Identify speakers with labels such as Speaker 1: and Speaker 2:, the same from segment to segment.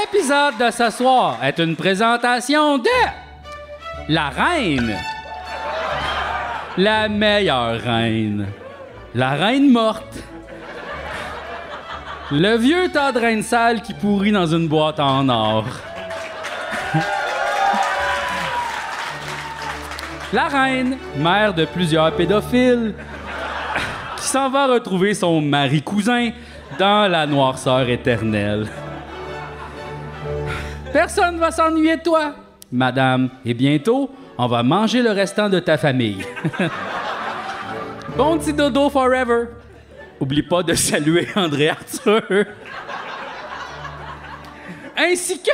Speaker 1: L'épisode de ce soir est une présentation de la reine. La meilleure reine. La reine morte. Le vieux tas de reine sale qui pourrit dans une boîte en or. La reine, mère de plusieurs pédophiles, qui s'en va retrouver son mari cousin dans la noirceur éternelle. Personne va s'ennuyer de toi, madame. Et bientôt, on va manger le restant de ta famille. bon petit dodo forever. Oublie pas de saluer André Arthur. Ainsi que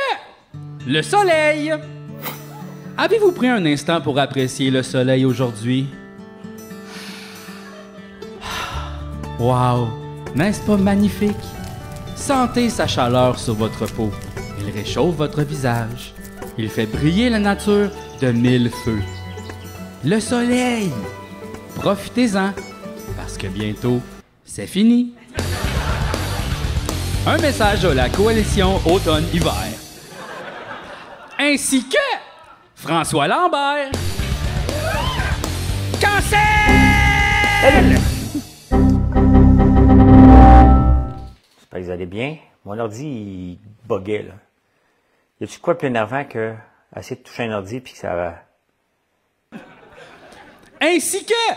Speaker 1: le soleil. Avez-vous pris un instant pour apprécier le soleil aujourd'hui? Wow! N'est-ce pas magnifique? Sentez sa chaleur sur votre peau. Il réchauffe votre visage. Il fait briller la nature de mille feux. Le soleil! Profitez-en, parce que bientôt, c'est fini. Un message de la coalition automne-hiver. Ainsi que François Lambert. Cancel!
Speaker 2: J'espère que vous allez bien. Mon ordi, il boguait, là. Y a-tu quoi de plus énervant que essayer de toucher un ordi puis que ça va.
Speaker 1: ainsi que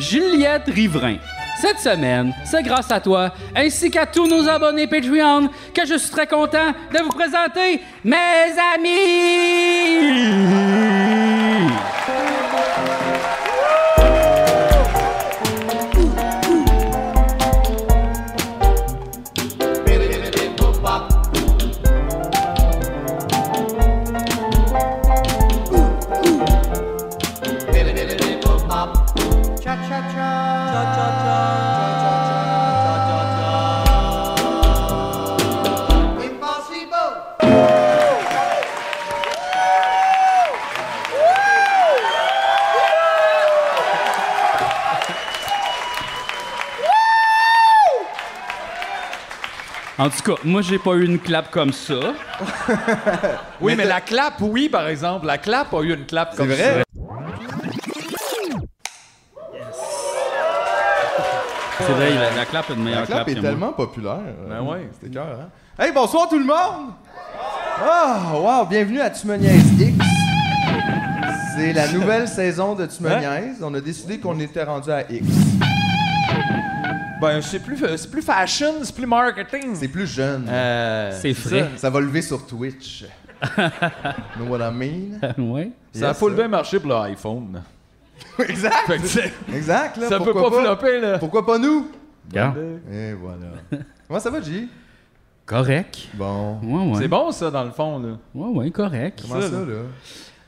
Speaker 1: Juliette Riverain. Cette semaine, c'est grâce à toi, ainsi qu'à tous nos abonnés Patreon, que je suis très content de vous présenter mes amis!
Speaker 3: Impossible!
Speaker 1: En tout cas, moi, j'ai pas eu une clap comme ça.
Speaker 4: Oui, mais, la clap, oui, par exemple. La clap a eu une clap comme
Speaker 5: vrai?
Speaker 4: ça.
Speaker 1: C'est vrai, la, la clap est une meilleure
Speaker 5: La clap
Speaker 1: clap
Speaker 5: est
Speaker 1: que moi.
Speaker 5: tellement populaire. euh,
Speaker 4: Ben ouais.
Speaker 5: C'était cœur, hein? Hey, bonsoir tout le monde! Oh, wow! Bienvenue à Tu me niaises X. C'est la nouvelle saison de Tu me niaises. On a décidé qu'on était rendu à X.
Speaker 4: Ben, c'est plus, c'est plus fashion, c'est plus marketing.
Speaker 5: C'est plus jeune.
Speaker 4: Euh,
Speaker 1: C'est frais.
Speaker 5: Ça va lever sur Twitch. know what I mean?
Speaker 1: ouais.
Speaker 4: Ça a
Speaker 5: Yes,
Speaker 4: full
Speaker 5: ça.
Speaker 4: bien marché pour l'iPhone.
Speaker 5: exact!
Speaker 4: Fait que c'est-
Speaker 5: Exact, là.
Speaker 4: ça peut
Speaker 5: pourquoi
Speaker 4: pas flopper, là.
Speaker 5: Pourquoi pas nous?
Speaker 1: Regarde.
Speaker 5: Et voilà. Comment ça va, G?
Speaker 1: Correct.
Speaker 5: Bon.
Speaker 1: Ouais, ouais.
Speaker 4: C'est bon, ça, dans le fond, là.
Speaker 1: Ouais, ouais, correct.
Speaker 5: Comment ça,
Speaker 4: ça,
Speaker 5: là?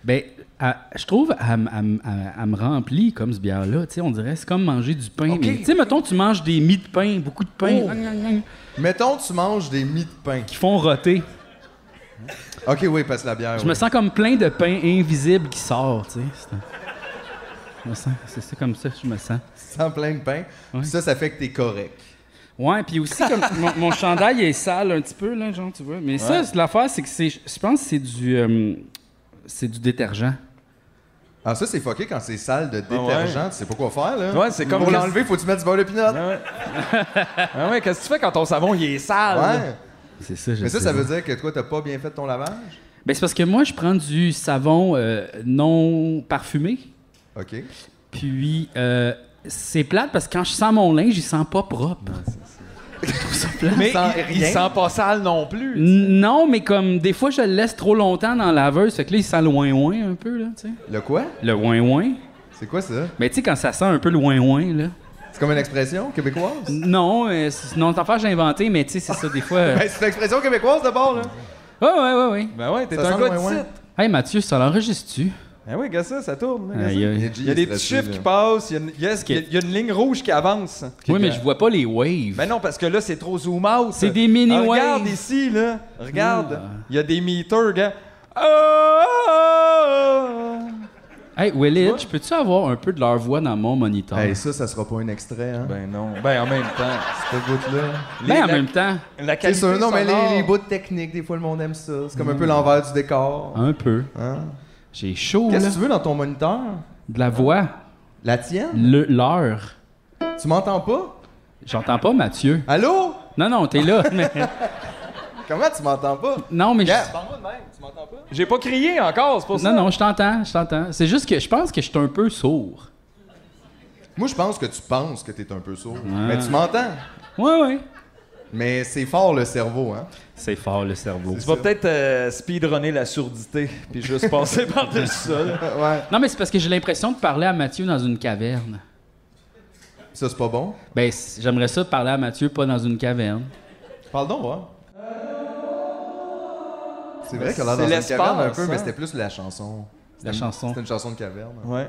Speaker 1: Ben, à- je trouve, elle, m- elle m- elle- elle me remplit comme ce bière-là. Tu sais, on dirait, c'est comme manger du pain. mais Tu sais, mettons, tu manges des mie de pain, beaucoup de pain,
Speaker 5: Oh. Mettons, tu manges des mie de pain.
Speaker 1: qui font roter.
Speaker 5: Ok, oui, passe la bière.
Speaker 1: Je
Speaker 5: oui.
Speaker 1: me sens comme plein de pain invisible qui sort, tu sais. C'est un- Je me sens, c'est ça comme ça, que je me sens.
Speaker 5: Sans plein de pain. Puis Ça, ça fait que t'es correct.
Speaker 1: Ouais, puis aussi, comme mon, mon chandail est sale un petit peu, là, genre, tu vois. Mais ça, c'est- l'affaire, c'est que c'est, je pense que c'est du, euh, c'est du détergent.
Speaker 5: Ah, ça, c'est fucké quand c'est sale de détergent. Tu sais pas quoi faire, là.
Speaker 4: Ah Ouais, c'est comme
Speaker 5: Pour
Speaker 4: qu'est-ce-
Speaker 5: l'enlever, faut que tu mettes du beurre de pinot.
Speaker 4: Ah ouais. Ah ouais, qu'est-ce que tu fais quand ton savon, il est sale? là?
Speaker 5: Ouais.
Speaker 1: C'est ça, je
Speaker 5: Mais ça,
Speaker 1: sais
Speaker 5: ça
Speaker 1: pas.
Speaker 5: veut dire que toi, t'as pas bien fait ton lavage?
Speaker 1: Ben, c'est parce que moi, je prends du savon euh, non parfumé.
Speaker 5: Ok.
Speaker 1: Puis, euh, c'est plate parce que quand je sens mon linge, il sent pas propre.
Speaker 4: Mais
Speaker 5: Sans
Speaker 4: il, il
Speaker 5: rien.
Speaker 4: sent pas sale non plus.
Speaker 1: N- Non, mais comme des fois, je le laisse trop longtemps dans la laveuse, fait que là, il sent le ouin-ouin un peu, là, tu sais.
Speaker 5: Le quoi?
Speaker 1: Le ouin-ouin.
Speaker 5: C'est quoi ça?
Speaker 1: Mais tu sais, quand ça sent un peu le ouin-ouin, là.
Speaker 5: C'est comme une expression québécoise?
Speaker 1: Non, euh, c'est- non, cette affaire, j'ai inventé, mais tu sais, c'est ça, des fois. euh,
Speaker 5: Ben, c'est une expression québécoise d'abord, hein. là.
Speaker 1: Ouais, ouais, ouais, ouais.
Speaker 4: Ben ouais, t'es
Speaker 5: Ça
Speaker 4: un
Speaker 5: sent
Speaker 4: gars
Speaker 5: le
Speaker 4: de
Speaker 5: ouin-ouin.
Speaker 4: site.
Speaker 1: Hey, Mathieu, ça l'enregistre-tu?
Speaker 4: Ben oui, regarde ça, ça tourne. là, regarde ça.
Speaker 1: Aïe, aïe.
Speaker 5: G
Speaker 4: Il y a
Speaker 5: est
Speaker 4: des petits
Speaker 5: stressé,
Speaker 4: chiffres
Speaker 5: là.
Speaker 4: qui passent, il y a une- yes, il y a- il y a une ligne rouge qui avance.
Speaker 1: Oui, mais je vois pas les waves.
Speaker 4: euh, Ben non, parce que là, c'est trop zoom out.
Speaker 1: C'est des mini
Speaker 4: Ah, Regarde
Speaker 1: waves.
Speaker 4: ici, là. Regarde.
Speaker 1: Ah.
Speaker 4: Il y a des meters, gars. Ah!
Speaker 1: Hey, Willage, peux-tu avoir un peu de leur voix dans mon moniteur?
Speaker 5: Hey, ça, ça sera pas un extrait, hein?
Speaker 4: Ben non. Ben en même temps.
Speaker 5: Cette goutte-là.
Speaker 1: Mais
Speaker 4: les-
Speaker 1: Ben, en
Speaker 4: la-
Speaker 1: même temps,
Speaker 4: La
Speaker 5: C'est
Speaker 4: qualité
Speaker 5: sûr, non, mais
Speaker 4: sonore-
Speaker 5: les, les bouts techniques, des fois, le monde aime ça. C'est comme
Speaker 4: Mm.
Speaker 5: un peu l'envers du
Speaker 4: Ah,
Speaker 5: décor.
Speaker 1: un peu.
Speaker 5: Hein?
Speaker 1: J'ai chaud,
Speaker 5: Qu'est-ce
Speaker 1: là.
Speaker 5: que tu veux dans ton moniteur?
Speaker 1: De la voix.
Speaker 5: La tienne?
Speaker 1: Le, leur.
Speaker 4: Mm.
Speaker 5: Tu m'entends pas?
Speaker 1: J'entends pas Mathieu.
Speaker 5: Allô?
Speaker 1: Non, non, t'es là, mais...
Speaker 5: Comment tu m'entends pas?
Speaker 1: Non, mais... je-
Speaker 5: Gars, parle-moi de même, tu m'entends pas?
Speaker 4: J'ai pas crié encore, c'est pour ça.
Speaker 1: Non, non, je t'entends, je t'entends. C'est juste que je pense que je suis un peu sourd.
Speaker 5: Moi, je pense que tu penses que t'es un peu sourd. Mais tu m'entends.
Speaker 1: Ouais, ouais.
Speaker 5: Mais c'est fort le cerveau, hein?
Speaker 1: C'est fort, le cerveau.
Speaker 4: Tu vas peut-être euh, speedrunner la surdité, puis juste passer par-dessus ça. là.
Speaker 5: ouais.
Speaker 1: Non, mais c'est parce que j'ai l'impression de parler à Mathieu dans une caverne.
Speaker 5: Ça, c'est pas bon.
Speaker 1: Ben, c- j'aimerais ça parler à Mathieu pas dans une caverne.
Speaker 5: Parle donc, voir. C'est vrai qu'elle a l'air
Speaker 4: C'est
Speaker 5: dans une
Speaker 4: l'espace,
Speaker 5: caverne un peu,
Speaker 4: hein?
Speaker 5: mais c'était plus la chanson.
Speaker 1: La chanson.
Speaker 5: C'était une chanson de caverne.
Speaker 4: Ouais.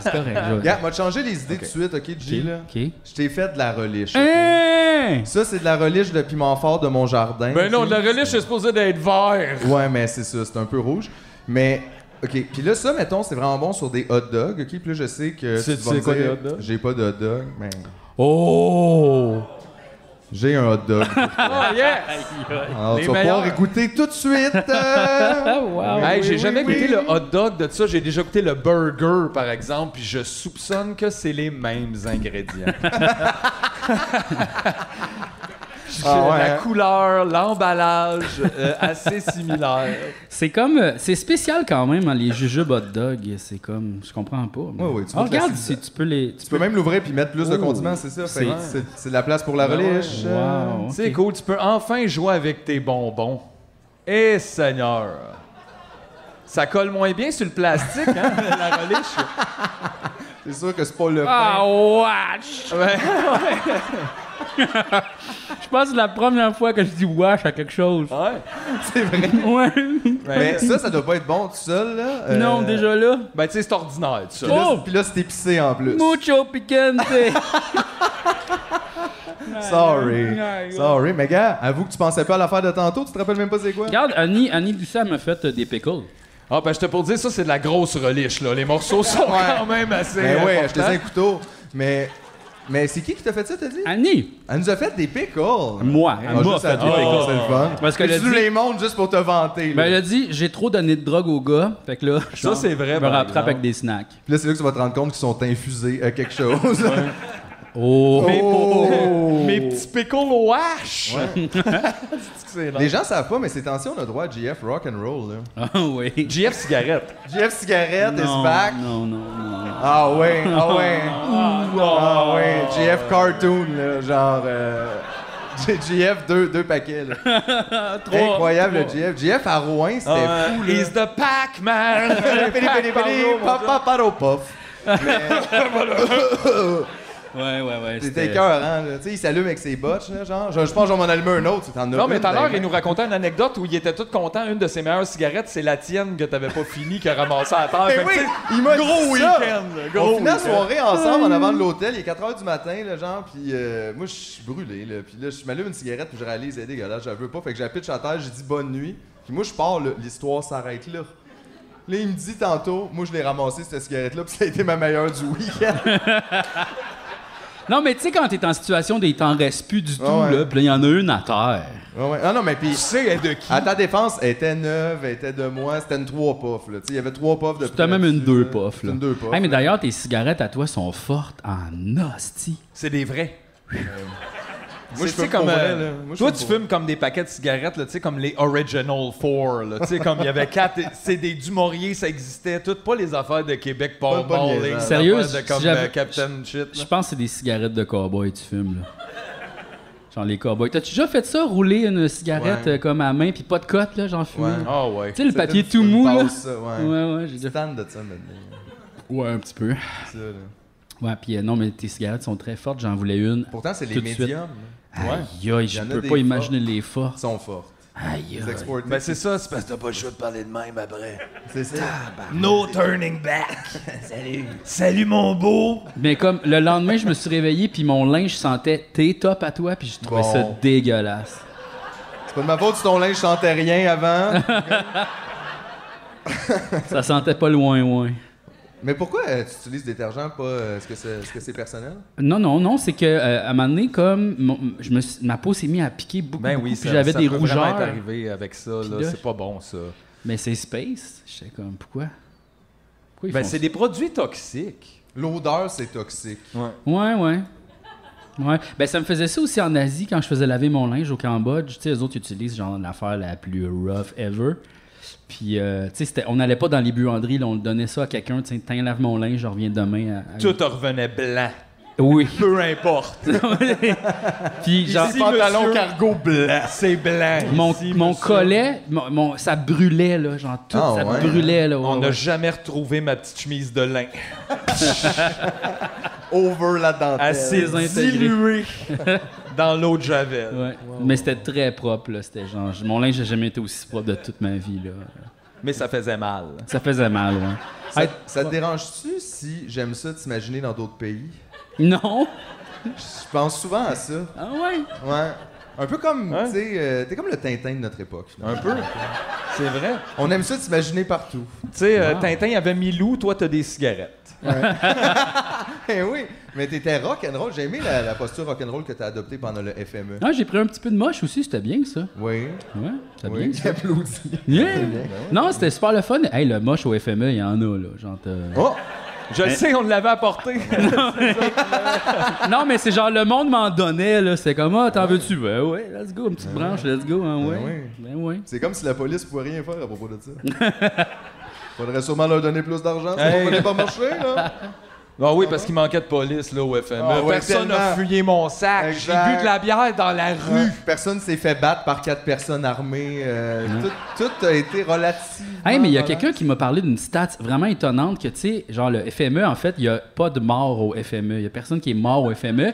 Speaker 1: C'est correct. je-
Speaker 5: Gars, m'a changé les idées tout de suite, ok, G, là?
Speaker 1: OK.
Speaker 5: Je t'ai fait de la reliche.
Speaker 1: Hein?
Speaker 5: Ça, c'est de la reliche de piment fort de mon jardin.
Speaker 4: Ben non, la relish est supposée d'être vert.
Speaker 5: Ouais, mais c'est ça, c'est un peu rouge. Mais, ok, puis là, ça, mettons, c'est vraiment bon sur des hot dogs, ok? Puis là, je sais que.
Speaker 4: sais-
Speaker 5: tu vas
Speaker 4: tu sais
Speaker 5: me
Speaker 4: quoi,
Speaker 5: dire,
Speaker 4: des hot dogs?
Speaker 5: J'ai pas de hot dog, mais.
Speaker 1: Oh!
Speaker 5: J'ai un hot dog.
Speaker 4: Ah, yes!
Speaker 5: Alors,
Speaker 4: Les
Speaker 5: tu vas
Speaker 4: meilleurs.
Speaker 5: pouvoir écouter tout de suite. euh,
Speaker 1: Oh, wow!
Speaker 4: Hey,
Speaker 5: oui,
Speaker 4: j'ai
Speaker 5: oui,
Speaker 4: jamais
Speaker 5: oui.
Speaker 4: goûté le hot dog de ça. J'ai déjà goûté le burger, par exemple, puis je soupçonne que c'est les mêmes ingrédients.
Speaker 5: Ah ouais,
Speaker 4: La
Speaker 5: hein?
Speaker 4: couleur, l'emballage, euh, assez similaire.
Speaker 1: C'est comme. euh, C'est spécial quand même, hein, les jujubes hot dog. C'est comme. Je comprends pas. mais-
Speaker 5: Ouais, ouais, tu
Speaker 1: Ah,
Speaker 5: vois que la
Speaker 1: regarde
Speaker 5: cible-
Speaker 1: si tu peux les.
Speaker 5: Tu peux même l'ouvrir puis mettre plus de
Speaker 1: Oh.
Speaker 5: condiments, c'est ça. fait que
Speaker 1: C'est-
Speaker 5: C'est c'est de la place pour la
Speaker 4: Ben
Speaker 5: reliche. euh.
Speaker 1: Wow!
Speaker 4: C'est
Speaker 1: ok.
Speaker 4: cool, tu peux enfin jouer avec tes bonbons. Eh Seigneur! Ça colle moins bien sur le plastique, hein, la relish.
Speaker 5: C'est sûr que c'est pas le
Speaker 1: Ah, watch!
Speaker 4: Ouais.
Speaker 1: Je pense que c'est la première fois que je dis wash à quelque chose.
Speaker 4: Ouais.
Speaker 5: c'est vrai.
Speaker 1: Ouais.
Speaker 4: Ben,
Speaker 5: Mais ça, ça doit pas être bon tout seul, là. euh,
Speaker 1: Non, déjà là.
Speaker 4: ben, tu sais, c'est ordinaire, ça.
Speaker 5: Puis là,
Speaker 1: Oh!
Speaker 5: puis là, c'est épicé en plus.
Speaker 1: Mucho picante!
Speaker 5: Sorry.
Speaker 1: Ouais, ouais.
Speaker 5: Sorry. Mais gars, avoue que tu pensais pas à l'affaire de tantôt, tu te rappelles même pas c'est quoi?
Speaker 1: Regarde, Annie, Annie Doucet, elle m'a fait euh, des pickles.
Speaker 4: Ah, ben, je te pour dire, ça, c'est de la grosse relish, là. Les morceaux sont quand même assez.
Speaker 5: Mais
Speaker 4: euh,
Speaker 5: Ben ouais, je te
Speaker 4: importants.
Speaker 5: un couteau. Mais. Mais c'est qui qui t'a fait ça, t'as dit?
Speaker 1: Annie!
Speaker 5: Elle nous a fait des pickles.
Speaker 1: Moi,
Speaker 5: Ah,
Speaker 1: elle m'a
Speaker 5: juste
Speaker 1: fait
Speaker 5: à
Speaker 1: des
Speaker 5: toi,
Speaker 1: pickles.
Speaker 5: C'est le fun.
Speaker 1: Parce qu'elle
Speaker 5: Puis
Speaker 1: a
Speaker 5: tu nous
Speaker 1: dit-
Speaker 5: les montres juste pour te vanter. là.
Speaker 1: Ben, elle a dit, j'ai trop donné de drogue au gars. Fait que là, genre,
Speaker 4: c'est vrai,
Speaker 1: Je me
Speaker 4: par
Speaker 1: rattrape
Speaker 4: exemple.
Speaker 1: avec des snacks.
Speaker 5: Puis là, c'est là que tu vas te rendre compte qu'ils sont infusés à quelque chose.
Speaker 1: Oh!
Speaker 4: Mais pour-
Speaker 5: Oh!
Speaker 4: Mes petits pickles au hache!
Speaker 5: Les gens savent pas, mais c'est tension, on a droit à GF rock and roll. Là.
Speaker 1: Ah oui.
Speaker 4: GF cigarette.
Speaker 5: GF cigarette is
Speaker 1: Non,
Speaker 5: back.
Speaker 1: non, non, non.
Speaker 5: Ah ouais, ah ouais. Ah ouais, GF cartoon là, genre euh, G- GF deux, deux paquets. là.
Speaker 1: Oh,
Speaker 5: Incroyable le GF. GF à Rouen, c'était
Speaker 4: Euh,
Speaker 5: fou là.
Speaker 4: He's the Pac-Man!
Speaker 5: Pili, pili, pili, papa, paro, pof.
Speaker 1: Ouais, ouais, ouais.
Speaker 5: C'était écœurant, là. Tu sais, il s'allume avec ses botches, là, genre. Je, je pense que je vais m'en allumer un autre, c'est en
Speaker 4: Non, mais tout à l'heure,
Speaker 5: Ben
Speaker 4: il nous racontait une anecdote où il était tout content. Une de ses meilleures cigarettes, c'est la tienne que t'avais pas fini, qu'il a ramassée à terre.
Speaker 5: Mais
Speaker 4: Fait que,
Speaker 5: oui,
Speaker 4: tu sais,
Speaker 5: il m'a
Speaker 4: gros
Speaker 5: dit ça.
Speaker 4: week-end, là,
Speaker 5: On
Speaker 4: gros
Speaker 5: finit la
Speaker 4: week-end.
Speaker 5: soirée ensemble en avant de l'hôtel, il est 4h du matin, là, genre, puis euh, moi je suis brûlé, là, puis là je m'allume une cigarette, puis je réalise, c'est dégueulasse, je la veux pas, fait que j'appuie à terre, j'ai dit bonne nuit, puis moi je pars, là, l'histoire s'arrête là. Là, il me dit tantôt, moi je l'ai ramassé cette cigarette-là, puis ça a été ma meilleure du week-end.
Speaker 1: Non, mais tu sais, quand t'es en situation de il t'en reste plus du tout,
Speaker 5: ouais.
Speaker 1: là, pis là, il y en a une à terre.
Speaker 5: Ouais, ouais. Ah non, mais puis
Speaker 4: Tu sais, elle est de qui?
Speaker 5: à ta défense, elle était neuve, elle était de moi, c'était une trois puffs, là, tu sais, il y avait trois puffs de
Speaker 1: T'as
Speaker 5: prix
Speaker 1: même une
Speaker 5: là-dessus,
Speaker 1: deux
Speaker 5: là.
Speaker 1: puffs, là.
Speaker 5: Une deux puffs.
Speaker 1: Hey, mais d'ailleurs, tes cigarettes à toi sont fortes en hostie.
Speaker 4: C'est des vrais.
Speaker 5: Moi, je
Speaker 4: C'est, tu sais,
Speaker 5: fume pour
Speaker 4: euh,
Speaker 5: vrai, là. Moi, je
Speaker 4: toi,
Speaker 5: fume
Speaker 4: tu
Speaker 5: pour
Speaker 4: fumes comme des paquets de cigarettes, là, tu sais, comme les Original Four. là, Tu sais, comme il y avait quatre. C'est des Dumouriez, ça existait. Toutes pas les affaires de Québec, Paul
Speaker 5: Pas- pas
Speaker 4: Mall,
Speaker 5: les-
Speaker 4: les
Speaker 1: Sérieux,
Speaker 4: affaires de
Speaker 1: si
Speaker 4: comme
Speaker 1: j'avais-
Speaker 4: euh, Captain Shit.
Speaker 1: Je
Speaker 4: là.
Speaker 1: pense que c'est des cigarettes de cowboy que tu fumes, là. Genre les cowboys. T'as-tu déjà fait ça, rouler une cigarette
Speaker 5: Ouais.
Speaker 1: euh, comme à main, puis pas de cote, là, j'en fume.
Speaker 5: Ouais.
Speaker 1: Tu
Speaker 4: Ah ouais.
Speaker 1: sais, le
Speaker 5: C'est
Speaker 1: papier
Speaker 5: une-
Speaker 1: tout
Speaker 5: une
Speaker 1: mou, là.
Speaker 5: passe, ça,
Speaker 1: Ouais,
Speaker 5: Ouais.
Speaker 1: ouais, j'ai déjà fait
Speaker 5: Fan de ça, maintenant.
Speaker 1: Ouais, un petit peu.
Speaker 5: ça, là.
Speaker 1: Ouais, puis euh, non, mais tes cigarettes sont très fortes, j'en voulais une.
Speaker 5: Pourtant, c'est les
Speaker 1: Tout de suite.
Speaker 5: médiums.
Speaker 1: Aïe, aïe, je
Speaker 5: y en a
Speaker 1: peux
Speaker 5: des
Speaker 1: pas imaginer les
Speaker 5: Ils
Speaker 1: forces.
Speaker 5: sont fortes.
Speaker 1: Aïe,
Speaker 5: Les
Speaker 1: aïe.
Speaker 5: exportés.
Speaker 4: Ben, c'est ça, c'est parce que t'as pas le choix de parler de même après.
Speaker 5: c'est ça.
Speaker 4: No turning back. Salut. Salut, mon beau.
Speaker 1: Mais comme le lendemain, je me suis réveillé, puis mon linge sentait tes top à toi, puis je trouvais
Speaker 5: Bon.
Speaker 1: ça dégueulasse.
Speaker 5: C'est pas de ma faute si ton linge sentait rien avant.
Speaker 1: Ça sentait pas loin, loin.
Speaker 5: Mais pourquoi euh, tu utilises détergent pas euh, Est-ce que c'est est-ce que c'est personnel
Speaker 1: Non, non, non, c'est que euh, à un moment donné, comme mon- je me suis- ma peau s'est mise à piquer beaucoup,
Speaker 4: Ben
Speaker 1: beaucoup,
Speaker 4: oui,
Speaker 1: puis
Speaker 4: ça,
Speaker 1: j'avais
Speaker 4: ça
Speaker 1: des
Speaker 4: peut vraiment
Speaker 1: rougeurs.
Speaker 4: être arrivé avec ça, là,
Speaker 1: là,
Speaker 4: c'est pas bon ça.
Speaker 1: Mais c'est space. J'étais comme, pourquoi? Pourquoi ils
Speaker 4: Ben
Speaker 1: font
Speaker 4: c'est des produits toxiques.
Speaker 5: L'odeur c'est toxique.
Speaker 1: Ouais, ouais. Ouais. Ben, ça me faisait ça aussi en Asie quand je faisais laver mon linge au Cambodge. Tu sais, eux autres utilisent genre l'affaire la plus rough ever. Puis, euh, tu sais, c'était- on n'allait pas dans les buanderies, là, on donnait ça à quelqu'un. Tu sais, tiens, lave mon linge, je reviens demain. à- à-
Speaker 4: Tout revenait blanc.
Speaker 1: Oui.
Speaker 4: Peu importe.
Speaker 1: Puis, genre,
Speaker 4: Ici, pantalon monsieur.
Speaker 5: cargo blanc.
Speaker 4: C'est blanc.
Speaker 1: mon,
Speaker 4: ici,
Speaker 1: mon
Speaker 4: monsieur.
Speaker 1: collet, mon, mon- ça brûlait, là. Genre, tout,
Speaker 5: Ah,
Speaker 1: ça
Speaker 5: ouais.
Speaker 1: brûlait, là. ouais,
Speaker 4: On n'a
Speaker 1: ouais.
Speaker 4: jamais retrouvé ma petite chemise de lin.
Speaker 5: Over la dentelle.
Speaker 4: Assez
Speaker 1: Désintégrée.
Speaker 4: diluée dans l'eau de Javel.
Speaker 1: Ouais. Mais c'était très propre, là. C'était genre, je- mon linge n'a jamais été aussi propre de toute ma vie, là.
Speaker 4: Mais ça faisait mal.
Speaker 1: Ça faisait mal, ouais.
Speaker 5: Ça,
Speaker 1: Hey,
Speaker 5: ça te dérange-tu si j'aime ça t'imaginer dans d'autres pays
Speaker 1: non?
Speaker 5: Je pense souvent à ça.
Speaker 1: Ah ouais?
Speaker 5: Ouais. Un peu comme,
Speaker 4: Ouais.
Speaker 5: tu sais, euh, t'es comme le Tintin de notre époque. finalement.
Speaker 4: Un peu. C'est vrai.
Speaker 5: On aime ça t'imaginer partout.
Speaker 4: Tu sais, euh,
Speaker 1: Wow.
Speaker 4: Tintin, il y avait Milou, toi, t'as des cigarettes.
Speaker 5: Eh oui, mais t'étais rock'n'roll. J'ai aimé la, la posture rock'n'roll que t'as adoptée pendant le FME.
Speaker 1: Non, j'ai pris un petit peu de moche aussi, c'était bien ça.
Speaker 5: Oui.
Speaker 1: Ouais, c'était
Speaker 5: Oui,
Speaker 1: bien.
Speaker 5: j'applaudis.
Speaker 1: Yeah.
Speaker 5: bien.
Speaker 1: Non, c'était super le fun. Hey, le moche au FME, il y en a, là. Genre, t'as-
Speaker 5: Oh!
Speaker 4: Je le sais, on l'avait apporté.
Speaker 1: Non, mais c'est genre, le monde m'en donnait, là. C'est comme, ah, t'en veux-tu? Ben ouais, let's go, une petite branche, let's go, hein, ouais. Ben ouais.
Speaker 5: C'est comme si la police pouvait rien faire à propos de ça. Faudrait sûrement leur donner plus d'argent, ça
Speaker 4: Hey.
Speaker 5: ne pas marcher, là.
Speaker 4: Ah oui, parce qu'il manquait de police, là, au FME.
Speaker 5: Ah ouais,
Speaker 4: Personne n'a
Speaker 5: tellement.
Speaker 4: fouillé mon sac. J'ai
Speaker 5: Exact.
Speaker 4: bu de la bière dans la rue.
Speaker 5: Personne s'est fait battre par quatre personnes armées. euh,
Speaker 4: Hein?
Speaker 5: tout, tout a été relatif.
Speaker 1: Hey, mais il y a quelqu'un qui m'a parlé d'une stat vraiment étonnante que, tu sais, genre, le FME, en fait, il y a pas de mort au FME. Il y a personne qui est mort au FME.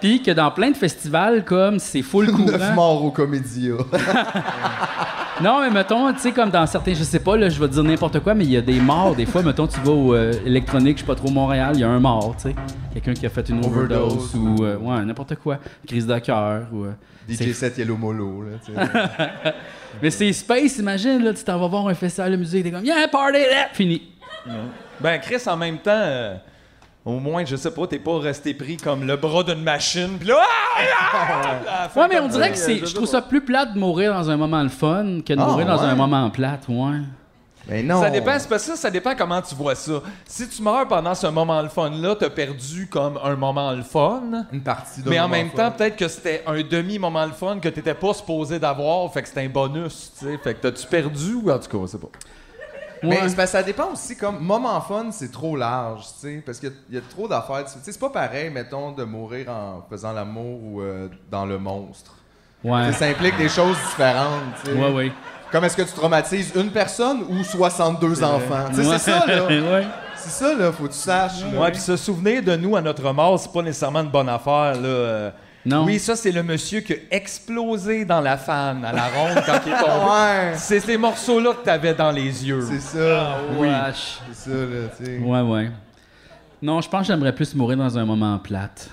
Speaker 1: Puis que dans plein de festivals, comme, c'est full
Speaker 5: Neuf
Speaker 1: courant.
Speaker 5: morts au comédia.
Speaker 1: Non, mais mettons, tu sais, comme dans certains, je sais pas, là, je vais dire n'importe quoi, mais il y a des morts. Des fois, mettons, tu vas au euh, électronique, je sais pas trop, Montréal, il y a un mort, tu sais. Quelqu'un qui a fait une overdose,
Speaker 5: Overdose.
Speaker 1: ou, euh, ouais, n'importe quoi. Une crise de cœur, ou. euh, c'est-
Speaker 5: DJ7 Yellow Molo, là, tu sais.
Speaker 1: Mais c'est space, imagine, là, tu t'en vas voir un festival de musique, t'es comme, yeah, party, là, fini.
Speaker 4: Ben, Chris, en même temps, euh, au moins, je sais pas, t'es pas resté pris comme le bras d'une machine. Puis là, ah, ah, ah, à la fin,
Speaker 1: Ouais, mais on
Speaker 4: comme-
Speaker 1: dirait que c'est. Je trouve ça plus plate de mourir dans un moment le fun que de
Speaker 5: Ah,
Speaker 1: mourir dans
Speaker 5: ouais.
Speaker 1: un moment plate, ouais.
Speaker 5: Mais non.
Speaker 4: Ça dépend, c'est parce que ça, ça dépend comment tu vois ça. Si tu meurs pendant ce moment le fun là, t'as perdu comme un moment le fun.
Speaker 5: Une partie de
Speaker 4: Mais en même temps, peut-être que c'était un demi-moment le fun que t'étais pas supposé d'avoir, fait que c'était un bonus, tu sais. Fait que t'as-tu perdu ou en tout cas, on sait pas.
Speaker 5: Mais
Speaker 1: Ouais.
Speaker 5: c'est parce que ça dépend aussi, comme moment fun, c'est trop large, tu sais, parce qu'il y a- il y, a trop d'affaires. Tu sais, c'est pas pareil, mettons, de mourir en faisant l'amour ou euh, dans le monstre.
Speaker 1: Ouais.
Speaker 5: Tu sais, Ça implique des choses différentes, tu sais.
Speaker 1: Ouais, ouais.
Speaker 5: Comme est-ce que tu traumatises une personne ou 62 enfants? Tu sais,
Speaker 1: Ouais.
Speaker 5: c'est ça, là.
Speaker 1: ouais.
Speaker 5: C'est ça, là, faut que tu saches. là.
Speaker 4: Ouais, puis se souvenir de nous à notre mort, c'est pas nécessairement une bonne affaire, là. euh.
Speaker 1: Non.
Speaker 4: Oui, ça, c'est le monsieur qui a explosé dans la fan à la ronde quand il est tombé.
Speaker 5: Ouais,
Speaker 4: C'est ces morceaux-là que t'avais dans les yeux.
Speaker 5: c'est ça.
Speaker 1: Oui.
Speaker 5: C'est ça, là, tu sais.
Speaker 1: Ouais, ouais. Non, je pense que j'aimerais plus mourir dans un moment plate.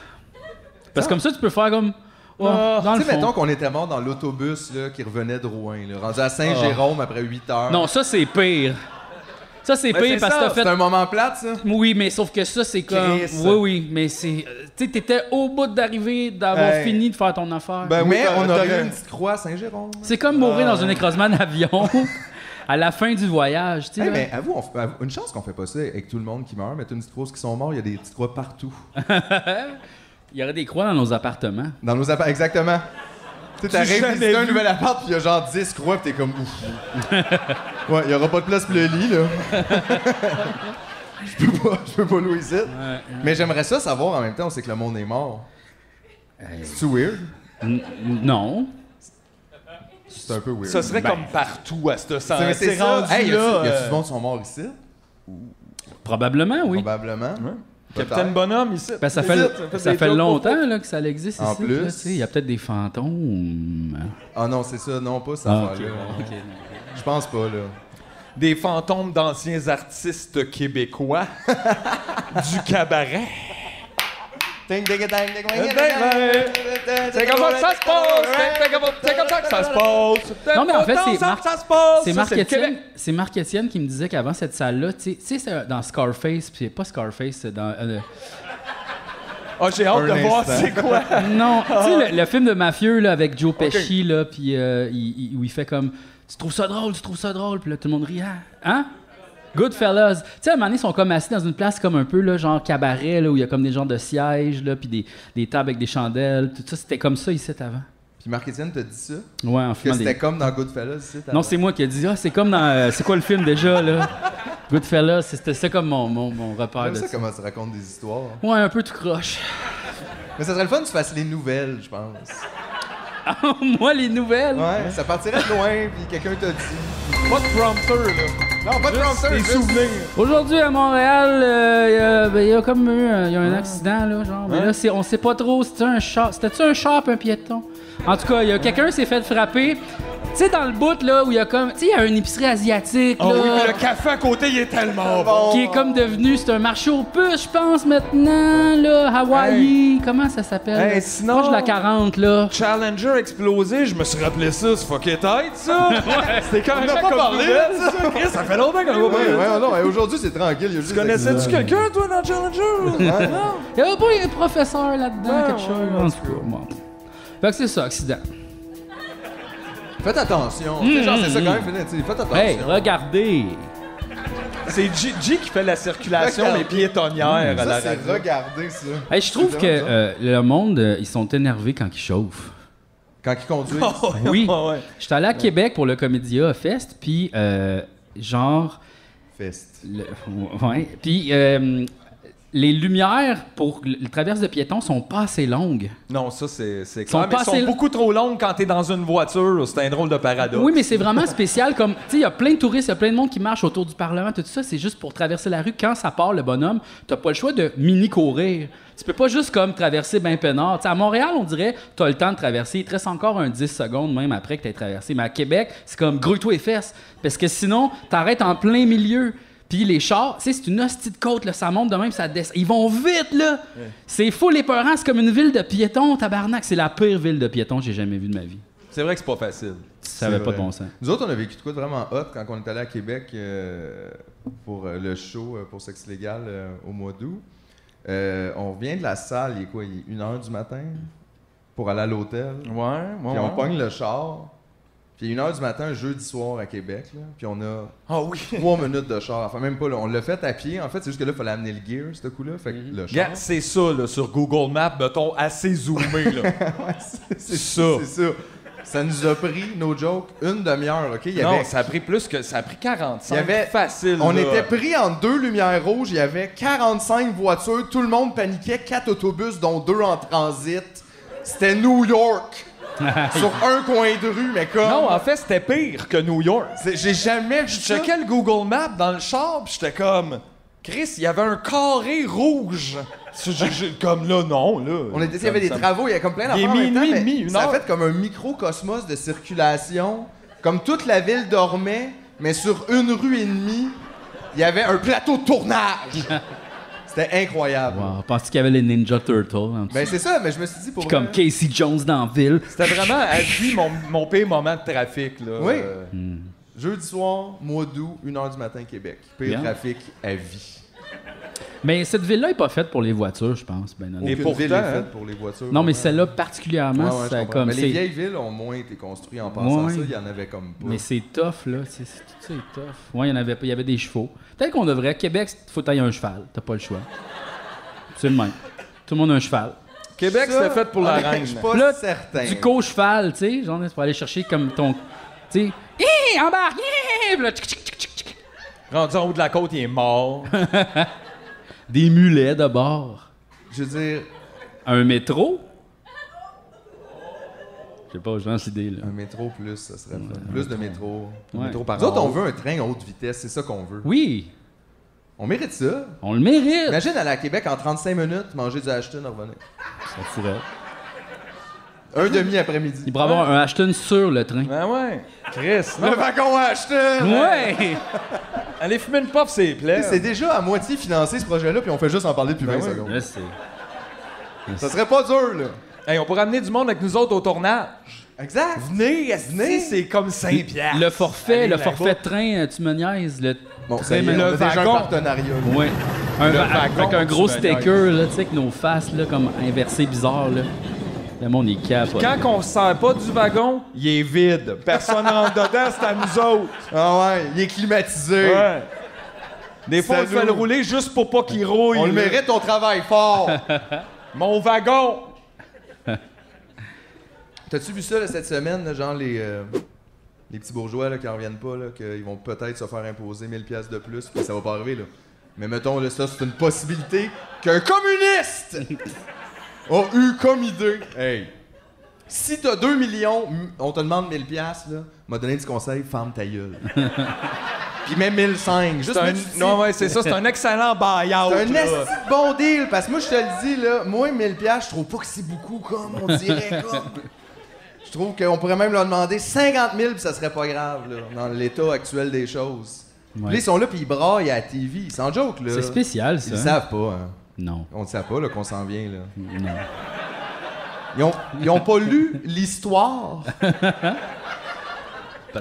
Speaker 1: Parce que comme ça, tu peux faire comme. Oh,
Speaker 4: Ah,
Speaker 1: dans
Speaker 5: Tu
Speaker 1: le
Speaker 5: sais, mettons
Speaker 1: fond.
Speaker 5: qu'on était mort dans l'autobus là, qui revenait de Rouen, là, rendu à Saint-Jérôme après 8 heures.
Speaker 1: Ah. Non, ça, c'est pire. Ça, c'est
Speaker 5: Ben,
Speaker 1: pire
Speaker 5: c'est
Speaker 1: parce que
Speaker 5: ça,
Speaker 1: t'as fait.
Speaker 5: C'est un moment plate, ça.
Speaker 1: Oui, mais sauf que ça, c'est comme.
Speaker 4: Chris.
Speaker 1: Oui, oui, mais c'est. euh, Tu sais, t'étais au bout d'arriver, d'avoir
Speaker 5: Hey.
Speaker 1: fini de faire ton affaire.
Speaker 5: Ben ah.
Speaker 4: oui,
Speaker 5: mais
Speaker 4: t'as-
Speaker 5: on
Speaker 4: t'as
Speaker 5: aurait
Speaker 4: eu
Speaker 5: eu
Speaker 4: une
Speaker 5: une petite croix à Saint-Jérôme.
Speaker 1: C'est comme mourir dans un écrasement d'avion à la fin du voyage, tu sais. là.
Speaker 5: Eh, mais avoue, on fait- avoue, une chance qu'on fait pas ça avec tout le monde qui meurt, mais une petite croix, ceux qui sont morts, il y a des petites croix partout.
Speaker 1: Il y aurait des croix dans nos appartements.
Speaker 5: Dans nos appartements, exactement. Tu sais, t'arrives
Speaker 4: jamais
Speaker 5: visiter un
Speaker 4: vu.
Speaker 5: nouvel appart, puis il y a genre 10 croix, puis t'es comme ouf. ouais, il y aura pas de place pour le lit, là. Je peux pas, je peux pas louer ici. Mais j'aimerais ça savoir en même temps, on sait que le monde est mort. C'est weird.
Speaker 1: N- non.
Speaker 5: C'est un peu weird.
Speaker 4: Ça serait
Speaker 5: Ben,
Speaker 4: comme partout à ce
Speaker 5: c'est-
Speaker 4: sens.
Speaker 5: mais c'est ça.
Speaker 4: rendu
Speaker 5: Hey, y a-tu
Speaker 4: là,
Speaker 5: y a-tu
Speaker 4: euh,
Speaker 5: du monde qui sont morts ici?
Speaker 1: Probablement, oui.
Speaker 5: Probablement.
Speaker 4: Capitaine Bonhomme ici.
Speaker 1: Ben, ça
Speaker 4: Ici,
Speaker 1: fait,
Speaker 4: on
Speaker 1: ça
Speaker 4: des
Speaker 1: fait
Speaker 4: jokes.
Speaker 1: longtemps là, que ça existe
Speaker 5: En
Speaker 1: ici.
Speaker 5: plus.
Speaker 1: là, tu sais, Il y a peut-être des fantômes.
Speaker 5: Ah non, c'est ça, non, pas ça.
Speaker 1: Ah,
Speaker 5: Je pense pas, là.
Speaker 4: Des fantômes d'anciens artistes québécois. du cabaret.
Speaker 5: Euh, ben,
Speaker 4: C'est comme ça que ça se passe! C'est comme- C'est comme ça que ça se passe!
Speaker 1: Non, mais en fait,
Speaker 4: Comme
Speaker 1: c'est
Speaker 4: ça
Speaker 1: Marc-
Speaker 4: que ça se passe!
Speaker 1: C'est
Speaker 4: Ça,
Speaker 1: Marc
Speaker 4: le
Speaker 1: Etienne,
Speaker 4: Québec.
Speaker 1: c'est Marc Etienne qui me disait qu'avant cette salle-là, tu sais- tu sais, c'est dans Scarface, puis c'est pas Scarface, c'est dans. euh,
Speaker 4: Ah, j'ai hâte
Speaker 5: Un
Speaker 4: de voir
Speaker 5: instant.
Speaker 4: c'est quoi!
Speaker 1: non, tu sais, le, le film de mafieux là, avec Joe Pesci, là, puis euh, il- il- où il fait comme Tu trouves ça drôle, tu trouves ça drôle, puis là, tout le monde rit. Hein? hein? Goodfellas. Tu sais, à un moment donné, ils sont comme assis dans une place comme un peu, là, genre cabaret, là, où il y a comme des genres de sièges, là, puis des, des tables avec des chandelles. Tout ça, c'était comme ça ici avant.
Speaker 5: Puis Marc-Étienne t'a dit ça?
Speaker 1: Ouais, en
Speaker 5: Que
Speaker 1: fumant
Speaker 5: c'était
Speaker 1: des...
Speaker 5: comme dans Goodfellas, c'est
Speaker 1: Non, c'est moi qui ai dit Ah, c'est comme dans. euh, c'est quoi le film déjà, là Goodfellas, c'était ça comme mon, mon, mon repère.
Speaker 5: J'aime
Speaker 1: De
Speaker 5: ça
Speaker 1: ça.
Speaker 5: comment tu racontes des histoires.
Speaker 1: Ouais, un peu tout croche.
Speaker 5: Mais ça serait le fun que tu fasses les nouvelles, je pense.
Speaker 1: moi, les nouvelles.
Speaker 5: Ouais, ça partirait de loin, puis quelqu'un t'a dit.
Speaker 4: Pas de prompteur, là!
Speaker 5: Non, pas de
Speaker 4: Juste
Speaker 5: prompteur,
Speaker 4: des
Speaker 5: juste-
Speaker 4: souvenirs!
Speaker 1: Aujourd'hui à Montréal, euh, il y a- ben, il y, a comme eu un, il y a un accident là, genre. Mais là, c'est- on sait pas trop. C'était un char, c'était un char puis un piéton. En tout cas, il y a quelqu'un s'est fait frapper. Tu sais dans le bout là où il y a comme, tu sais, il y a une épicerie asiatique
Speaker 4: Ah
Speaker 1: là,
Speaker 4: oui, puis le café à côté, il est tellement
Speaker 5: Bon.
Speaker 4: bon!
Speaker 1: qui est comme devenu, c'est un marché aux puces, je pense maintenant là, Hawaii. Comment ça s'appelle
Speaker 4: Hey,
Speaker 1: là?
Speaker 4: sinon-
Speaker 1: Proche de la 40 là.
Speaker 4: Challenger explosé, je me suis rappelé ça, c'est fucking tight, ça! C'était quand même
Speaker 5: a pas
Speaker 4: comme
Speaker 5: parlé,
Speaker 4: nouvelle, ça! Chris, ça fait longtemps qu'on a pas parlé!
Speaker 5: Ouais, ouais, non, ouais, aujourd'hui c'est tranquille. il y a juste
Speaker 4: Tu
Speaker 5: des
Speaker 4: connaissais-tu
Speaker 5: accidents.
Speaker 4: quelqu'un, toi, dans Challenger? Non?
Speaker 1: Il y avait pas un professeur là-dedans, quelque chose.
Speaker 4: ouais,
Speaker 1: en tout cas, bon. Fait que c'est ça, accident.
Speaker 5: Faites attention. Tu sais, genre, c'est ça quand même, tu sais, faites attention.
Speaker 1: Hey, regardez.
Speaker 4: C'est G, G qui fait la circulation
Speaker 5: D'accord.
Speaker 4: des piétonnières à la
Speaker 5: ça, c'est
Speaker 4: radio.
Speaker 5: regarder ça.
Speaker 1: Hey, je trouve
Speaker 5: C'est
Speaker 1: que
Speaker 5: vraiment ça.
Speaker 1: euh, le monde, euh, ils sont énervés quand ils chauffent.
Speaker 5: Quand ils conduisent.
Speaker 1: Oui.
Speaker 4: Ah ouais.
Speaker 1: J'étais allé à Québec pour le Comédia Fest, puis euh, genre,
Speaker 5: Fest.
Speaker 1: le- ouais, puis euh, les lumières pour le traverse de piétons sont pas assez longues.
Speaker 4: Non, ça, c'est c'est
Speaker 1: Sont
Speaker 4: clair. Mais Ils sont,
Speaker 1: passés-
Speaker 4: beaucoup trop longues quand t'es dans une voiture. C'est un drôle de paradoxe.
Speaker 1: Oui, mais c'est vraiment spécial. Comme, tu sais, il y a plein de touristes, il y a plein de monde qui marche autour du Parlement, tout ça. C'est juste pour traverser la rue. Quand ça part, le bonhomme, t'as pas le choix de mini courir. Tu peux pas juste comme traverser ben peinard. Tu sais, à Montréal, on dirait, t'as le temps de traverser. Il te reste encore un 10 secondes même après que t'aies traversé. Mais à Québec, c'est comme grouille-toi les fesses. Parce que sinon, t'arrêtes en plein milieu. Puis les chars, tu sais, c'est une hostie de côte, là, ça monte de même, ça descend. Ils vont vite, là! C'est fou, les peurants, c'est comme une ville de piétons, tabarnak. C'est la pire ville de piétons que j'ai jamais vue de ma vie.
Speaker 4: C'est vrai que c'est pas facile.
Speaker 1: Ça avait pas de bon sens.
Speaker 5: Nous autres, on a vécu de quoi de vraiment hot quand on est allé à Québec euh, pour euh, le show euh, pour Sexe Légal euh, au mois d'août. Euh, on revient de la salle, il est quoi, il est 1h du matin pour aller à l'hôtel.
Speaker 4: Ouais, ouais.
Speaker 5: Puis on pogne le char. Puis 1h du matin, jeudi soir à Québec. là. Puis on a
Speaker 4: Ah oui.
Speaker 5: 3 minutes de char. Enfin, même pas, là, on l'a fait à pied. En fait, c'est juste que là, il fallait amener le gear, ce coup-là. Fait que le char.
Speaker 4: Mm-hmm. Regarde, c'est ça, là, sur Google Maps, mettons, assez zoomé, là.
Speaker 5: C'est
Speaker 4: ça.
Speaker 5: C'est ça. Ça nous a pris, no joke, une demi-heure, OK? Il y
Speaker 4: non,
Speaker 5: avait-
Speaker 4: ça a pris plus que... Ça a pris 45.
Speaker 5: Il y avait-
Speaker 4: Facile,
Speaker 5: on
Speaker 4: là.
Speaker 5: était pris en deux lumières rouges, il y avait 45 voitures, tout le monde paniquait, quatre autobus, dont deux en transit. C'était New York! sur un coin de rue, mais comme...
Speaker 4: Non, en fait, c'était pire que New York.
Speaker 5: C'est- J'ai jamais vu
Speaker 4: Je
Speaker 5: ça.
Speaker 4: checkais le Google Maps dans le char, pis j'étais comme... Chris, il y avait un carré rouge. Je- je- je- comme là, non, là.
Speaker 5: On était, il y avait des
Speaker 4: Ça me-
Speaker 5: travaux, il y a comme plein
Speaker 4: Il est
Speaker 5: d'affaires en même temps,
Speaker 4: minuit,
Speaker 5: mais
Speaker 4: demi, une
Speaker 5: ça a
Speaker 4: heure.
Speaker 5: fait comme un microcosmos de circulation, comme toute la ville dormait, mais sur une rue et demie, il y avait un plateau de tournage. C'était incroyable.
Speaker 1: Wow, pensais qu'il y avait les Ninja Turtles. en dessous.
Speaker 5: Ben c'est ça, mais je me suis dit pour
Speaker 1: Puis comme
Speaker 5: vrai-
Speaker 1: Casey Jones dans Ville.
Speaker 4: C'était vraiment à vie mon, mon pire moment de trafic. Là.
Speaker 5: Oui.
Speaker 4: Euh,
Speaker 5: Jeudi soir, mois d'août, 1h du matin, Québec. Pire
Speaker 1: Bien.
Speaker 5: trafic à vie.
Speaker 1: Mais cette ville-là est pas faite pour les voitures, je pense. Ben, non.
Speaker 4: Et
Speaker 5: Aucune
Speaker 4: pourtant,
Speaker 5: ville est faite
Speaker 4: hein.
Speaker 5: pour les voitures.
Speaker 1: non, mais
Speaker 5: vraiment.
Speaker 1: celle-là particulièrement,
Speaker 5: Ouais, ouais, je
Speaker 1: ça,
Speaker 5: comprends.
Speaker 1: comme
Speaker 5: Mais
Speaker 1: c'est-
Speaker 5: les vieilles villes ont moins été construites en pensant
Speaker 1: Ouais,
Speaker 5: ça,
Speaker 1: ouais.
Speaker 5: il y en avait comme pas.
Speaker 1: mais c'est tough, là. C'est- c'est- Tout ça est tough. Ouais, il y en avait pas. Il y avait des chevaux. Peut-être qu'on devrait. Québec, c'est- faut tailler un cheval. T'as pas le choix. C'est le même. Tout le monde a un cheval.
Speaker 4: Québec,
Speaker 5: Ça,
Speaker 4: c'était fait pour la
Speaker 5: honnêtement,
Speaker 4: reine.
Speaker 5: Ah, Je suis pas
Speaker 1: Là,
Speaker 5: certain.
Speaker 1: Du co-cheval, tu sais. Genre, c'est pour aller chercher comme ton. Tu sais. Hé, embarque! hé, hé, puis là, tchic, tchic, tchic, tchic, tchic.
Speaker 4: Rendu en haut de la côte, il est mort.
Speaker 1: Des mulets de bord.
Speaker 5: Je veux dire,
Speaker 1: Un métro? Je sais pas, je lance l'idée, là.
Speaker 5: un métro plus, ça serait le fun. Plus de métro.
Speaker 1: Ouais.
Speaker 5: Métro par Nous autres, on veut un train à haute vitesse, c'est ça qu'on veut.
Speaker 1: Oui,
Speaker 5: On mérite ça.
Speaker 1: on le mérite.
Speaker 5: Imagine aller à Québec en 35 minutes, manger du Ashton, revenir.
Speaker 1: Ça fourrait.
Speaker 5: Un demi
Speaker 1: Il
Speaker 5: après-midi.
Speaker 1: pourrait avoir un Ashton sur le train.
Speaker 4: ben ouais. Chris, non.
Speaker 5: Le wagon Ashton!
Speaker 1: Ouais!
Speaker 4: Allez fumer une puff, c'est plaît.
Speaker 5: C'est déjà à moitié financé ce projet-là, puis on fait juste en parler depuis 20
Speaker 4: ouais.
Speaker 5: secondes.
Speaker 1: Là, c'est-
Speaker 5: Ça serait pas dur, là.
Speaker 4: Hey, on pourrait amener du monde avec nous autres au tournage.
Speaker 5: Exact.
Speaker 4: Venez, venez. c'est comme 5 piastres.
Speaker 1: Le forfait,
Speaker 4: Allez
Speaker 1: le
Speaker 4: là-bas.
Speaker 1: forfait de train, euh, tu me niaises. Le...
Speaker 5: Bon, ça y est,
Speaker 1: Le
Speaker 5: on a déjà un
Speaker 1: wagon.
Speaker 5: partenariat. là.
Speaker 1: Ouais. Un,
Speaker 4: Le
Speaker 1: va-
Speaker 4: wagon,
Speaker 1: avec un
Speaker 4: tu
Speaker 1: gros
Speaker 4: me niaises.
Speaker 1: sticker, là, tu sais, avec nos faces, là, comme inversées bizarres, là. Le monde, il capote.
Speaker 4: Quand on se sert pas du wagon, il est vide. Personne rentre dedans, c'est à nous autres.
Speaker 5: Ah ouais, il est climatisé.
Speaker 4: Ouais. Des fois,
Speaker 5: C'est à
Speaker 4: on le fait
Speaker 5: nous.
Speaker 4: le rouler juste pour pas qu'il rouille.
Speaker 5: On le
Speaker 4: là.
Speaker 5: mérite, on travaille fort.
Speaker 4: Mon wagon!
Speaker 5: T'as-tu vu ça là, cette semaine, là, genre les, euh, les petits bourgeois là, qui en reviennent pas, là, qu'ils vont peut-être se faire imposer 1000 pièces de plus, puis ça va pas arriver là. Mais mettons là, ça c'est une possibilité qu'un communiste a eu comme idée. Hey, si t'as 2 millions, m- on te demande 1000 pièces là, m'a donné du conseil, ferme ta gueule. puis même 1005, juste
Speaker 4: C'est un-
Speaker 5: mais tu dis-
Speaker 4: Non, ouais, c'est ça, c'est un excellent buy-out.
Speaker 5: c'est un
Speaker 4: là.
Speaker 5: esti de bon deal, parce que moi, je te le dis, là, moi, 1000 piastres, je trouve pas que c'est beaucoup, comme, on dirait, comme. Je trouve qu'on pourrait même leur demander 50 000, puis ça serait pas grave, là, dans l'état actuel des choses.
Speaker 1: Ouais.
Speaker 5: Puis là, ils sont là, puis ils braillent à la TV, sans joke, là.
Speaker 1: C'est spécial, ça.
Speaker 5: Ils le
Speaker 1: hein?
Speaker 5: savent pas, hein.
Speaker 1: Non.
Speaker 5: On ne savent pas, là, qu'on s'en vient, là. Ils ont, ils ont pas lu l'histoire.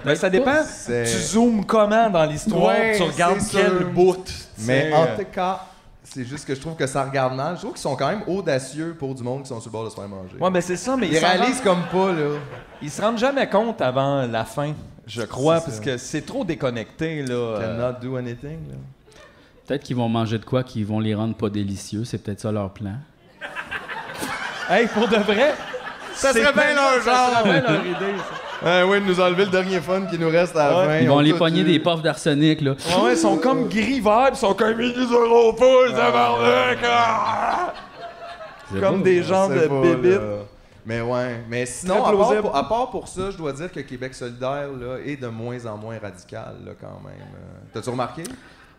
Speaker 4: Mais ça dépend.
Speaker 5: C'est-
Speaker 4: Tu zoomes comment dans l'histoire,
Speaker 5: Ouais,
Speaker 4: tu regardes
Speaker 5: c'est
Speaker 4: quel
Speaker 5: sûr.
Speaker 4: bout. tu
Speaker 5: Mais
Speaker 4: sais,
Speaker 5: en
Speaker 4: euh,
Speaker 5: tout cas, c'est juste que je trouve que ça regarde mal. Je trouve qu'ils sont quand même audacieux pour du monde qui sont sur le bord de se faire manger.
Speaker 4: Ouais, mais c'est ça, mais
Speaker 5: Ils
Speaker 4: ils s'en
Speaker 5: réalisent comme pas, là.
Speaker 4: rendent- ils se rendent jamais compte avant la fin, je crois,
Speaker 5: C'est
Speaker 4: parce
Speaker 5: ça.
Speaker 4: que c'est trop déconnecté, là. euh.
Speaker 5: Cannot do anything, là.
Speaker 1: Peut-être qu'ils vont manger de quoi qui vont les rendre pas délicieux. C'est peut-être ça leur plan.
Speaker 4: Hey, pour de vrai,
Speaker 5: Ça
Speaker 4: c'est
Speaker 5: serait bien
Speaker 4: tellement-
Speaker 5: leur genre.
Speaker 4: Ça serait bien leur idée, ça.
Speaker 5: Ah oui, de nous enlever le dernier fun qui nous reste à la
Speaker 4: Ouais.
Speaker 5: fin.
Speaker 1: Ils vont
Speaker 5: On
Speaker 1: les
Speaker 5: tout
Speaker 1: pogner
Speaker 5: eu.
Speaker 1: des puffs d'arsenic, là.
Speaker 4: Ouais, ouais, ils sont comme gris vert, ils sont comme ils nous auront pas, ils tabarnak, ah!
Speaker 1: C'est
Speaker 4: Comme
Speaker 1: beau.
Speaker 4: des
Speaker 5: On
Speaker 4: gens
Speaker 5: sait
Speaker 4: de
Speaker 5: pas,
Speaker 4: bébites.
Speaker 5: là. Mais ouais, mais sinon, à
Speaker 4: Très
Speaker 5: part,
Speaker 4: plausible.
Speaker 5: pour, à part pour ça, je dois dire que Québec solidaire là, est de moins en moins radical là, quand même. Euh, T'as-tu remarqué?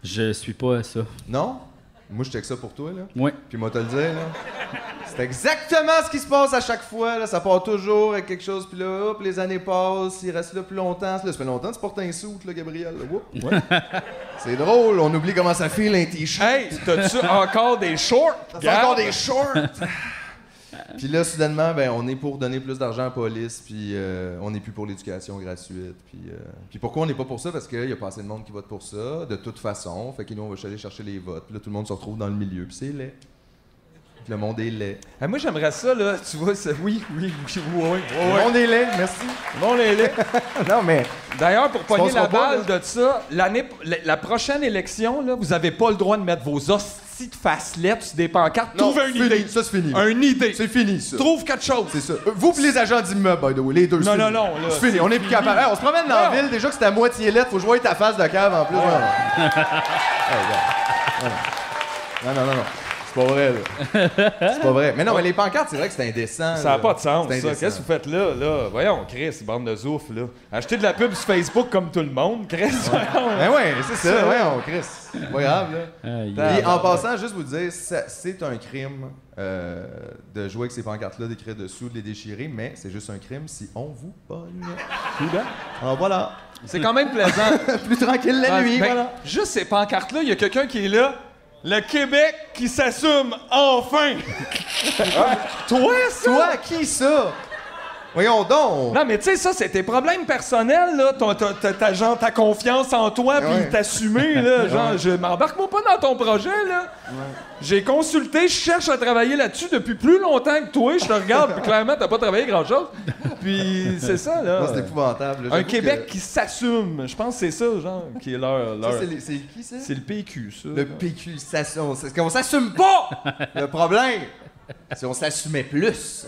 Speaker 1: Je suis pas à ça.
Speaker 5: Non? Moi, je check ça pour toi, là.
Speaker 1: Ouais.
Speaker 5: Puis moi, te le dire, là. C'est exactement ce qui se passe à chaque fois, là. Ça part toujours avec quelque chose, puis là, hop, les années passent, il reste là plus longtemps. Là, ça fait longtemps que tu portes un soute, là, Gabriel. là. Oups. C'est drôle, on oublie comment ça file un t-shirt.
Speaker 4: Hey, t'as-tu encore des shorts?
Speaker 5: C'est encore des shorts! puis là, soudainement, ben, on est pour donner plus d'argent à la police, puis euh, on n'est plus pour l'éducation gratuite. Puis, euh, puis pourquoi on n'est pas pour ça? Parce qu'il y a pas assez de monde qui vote pour ça, de toute façon. Fait que nous, on va aller chercher les votes. Puis là, tout le monde se retrouve dans le milieu, puis c'est laid. Puis le monde est laid.
Speaker 4: Ah, moi, j'aimerais ça, là. Tu vois, ça... oui, oui, oui, oui, oui.
Speaker 5: Le monde est laid, merci.
Speaker 4: Bon, les laits.
Speaker 5: non, mais...
Speaker 4: D'ailleurs, pour pogner
Speaker 5: penseras
Speaker 4: la
Speaker 5: pas,
Speaker 4: balle de ça, l'année, la, la prochaine élection, là, vous avez pas le droit de mettre vos hosties de facelettes sur des pancartes.
Speaker 5: Non,
Speaker 4: Trouvez
Speaker 5: c'est
Speaker 4: une
Speaker 5: fini,
Speaker 4: idée.
Speaker 5: Ça, c'est fini.
Speaker 4: Une idée.
Speaker 5: C'est fini, ça.
Speaker 4: Trouve quelque chose.
Speaker 5: C'est ça. Euh, Vous pis les agents d'immeubles, by the way, les deux.
Speaker 4: Non,
Speaker 5: c'est
Speaker 4: non,
Speaker 5: fini.
Speaker 4: non, là,
Speaker 5: C'est fini,
Speaker 4: c'est
Speaker 5: on est plus capable. Hey, on se promène dans la
Speaker 4: Non.
Speaker 5: ville, déjà que c'est à moitié lettre, faut jouer ta face de cave en plus. Non, non, non, non, non, non. C'est pas vrai, là. C'est pas vrai. Mais non, mais les pancartes, c'est vrai que c'est indécent.
Speaker 4: Ça n'a
Speaker 5: là.
Speaker 4: pas de sens,
Speaker 5: C'est
Speaker 4: ça.
Speaker 5: indécent.
Speaker 4: Qu'est-ce que vous faites là, là? Voyons, Chris, bande de zouf, là. Achetez de la pub sur Facebook comme tout le monde, Chris. voyons.
Speaker 5: Ben ouais, c'est ça, ouais, on Chris. C'est pas grave, là.
Speaker 1: Aïe.
Speaker 5: Puis en passant, juste vous dire, ça- c'est un crime euh, de jouer avec ces pancartes-là, d'écrire dessous, de les déchirer, mais c'est juste un crime si on vous pogne. Alors voilà,
Speaker 4: C'est quand même plaisant.
Speaker 5: plus tranquille la nuit,
Speaker 4: Ben,
Speaker 5: voilà.
Speaker 4: Juste ces pancartes-là, il y a quelqu'un qui est là. Le Québec qui s'assume enfin! Ah, Toi, ça!
Speaker 5: Toi, qui ça? Voyons donc!
Speaker 4: Non, mais tu sais, ça, c'est tes problèmes personnels, là. Ton, ta, ta- ta- genre, ta confiance en toi, puis
Speaker 5: Ouais.
Speaker 4: t'assumer, là. Genre,
Speaker 5: Ouais.
Speaker 4: je m'embarque moi pas dans ton projet, là. J'ai consulté, je cherche à travailler là-dessus depuis plus longtemps que toi. Je te regarde, puis clairement, t'as pas travaillé grand-chose. Puis c'est ça, là.
Speaker 5: Non, Ah, c'est épouvantable.
Speaker 4: Un
Speaker 5: J'avoue
Speaker 4: Québec
Speaker 5: que-
Speaker 4: qui s'assume. Je pense que c'est ça, genre, qui est leur.
Speaker 5: Ça,
Speaker 4: leur-
Speaker 5: c'est les- c'est qui ça?
Speaker 4: C'est le PQ, ça.
Speaker 5: Le PQ, ça, on, c'est qu'on s'assume pas! le problème, si on s'assumait plus,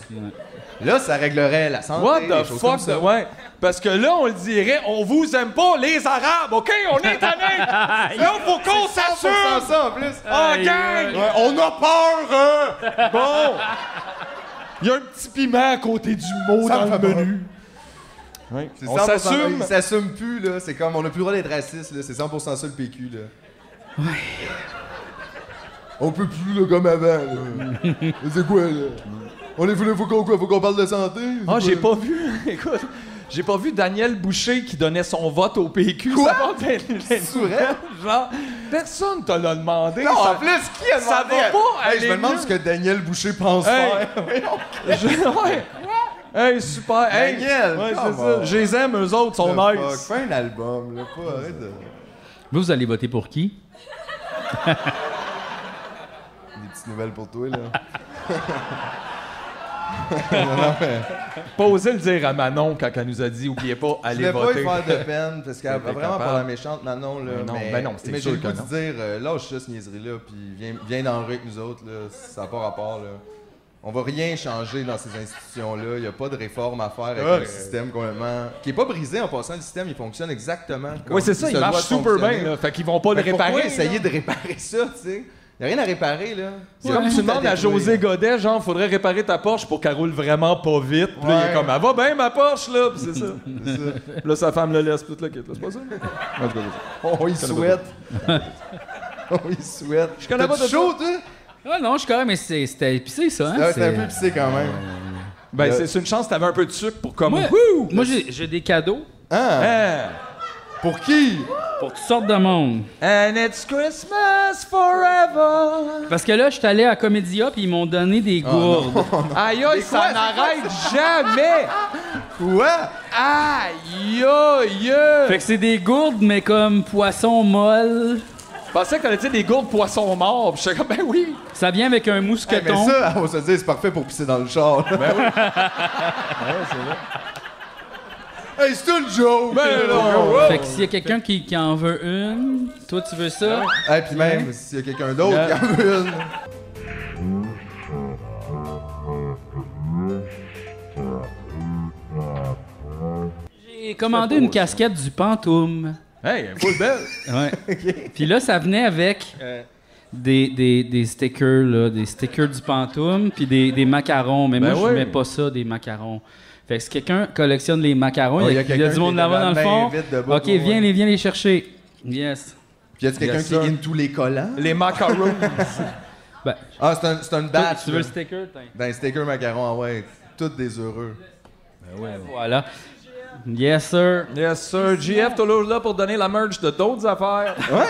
Speaker 5: là, ça réglerait la santé.
Speaker 4: What
Speaker 5: des
Speaker 4: the
Speaker 5: choses
Speaker 4: fuck,
Speaker 5: comme ça.
Speaker 4: de- ouais. Parce que là, on le dirait, on vous aime pas, les Arabes, OK? On est tannés! là, faut qu'on
Speaker 5: 100%
Speaker 4: s'assume!
Speaker 5: ça en plus!
Speaker 4: En gang!
Speaker 5: Ouais, on a peur! euh!
Speaker 4: Bon! Il y a un petit piment à côté du mot
Speaker 5: Ça
Speaker 4: dans
Speaker 5: me
Speaker 4: le
Speaker 5: fait
Speaker 4: menu. Ouais.
Speaker 5: C'est
Speaker 4: On
Speaker 5: 100%
Speaker 4: s'assume.
Speaker 5: Ils s'assument plus, là. C'est comme, on a plus le droit d'être raciste, là. C'est 100% ça le PQ, là. Ouais. On peut plus, là, comme avant, là. c'est quoi, là? On est voulu, faut qu'on quoi? Faut qu'on parle de santé? C'est
Speaker 4: Ah, j'ai
Speaker 5: quoi?
Speaker 4: pas vu. Écoute, j'ai pas vu Daniel Boucher qui donnait son vote au PQ.
Speaker 5: Quoi?
Speaker 4: Ça porte bien-
Speaker 5: C'est vrai?
Speaker 4: Genre, Personne te l'a demandé.
Speaker 5: Non, en
Speaker 4: ça-
Speaker 5: plus, qui a demandé?
Speaker 4: ça va
Speaker 5: Hey, je
Speaker 4: pas aller
Speaker 5: me demande
Speaker 4: mieux.
Speaker 5: ce que Daniel Boucher pense
Speaker 4: Hey.
Speaker 5: faire. Voyons.
Speaker 4: Je- ouais. Hey, super. Hey,
Speaker 5: Daniel,
Speaker 4: ouais,
Speaker 5: come
Speaker 4: c'est ça.
Speaker 5: on.
Speaker 4: Je les aime, eux autres, sont
Speaker 5: The fuck,
Speaker 4: nice.
Speaker 5: Fais un album, là, pas arrête de...
Speaker 1: Vous, vous allez voter pour qui?
Speaker 5: Des petites nouvelles pour toi, là.
Speaker 4: Pas osé le dire à Manon quand elle nous a dit, oubliez pas,
Speaker 5: Je
Speaker 4: allez
Speaker 5: vais pas
Speaker 4: voter.
Speaker 5: lui faire de peine, parce qu'elle va
Speaker 4: T'es
Speaker 5: vraiment
Speaker 4: capable.
Speaker 5: pas la méchante, Manon, là.
Speaker 4: Mais non,
Speaker 5: mais,
Speaker 4: ben non, c'est
Speaker 5: mais
Speaker 4: sûr
Speaker 5: j'ai le goût
Speaker 4: que
Speaker 5: de
Speaker 4: non.
Speaker 5: dire, euh, lâche ça, cette niaiserie-là, puis viens, viens dans le rue avec nous autres, là. Ça n'a pas rapport, là. On va rien changer dans ces institutions-là. Il n'y a pas de réforme à faire avec
Speaker 4: Ouais.
Speaker 5: le système complètement. Qui n'est pas brisé en passant. Le système, il fonctionne exactement comme.
Speaker 4: Oui, c'est ça,
Speaker 5: il
Speaker 4: ils
Speaker 5: se
Speaker 4: marchent
Speaker 5: doit de
Speaker 4: super bien,
Speaker 5: fonctionner.
Speaker 4: là. Fait qu'ils vont pas
Speaker 5: Fait
Speaker 4: le
Speaker 5: pourquoi
Speaker 4: réparer. là.
Speaker 5: essayer de réparer ça, tu sais? Il n'y a rien à réparer, là.
Speaker 4: C'est comme tu demandes à José Godet, genre, faudrait réparer ta Porsche pour qu'elle roule vraiment pas vite. Puis là, il est
Speaker 5: Ouais.
Speaker 4: comme, elle va bien, ma Porsche, là. Puis c'est ça.
Speaker 5: C'est ça.
Speaker 4: Puis là, sa femme le laisse, puis tout le kit. là. C'est pas ça? là? En tout cas, c'est ça.
Speaker 5: On y souhaite. On y souhaite. Je
Speaker 4: connais pas de
Speaker 5: chaud, toi?
Speaker 1: Ah non, je suis quand même, mais c'est- c'était épicé, ça. Hein?
Speaker 5: Ah,
Speaker 1: C'est-
Speaker 5: C'est un peu pissé quand même.
Speaker 4: Ben,
Speaker 5: Le-
Speaker 4: c'est- c'est une chance, t'avais un peu de sucre pour comme.
Speaker 1: Moi,
Speaker 4: Wouh!
Speaker 1: moi, j'ai j'ai des cadeaux
Speaker 5: Hein?
Speaker 4: Hein?
Speaker 5: Pour qui?
Speaker 1: pour toutes sortes de monde.
Speaker 4: And it's Christmas forever.
Speaker 1: Parce que là, je suis allé à Comédia, puis ils m'ont donné des
Speaker 5: Oh,
Speaker 1: gourdes.
Speaker 4: Aïe, aïe, ça
Speaker 5: quoi,
Speaker 4: n'arrête jamais.
Speaker 5: Quoi?
Speaker 4: Aïe, aïe.
Speaker 1: fait que c'est des gourdes, mais comme poisson molle.
Speaker 4: Je pensais que t'allais dire des gourdes poissons morts. Puis j'étais comme, ben oui.
Speaker 1: Ça vient avec un
Speaker 5: Hey, Ah, mais
Speaker 1: mousqueton.
Speaker 5: ça, on Ben va se dire, c'est parfait pour pisser dans le char. là. hey, c'est une joke!
Speaker 4: Ben
Speaker 5: là.
Speaker 4: non.
Speaker 1: Fait que s'il y a quelqu'un qui, qui en veut une, toi, tu veux ça?
Speaker 5: Hey, puis même, s'il y a quelqu'un d'autre qui en veut une.
Speaker 1: J'ai commandé une casquette du Pantoum.
Speaker 4: Hey, full belle.
Speaker 1: Ouais. Puis là, ça venait avec des, des, des stickers, là, des stickers du Pantoum, puis des, des macarons. Mais
Speaker 4: Ben
Speaker 1: moi, je
Speaker 4: oui.
Speaker 1: mets pas ça, des macarons. Fait que si quelqu'un collectionne les macarons,
Speaker 5: Oh,
Speaker 1: il y
Speaker 5: y
Speaker 1: a,
Speaker 5: a
Speaker 1: il y a
Speaker 5: quelqu'un
Speaker 1: du
Speaker 5: qui
Speaker 1: monde
Speaker 5: est
Speaker 1: là-bas dans le
Speaker 5: devant
Speaker 1: fond.
Speaker 5: bien vite debout,
Speaker 1: OK,
Speaker 5: ouais.
Speaker 1: viens les, viens les chercher. Yes.
Speaker 5: Puis y a-tu quelqu'un
Speaker 4: Yes,
Speaker 5: qui
Speaker 4: sir.
Speaker 5: gagne tous les collants?
Speaker 4: Les macarons.
Speaker 1: Ben,
Speaker 5: Ah, c'est un, c'est un
Speaker 1: toi,
Speaker 5: batch.
Speaker 1: tu veux
Speaker 5: là.
Speaker 1: le sticker? T'in-
Speaker 5: Dans les stickers macarons, ah ouais. Toutes des heureux.
Speaker 1: Voilà. Yes, sir.
Speaker 4: Yes, sir. GF, toujours là pour donner la merge de d'autres affaires.
Speaker 5: Ouais!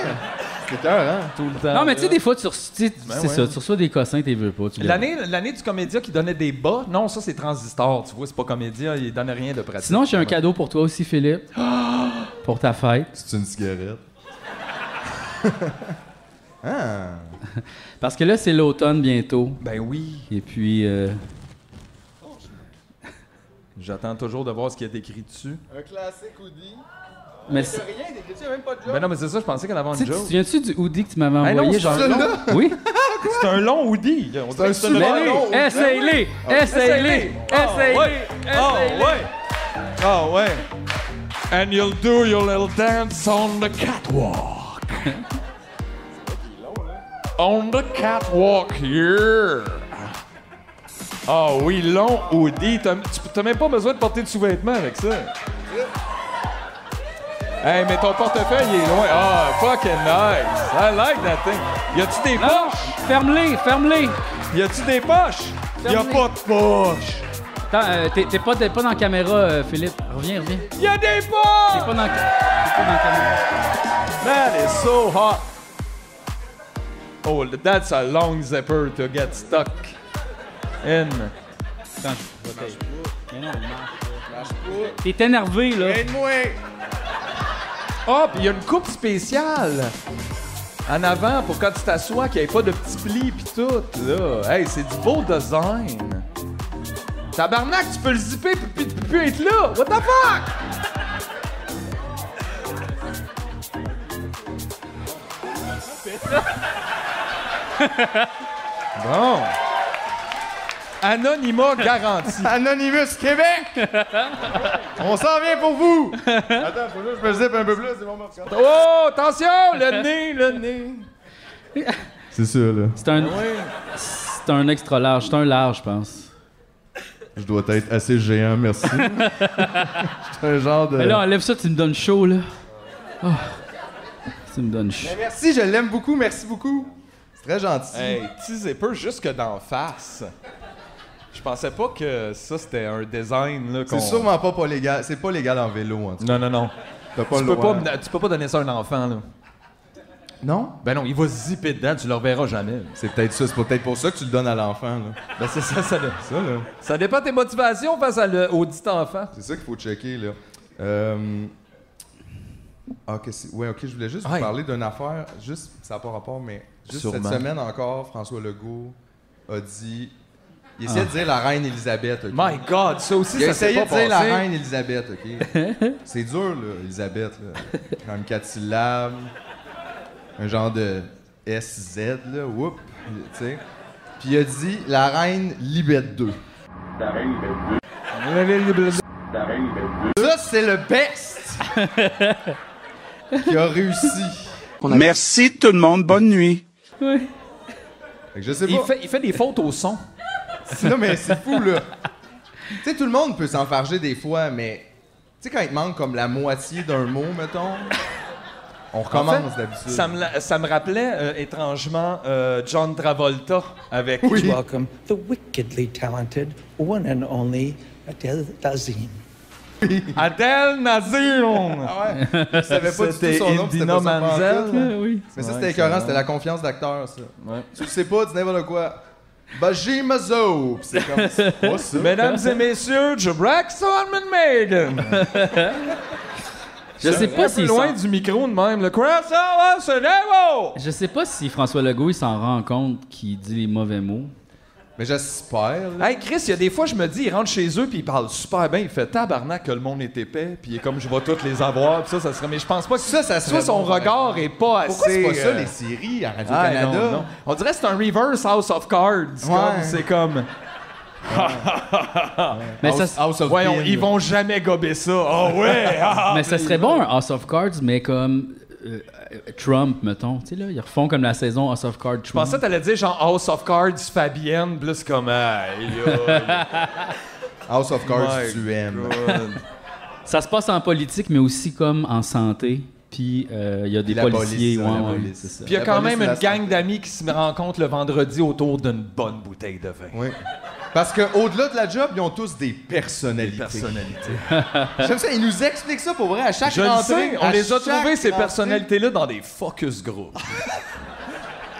Speaker 5: C'est cœur, hein?
Speaker 4: Tout le temps.
Speaker 1: Non, mais tu sais, des fois, tu reçois, tu sais,
Speaker 5: Ben
Speaker 1: c'est
Speaker 4: ouais.
Speaker 1: ça, tu reçois des cossins, t'es veux pas. tu les-
Speaker 4: L'année, l'année du comédien qui donnait des bas, non, ça c'est transistor, tu vois, c'est pas comédien, il donnait rien de pratique.
Speaker 1: Sinon, j'ai un cadeau pour toi aussi, Philippe. pour ta fête.
Speaker 5: C'est une cigarette. ah!
Speaker 1: Parce que là, c'est l'automne bientôt.
Speaker 4: Ben oui,
Speaker 1: Et puis, euh,
Speaker 4: j'attends toujours de voir ce qui est écrit dessus.
Speaker 5: Un classique hoodie.
Speaker 1: mais c'est-
Speaker 5: Rien, d'écrit, même pas de
Speaker 4: Ben non, mais c'est ça, je pensais qu'elle avait
Speaker 1: tu sais,
Speaker 4: une
Speaker 1: tu te
Speaker 4: joke.
Speaker 1: souviens-tu du hoodie que tu m'avais envoyé?
Speaker 4: Hey, non, c'est
Speaker 1: genre-
Speaker 4: un long,
Speaker 1: Oui?
Speaker 4: c'est un long hoodie. là. On dirait que
Speaker 5: C'est un
Speaker 4: une-
Speaker 5: super
Speaker 4: Ah,
Speaker 1: Allez,
Speaker 5: long.
Speaker 1: essaye-les! Essaye-les!
Speaker 4: Ah
Speaker 1: Essaye-les!
Speaker 4: ouais!
Speaker 1: Oh,
Speaker 4: Ah ouais! Ah ouais! And you'll do your little dance on the catwalk. on the catwalk here. Ah oui, long hoodie. T'as- Tu t'as même pas besoin de porter de sous-vêtements avec ça. Hey, mais ton portefeuille il est loin. Ah, fucking nice. I like that thing. Y a-tu des
Speaker 1: Non!
Speaker 4: poches?
Speaker 1: Ferme-les! Ferme-les!
Speaker 4: Y a-tu des poches? Y a
Speaker 1: Ferme-les.
Speaker 4: pas de poches.
Speaker 1: Attends, euh, t'es- T'es pas, t'es pas dans la caméra, euh, Philippe. Reviens, reviens. T'es
Speaker 4: Y a des
Speaker 1: pas
Speaker 4: poches!
Speaker 1: dans, la- t'es pas dans la caméra.
Speaker 4: That is so hot. Oh, that's a long zipper to get stuck in.
Speaker 1: Attends, je vais t'aider. Mais non, il marche pas. T'es énervé, là.
Speaker 5: Aide-moi!
Speaker 4: Oh, puis il y a une coupe spéciale en avant pour quand tu t'assois qu'il n'y ait pas de petits plis pis tout, là. Hey, c'est du beau design. Tabarnak, tu peux le zipper pis pis- pis être là. What the fuck? Bon. Anonymat garanti.
Speaker 5: Anonymous Québec! On s'en vient pour vous! Attends, faut juste que je me zippe un peu plus, c'est mon morceau.
Speaker 4: Oh, attention, le nez, le nez.
Speaker 5: C'est ça, là.
Speaker 1: C'est
Speaker 4: Ah
Speaker 1: un, c'est un extra large. C'est un large, je pense.
Speaker 5: Je dois être assez géant, merci. J'étais un genre de.
Speaker 1: Mais là, enlève ça, tu me donnes chaud, là. Ah. Tu me donnes chaud.
Speaker 5: Merci, je l'aime beaucoup, merci beaucoup. C'est très gentil.
Speaker 4: Hey, petit zipper jusque d'en face. Je pensais pas que ça c'était un design là qu'on.
Speaker 5: C'est sûrement pas, pas légal. C'est pas légal en vélo, en tout cas.
Speaker 4: Non non non.
Speaker 5: T'as pas
Speaker 4: Tu
Speaker 5: le
Speaker 4: peux
Speaker 5: droit.
Speaker 4: pas, tu peux pas donner ça à un enfant là.
Speaker 5: Non?
Speaker 4: Ben non, il va zipper dedans, tu le reverras jamais.
Speaker 5: C'est peut-être ça, c'est peut-être pour ça que tu le donnes à l'enfant, là.
Speaker 4: Ben c'est ça, ça, dé-
Speaker 5: Ça, là.
Speaker 4: ça dépend de tes motivations face à le- au dit enfant.
Speaker 5: C'est ça qu'il faut checker, là. Euh... Ah, qu'est-ce que- ouais, ok, je voulais juste
Speaker 4: Ouais.
Speaker 5: vous parler d'une affaire, juste, ça n'a pas rapport, mais juste
Speaker 4: Sûrement.
Speaker 5: cette semaine encore, François Legault a dit. Il essayait de dire la reine Elisabeth, ok?
Speaker 4: My God, ça aussi,
Speaker 5: Il a
Speaker 4: ça s'est
Speaker 5: essayé
Speaker 4: pas
Speaker 5: de dire
Speaker 4: passé.
Speaker 5: la reine Elisabeth, ok? C'est dur, là, Elisabeth, là. Quand même quatre syllabes, un genre de SZ, là, whoop, tu sais. Puis il a dit la reine Libette 2. Ça, c'est le best qui a réussi.
Speaker 6: Merci tout le monde, bonne nuit.
Speaker 5: Fait que je sais
Speaker 4: Il
Speaker 5: pas.
Speaker 4: fait, il fait des fautes au son.
Speaker 5: Non, mais c'est fou, là. tu sais, tout le monde peut s'enfarger des fois, mais tu sais, quand il te manque comme la moitié d'un mot, mettons, on recommence
Speaker 4: En fait,
Speaker 5: d'habitude.
Speaker 4: Ça me, la- ça me rappelait euh, étrangement euh, John Travolta avec
Speaker 5: Oui.
Speaker 7: welcome the wickedly talented one and only Adele Dazeem.
Speaker 4: Adèle Nazir.
Speaker 5: Ah ouais? Je savais pas du tout
Speaker 4: C'était
Speaker 5: son nom, c'était
Speaker 4: Idina
Speaker 5: pas ça pantoute,
Speaker 4: Menzel.
Speaker 5: là.
Speaker 1: Ah oui.
Speaker 5: Mais ça,
Speaker 4: Ouais,
Speaker 5: c'était
Speaker 4: c'est
Speaker 5: écœurant,
Speaker 4: vrai.
Speaker 5: c'était la confiance d'acteur, ça.
Speaker 4: Ouais.
Speaker 5: Tu le sais pas, dis n'importe quoi. Bajim Mazo! Pis c'est comme ça. ça.
Speaker 4: Mesdames et messieurs, je Solomon Maiden.
Speaker 1: Je sais pas
Speaker 4: Un peu
Speaker 1: si
Speaker 4: loin du micro de même. Le croissant, hein, c'est nouveau.
Speaker 1: Je sais pas si François Legault il s'en rend compte qu'il dit les mauvais mots.
Speaker 5: Mais j'espère, là.
Speaker 4: Hey Chris, il y a des fois, je me dis, il rentre chez eux puis il parle super bien. Il fait tabarnak que le monde est épais. Puis il est comme, je vais toutes les avoir. Puis ça, ça serait. Mais je pense pas que
Speaker 5: Ça, ça
Speaker 4: soit
Speaker 5: serait
Speaker 4: son
Speaker 5: bon,
Speaker 4: regard est pas assez.
Speaker 5: Pourquoi c'est pas ça,
Speaker 4: euh,
Speaker 5: les séries à
Speaker 4: Ah, non,
Speaker 5: Radio-Canada?
Speaker 4: non. On dirait que c'est un reverse House of Cards. comme, C'est comme. Ah,
Speaker 1: Mais ça,
Speaker 5: House, House of
Speaker 4: Voyons,
Speaker 5: Bean,
Speaker 4: ils
Speaker 5: là.
Speaker 4: vont jamais gober ça. Oh ouais! ah,
Speaker 1: mais ça serait bon un House of Cards, mais comme euh, euh, Trump, mettons. Tu sais, là, ils refont comme la saison House of Cards.
Speaker 4: Je pensais que t'allais dire genre House of Cards Fabienne, plus comme. aïe, aïe,
Speaker 5: House of Cards,
Speaker 4: Oh my
Speaker 5: tu aimes.
Speaker 4: God.
Speaker 1: Ça se passe en politique, mais aussi comme en santé. Puis euh, il y a des
Speaker 5: La
Speaker 1: policiers.
Speaker 5: police,
Speaker 1: ouais,
Speaker 5: la
Speaker 1: ouais,
Speaker 5: police.
Speaker 1: c'est ça.
Speaker 4: Puis il y a
Speaker 5: La
Speaker 4: quand
Speaker 5: police
Speaker 4: même
Speaker 5: et la
Speaker 4: une gang
Speaker 5: santé.
Speaker 4: d'amis qui se rencontrent le vendredi autour d'une bonne bouteille de vin.
Speaker 5: Oui. Parce qu'au-delà de la job, ils ont tous des personnalités.
Speaker 4: Personnalité.
Speaker 5: J'aime ça, ils nous expliquent ça pour vrai à chaque
Speaker 4: Je le
Speaker 5: rentrée.
Speaker 4: sais, on
Speaker 5: Ah, à
Speaker 4: les a
Speaker 5: chaque
Speaker 4: trouvés, ces
Speaker 5: rentrée.
Speaker 4: personnalités-là, dans des focus group.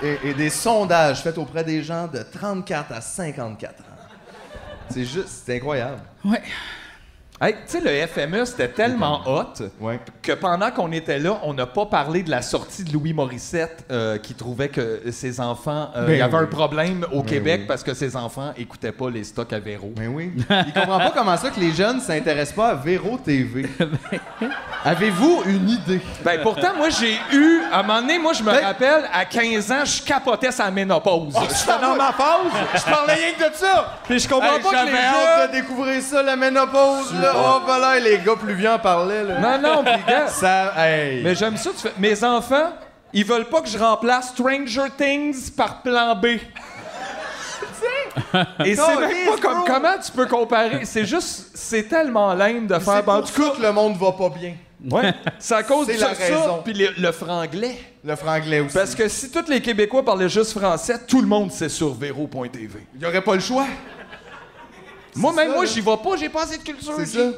Speaker 5: Et, et des sondages faits auprès des gens de 34 à 54 ans. C'est juste, c'est incroyable.
Speaker 1: Ouais.
Speaker 4: Hey, tu sais, le FME, c'était tellement hot
Speaker 5: Ouais.
Speaker 4: que pendant qu'on était là, on n'a pas parlé de la sortie de Louis Morissette euh, qui trouvait que ses enfants... euh,
Speaker 5: Ben
Speaker 4: il y avait
Speaker 5: oui. Ben
Speaker 4: un problème au Québec
Speaker 5: oui. Ben
Speaker 4: parce que ses enfants écoutaient pas les stocks à Véro.
Speaker 5: Mais oui. Il comprend pas comment ça que les jeunes s'intéressent pas à Véro TV. Avez-vous une idée?
Speaker 4: Ben pourtant, moi, j'ai eu... À un moment donné, moi, je me
Speaker 5: Ben-
Speaker 4: rappelle, à 15 ans, je capotais sa ménopause.
Speaker 5: Oh,
Speaker 4: Je
Speaker 5: ça
Speaker 4: J'étais dans
Speaker 5: va.
Speaker 4: ma phase,
Speaker 5: Je parlais rien que de ça!
Speaker 4: puis je comprends
Speaker 5: Hey,
Speaker 4: pas que
Speaker 5: J'avais
Speaker 4: les
Speaker 5: hâte
Speaker 4: gens...
Speaker 5: de découvrir ça, la ménopause, là. Oh, voilà, les gars plus vieux en parlaient, là.
Speaker 4: Non, non, puis gars,
Speaker 5: Ça, hey.
Speaker 4: Mais j'aime ça, tu fais. Mes enfants, ils veulent pas que je remplace Stranger Things par plan B. Et c'est même pas
Speaker 5: Calisse,
Speaker 4: comme
Speaker 5: bro.
Speaker 4: comment tu peux comparer. C'est juste, c'est tellement lame de
Speaker 5: c'est
Speaker 4: faire.
Speaker 5: pour
Speaker 4: Ben, en tout
Speaker 5: ça que le monde va pas bien.
Speaker 4: cas, ouais, c'est à cause de
Speaker 5: C'est la
Speaker 4: ça,
Speaker 5: raison.
Speaker 4: puis le, le franglais.
Speaker 5: Le franglais aussi.
Speaker 4: Parce que si tous les Québécois parlaient juste français, tout le monde c'est sur véro.tv.
Speaker 5: Il y aurait pas le choix.
Speaker 4: Moi, même
Speaker 5: ça,
Speaker 4: moi,
Speaker 5: là.
Speaker 4: j'y vais pas, j'ai pas assez de culture.
Speaker 5: C'est
Speaker 4: j'ai-
Speaker 5: ça.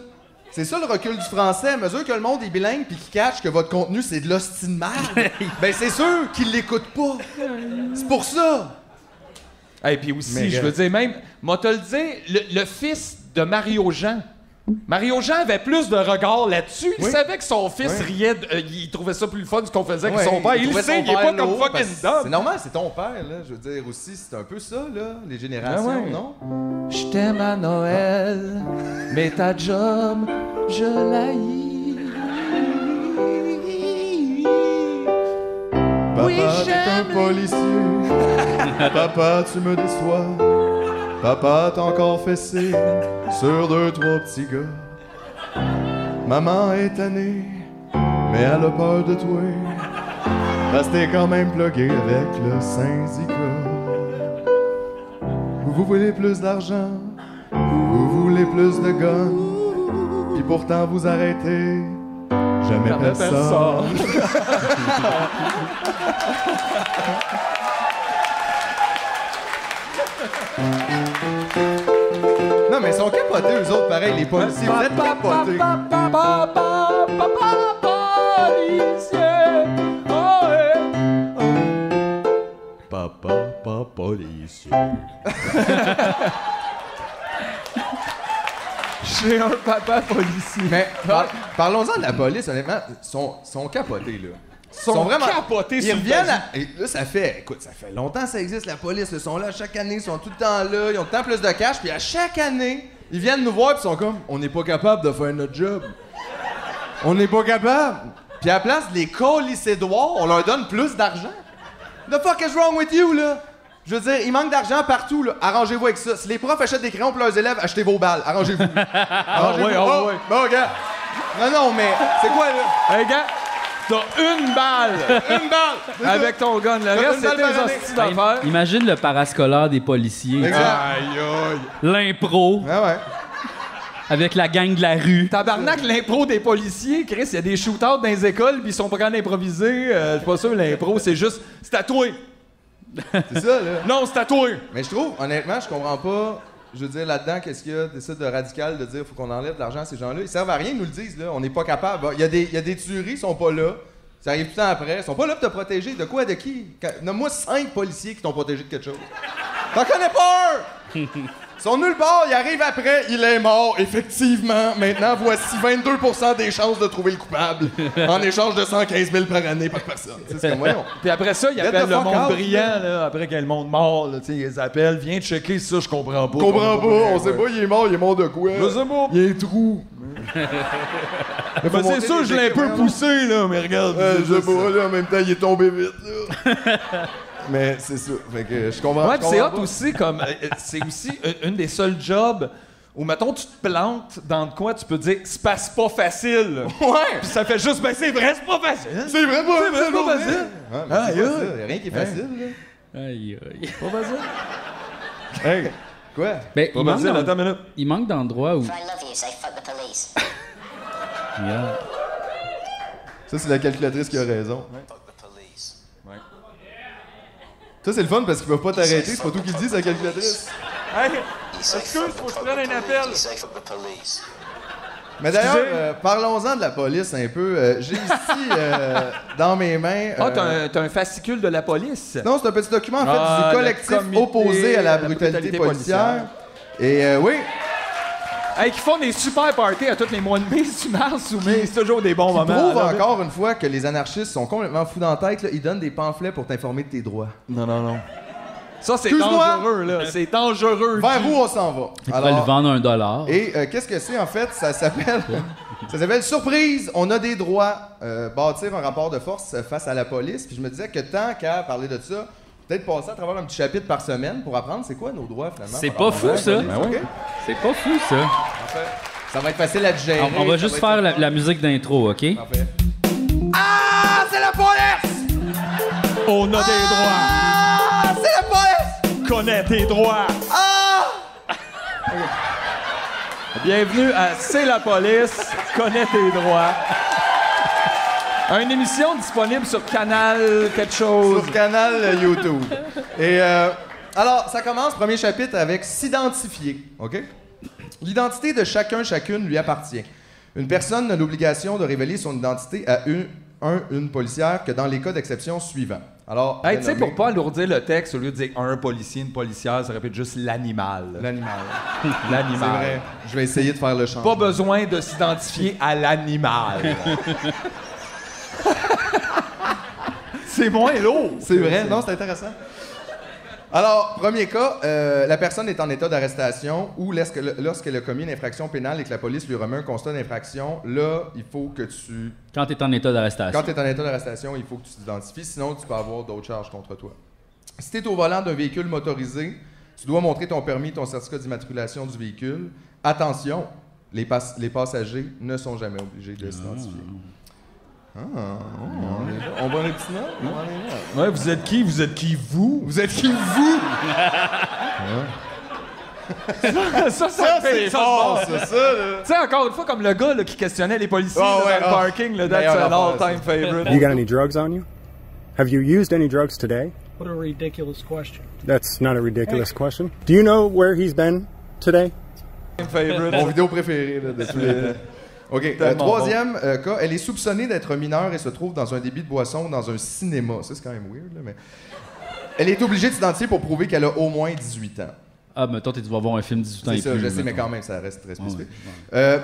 Speaker 5: C'est ça le recul du français. À mesure que le monde est bilingue puis qu'il catch que votre contenu c'est de l'hostie de merde, ben c'est sûr qu'il l'écoute pas. C'est pour ça.
Speaker 4: Et puis aussi,
Speaker 5: Mais,
Speaker 4: je
Speaker 5: euh,
Speaker 4: veux dire, même, moi te le dire, le, le fils de Mario Jean. Mario Jean avait plus de regard là-dessus. Il
Speaker 5: Oui.
Speaker 4: savait que son fils
Speaker 5: Oui.
Speaker 4: riait, de- euh, il trouvait ça plus fun ce qu'on faisait que
Speaker 5: Ouais,
Speaker 4: son père. Il le
Speaker 5: trouvait son
Speaker 4: sait, il est
Speaker 5: père
Speaker 4: pas comme
Speaker 5: lourd, parce
Speaker 4: fucking
Speaker 5: que C'est
Speaker 4: dumb.
Speaker 5: normal, c'est ton père là. Je veux dire aussi, c'est un peu ça là, les générations,
Speaker 4: Ah ouais.
Speaker 5: non
Speaker 4: Je t'aime à Noël, mais ta job, je la
Speaker 5: Papa,
Speaker 4: Oui,
Speaker 5: t'es un
Speaker 4: j'aime.
Speaker 5: policier. Papa, tu me déçois. Papa, t'as encore fessé sur deux, trois petits gars. Maman est tannée, mais elle a peur de toi. Parce que t'es quand même plugué avec le syndicat. Vous voulez plus d'argent, vous voulez plus de guns. Puis pourtant vous arrêtez jamais personne. Non, mais ils sont capotés, eux autres, pareil, les policiers. Vous êtes capotés.
Speaker 4: Papa, papa, papa, policier. Oh, eh. J'ai un papa policier.
Speaker 5: Mais par- parlons-en de la police, honnêtement, ils sont, sont capotés, là. Ils
Speaker 4: Sont capotés
Speaker 5: ils
Speaker 4: sur le
Speaker 5: reviennent
Speaker 4: bazou.
Speaker 5: à- et là, ça fait, écoute, ça fait longtemps que ça existe, la police, ils sont là chaque année, ils sont tout le temps là, ils ont tant plus de cash, puis à chaque année, ils viennent nous voir, puis ils sont comme, on n'est pas capable de faire notre job. On n'est pas capable. Puis à la place de les colisser droits, on leur donne plus d'argent. The fuck is wrong with you, là? Je veux dire, il manque d'argent partout, là. Arrangez-vous avec ça. Si les profs achètent des crayons pour leurs élèves, achetez vos balles. Arrangez-vous. Arrangez-vous.
Speaker 4: ouais, ah
Speaker 5: Oh,
Speaker 4: ouais.
Speaker 5: Bon, gars. Non, non, mais c'est quoi, là?
Speaker 4: Hey, gars, t'as une balle
Speaker 5: Une balle!
Speaker 4: avec ton gun. Le
Speaker 5: une
Speaker 4: reste, c'est
Speaker 5: balle
Speaker 4: tes
Speaker 5: par année.
Speaker 4: hosties d'affaires.
Speaker 1: Imagine le parascolaire des policiers.
Speaker 5: Exact.
Speaker 4: aïe.
Speaker 1: L'impro
Speaker 5: Ah ouais.
Speaker 1: avec la gang de la rue.
Speaker 5: Euh.
Speaker 4: Tabarnak, l'impro des policiers, Chris, il y a des shootouts dans les écoles, puis ils sont pas capables d'improviser. Euh, je suis pas sûr, l'impro, c'est juste. C'est tatoué!
Speaker 5: C'est ça, là.
Speaker 4: Non, c'est tatoué!
Speaker 5: Mais je trouve, honnêtement, je comprends pas. Je veux dire, là-dedans, qu'est-ce qu'il y a d'essai de radical de dire faut qu'on enlève de l'argent à ces gens-là? Ils servent à rien, ils nous le disent, là. On n'est pas capable. Il y, a des- il y a des tueries, ils sont pas là. Ça arrive tout le temps après. Ils sont pas là pour te protéger. De quoi, de qui? Quand- Nomme-moi cinq policiers qui t'ont protégé de quelque chose. T'en connais pas un! Ils sont nulle part, ils arrivent après, il est mort, effectivement. Maintenant, voici 22 des chances de trouver le coupable en échange de 115 000 par année par personne. Tu sais, C'est comme, voyons.
Speaker 4: Puis après ça, ils
Speaker 5: Let
Speaker 4: appellent
Speaker 5: the
Speaker 4: le
Speaker 5: fuck
Speaker 4: monde
Speaker 5: out,
Speaker 4: brillant, là, après qu'il y ait le monde mort, là, tu sais, ils les appellent, viens checker ça, je comprends pas.
Speaker 5: Je comprends pas, on sait pas, il est mort, il est mort de quoi?
Speaker 4: Je sais pas.
Speaker 5: Il y a un trou.
Speaker 4: Ben, c'est
Speaker 5: monter
Speaker 4: sûr,
Speaker 5: les
Speaker 4: je l'ai un peu
Speaker 5: équipements,
Speaker 4: poussé, là, mais regarde.
Speaker 5: Euh,
Speaker 4: c'est
Speaker 5: je sais
Speaker 4: juste ça.
Speaker 5: pas, là, en même temps, il est tombé vite, là. Mais c'est ça. Fait que euh, je comprends.
Speaker 4: Ouais,
Speaker 5: je
Speaker 4: pis c'est
Speaker 5: comprends
Speaker 4: hot aussi, comme. euh, euh, c'est aussi une, une des seuls jobs où, mettons, tu te plantes dans de quoi tu peux dire, se passe pas facile.
Speaker 5: pas. Ouais!
Speaker 4: Puis ça fait juste, ben c'est vrai, c'est pas facile.
Speaker 5: C'est vrai, pas
Speaker 4: C'est vrai, c'est pas
Speaker 5: journée.
Speaker 4: facile.
Speaker 5: Ouais, mais c'est
Speaker 4: Aïe,
Speaker 5: pas ça,
Speaker 4: aïe.
Speaker 5: y a rien qui est facile,
Speaker 1: Aïe, aïe.
Speaker 4: Pas facile.
Speaker 5: là. Hey! Quoi?
Speaker 1: Ben,
Speaker 4: Pas
Speaker 1: il, manque
Speaker 4: facile,
Speaker 1: d'en-
Speaker 4: attends une minute.
Speaker 1: il manque d'endroits où.
Speaker 8: I love you, say fuck the police.
Speaker 1: Yeah.
Speaker 5: Ça, c'est la calculatrice qui a raison. Ça, c'est le fun parce qu'ils peuvent pas t'arrêter, c'est pas tout qu'ils disent, la calculatrice.
Speaker 4: Excuse, faut que je prenne un appel.
Speaker 5: Mais d'ailleurs,
Speaker 4: Excusez.
Speaker 5: euh, parlons-en de la police un peu. Euh, J'ai ici, euh, dans mes mains.
Speaker 4: Ah,
Speaker 5: euh,
Speaker 4: t'as un, t'as un fascicule de la police.
Speaker 5: Non, c'est un petit document en fait
Speaker 4: Ah,
Speaker 5: du
Speaker 4: le
Speaker 5: collectif
Speaker 4: comité
Speaker 5: opposé à la
Speaker 4: de la
Speaker 5: brutalité,
Speaker 4: brutalité
Speaker 5: policière. Et euh, oui,
Speaker 4: Hey, qui font des super parties à tous les mois de mai, si tu mars ou mai, c'est toujours des bons
Speaker 5: on
Speaker 4: moments.
Speaker 5: prouve
Speaker 4: Alors,
Speaker 5: encore une fois que les anarchistes sont complètement fous dans la tête. là. Ils donnent des pamphlets pour t'informer de tes droits.
Speaker 4: Non, non, non. Ça, c'est
Speaker 5: Excuse-moi.
Speaker 4: dangereux, là. C'est dangereux.
Speaker 5: Vers
Speaker 4: Guy.
Speaker 5: où on s'en va?
Speaker 1: On va le vendre un dollar.
Speaker 5: et euh, qu'est-ce que c'est en fait? Ça s'appelle... Ça s'appelle Surprise, on a des droits. Euh, bâtir un rapport de force euh, face à la police. Puis je me disais que tant qu'à parler de ça, peut-être passer à travers un petit chapitre par semaine pour apprendre c'est quoi nos droits finalement.
Speaker 1: C'est
Speaker 5: par
Speaker 1: pas
Speaker 5: rapport à la
Speaker 1: fou, ça.
Speaker 5: police,
Speaker 1: Ben
Speaker 5: ok?
Speaker 1: oui. C'est pas fou, ça.
Speaker 5: Ça va être facile à gérer.
Speaker 1: On, on va
Speaker 5: ça
Speaker 1: juste
Speaker 5: être
Speaker 1: faire la,
Speaker 5: fun.
Speaker 1: la musique d'intro, OK?
Speaker 5: Parfait. Ah, c'est la police!
Speaker 4: On a des droits.
Speaker 5: Ah, c'est la police!
Speaker 4: Connais tes droits.
Speaker 5: Ah!
Speaker 4: Bienvenue à C'est la police. Connais tes droits. Une émission disponible sur Canal quelque chose.
Speaker 5: Sur canal euh, YouTube. Et euh, alors, ça commence, premier chapitre, avec s'identifier, OK? L'identité de chacun, chacune lui appartient. Une personne a l'obligation de révéler son identité à une, un, une policière que dans les cas d'exception suivants. Alors,
Speaker 4: Hey, tu sais,
Speaker 5: dénommé
Speaker 4: pour pas alourdir le texte, au lieu de dire un policier, une policière, ça répète juste l'animal.
Speaker 5: L'animal. C'est
Speaker 4: L'animal.
Speaker 5: vrai. Je vais essayer de faire le chant.
Speaker 4: Pas besoin de s'identifier à l'animal. C'est moins lourd.
Speaker 5: C'est vrai, non, c'est intéressant. Alors, premier cas, euh, la personne est en état d'arrestation ou lorsque- lorsqu'elle a commis une infraction pénale et que la police lui remet un constat d'infraction, là, il faut que tu.
Speaker 1: Quand t'es en état
Speaker 5: Quand
Speaker 1: d'arrestation.
Speaker 5: tu es en état d'arrestation, il faut que tu t'identifies, sinon tu peux avoir d'autres charges contre toi. Si tu es au volant d'un véhicule motorisé, tu dois montrer ton permis, ton certificat d'immatriculation du véhicule. Attention, les, pass- les passagers ne sont jamais obligés de s'identifier. Ah, oh, on est là. on prend les petites notes? On est là.
Speaker 4: Ouais, vous êtes qui? Vous êtes qui vous?
Speaker 5: Vous êtes qui, vous?
Speaker 4: ça, ça, me
Speaker 5: Ah, c'est
Speaker 4: fait ça de bord.
Speaker 5: fort, ça, ça, là.
Speaker 4: Tu sais, encore une fois, comme le gars là, qui questionnait les policiers
Speaker 5: Ah
Speaker 4: là,
Speaker 5: ouais,
Speaker 4: dans
Speaker 5: ah.
Speaker 4: le parking, là, that's
Speaker 5: Meilleure
Speaker 4: an
Speaker 5: affaire,
Speaker 4: all-time favorite.
Speaker 9: You got any drugs on you? Have you used any drugs today?
Speaker 7: What a ridiculous question.
Speaker 9: That's not a ridiculous question. Do you know where he's been today?
Speaker 4: favorite.
Speaker 5: Mon vidéo préférée là, de tous les temps. OK. euh,
Speaker 4: Tellement
Speaker 5: troisième euh, cas, elle est soupçonnée d'être mineure et se trouve dans un débit de boisson dans un cinéma. Ça, c'est quand même weird, là, mais... Elle est obligée de s'identifier pour prouver qu'elle a au moins 18 ans.
Speaker 1: Ah, mais toi, tu vas voir un film 18 ans
Speaker 5: C'est
Speaker 1: et
Speaker 5: ça,
Speaker 1: plus.
Speaker 5: je sais, mais
Speaker 1: mettons.
Speaker 5: quand même, ça reste
Speaker 4: Ah
Speaker 5: très spécifique. Euh,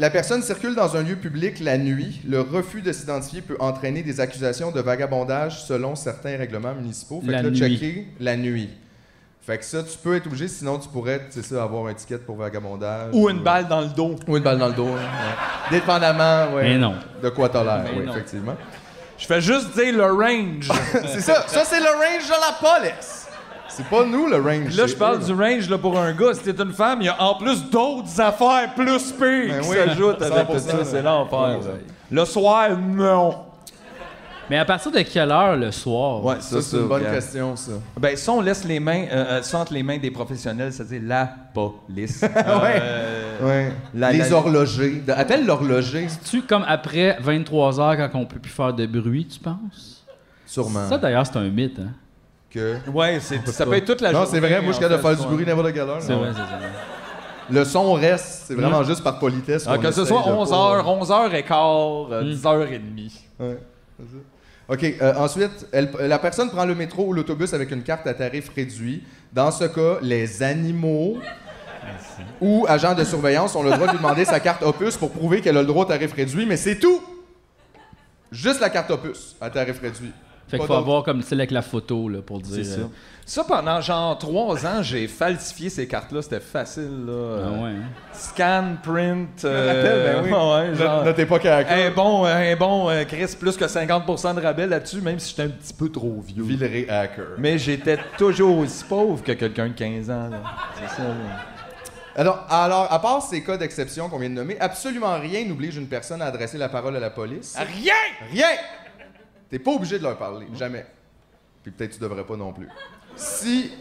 Speaker 5: la personne circule dans un lieu public la nuit. Le refus de s'identifier peut entraîner des accusations de vagabondage selon certains règlements municipaux. Fait
Speaker 1: La
Speaker 5: que là,
Speaker 1: nuit.
Speaker 5: checker la nuit. Fait que ça, tu peux être obligé, sinon tu pourrais, c'est ça, avoir un ticket pour vagabondage.
Speaker 4: Ou une balle dans le dos.
Speaker 5: Ou une balle dans le dos. hein, ouais. Dépendamment, ouais,
Speaker 1: Mais non.
Speaker 5: de quoi t'as l'air,
Speaker 1: Mais
Speaker 5: ouais,
Speaker 1: non.
Speaker 5: effectivement.
Speaker 4: Je fais juste dire le range.
Speaker 5: c'est ça, ça c'est le range de la police. C'est pas nous le range.
Speaker 4: Là,
Speaker 5: c'est
Speaker 4: je parle
Speaker 5: eux,
Speaker 4: du range là, pour un gars. Si t'es une femme, il y a en plus d'autres affaires plus pires
Speaker 5: Ben
Speaker 4: qui
Speaker 5: oui,
Speaker 4: s'ajoutent
Speaker 5: 100%,
Speaker 4: avec tout ça. C'est
Speaker 5: ouais.
Speaker 4: l'enfer. ça. Le soir, non.
Speaker 1: Mais à partir de quelle heure le soir?
Speaker 5: là. Ça, c'est une bonne question, ça.
Speaker 4: Ben, ça, on laisse les mains, euh, euh, ça entre les mains des professionnels, c'est-à-dire la police. Euh,
Speaker 5: Ouais.
Speaker 4: La-
Speaker 5: les
Speaker 4: la-
Speaker 5: horlogers. De- Appelle l'horloger,
Speaker 1: Tu comme après 23 heures quand on peut plus faire de bruit, tu penses?
Speaker 5: sûrement.
Speaker 1: Ça d'ailleurs c'est un mythe, hein?
Speaker 5: que...
Speaker 4: Ouais, c'est, ça peut être toute la
Speaker 5: Non,
Speaker 4: journée.
Speaker 5: c'est vrai, moi, je suis capable de
Speaker 4: en
Speaker 5: faire
Speaker 4: fait,
Speaker 5: du
Speaker 4: ouais.
Speaker 5: bruit n'importe quelle heure.
Speaker 1: C'est
Speaker 5: là.
Speaker 1: vrai, c'est vrai.
Speaker 5: Le son reste, c'est vraiment juste par politesse.
Speaker 4: Ah,
Speaker 5: qu'on
Speaker 4: que ce
Speaker 5: essaye
Speaker 4: soit
Speaker 5: de
Speaker 4: 11h,
Speaker 5: pas-
Speaker 1: Hmm.
Speaker 4: 11h15, euh, 10h30.
Speaker 5: Ouais, c'est ça. OK, euh, ensuite, elle- la personne prend le métro ou l'autobus avec une carte à tarif réduit. Dans ce cas, les animaux ou agents de surveillance ont le droit de lui demander sa carte opus pour prouver qu'elle a le droit au tarif réduit, mais c'est tout! Juste la carte opus à tarif réduit.
Speaker 1: Fait
Speaker 5: Pas
Speaker 1: qu'il faut
Speaker 5: d'autre.
Speaker 1: avoir comme celle avec la photo là, pour dire. euh,
Speaker 4: Ça, pendant genre 3 ans, j'ai falsifié ces cartes-là. C'était facile, là. Euh,
Speaker 1: ah ouais, hein.
Speaker 4: Scan, print. euh,
Speaker 5: Je me rappelle, ben oui.
Speaker 4: ouais,
Speaker 5: Notre-
Speaker 4: genre.
Speaker 5: notre époque à la
Speaker 4: Un bon, un bon euh, Chris, plus que 50% de rabais là-dessus, même si j'étais un petit peu trop vieux.
Speaker 5: Villeray Hacker.
Speaker 4: Mais j'étais toujours aussi pauvre que quelqu'un de 15 ans. là. C'est ça. là.
Speaker 5: Alors, alors, à part ces cas d'exception qu'on vient de nommer, absolument rien n'oblige une personne à adresser la parole à la police. Rien! Rien! T'es pas obligé de leur parler, jamais. Puis peut-être tu devrais pas non plus. Si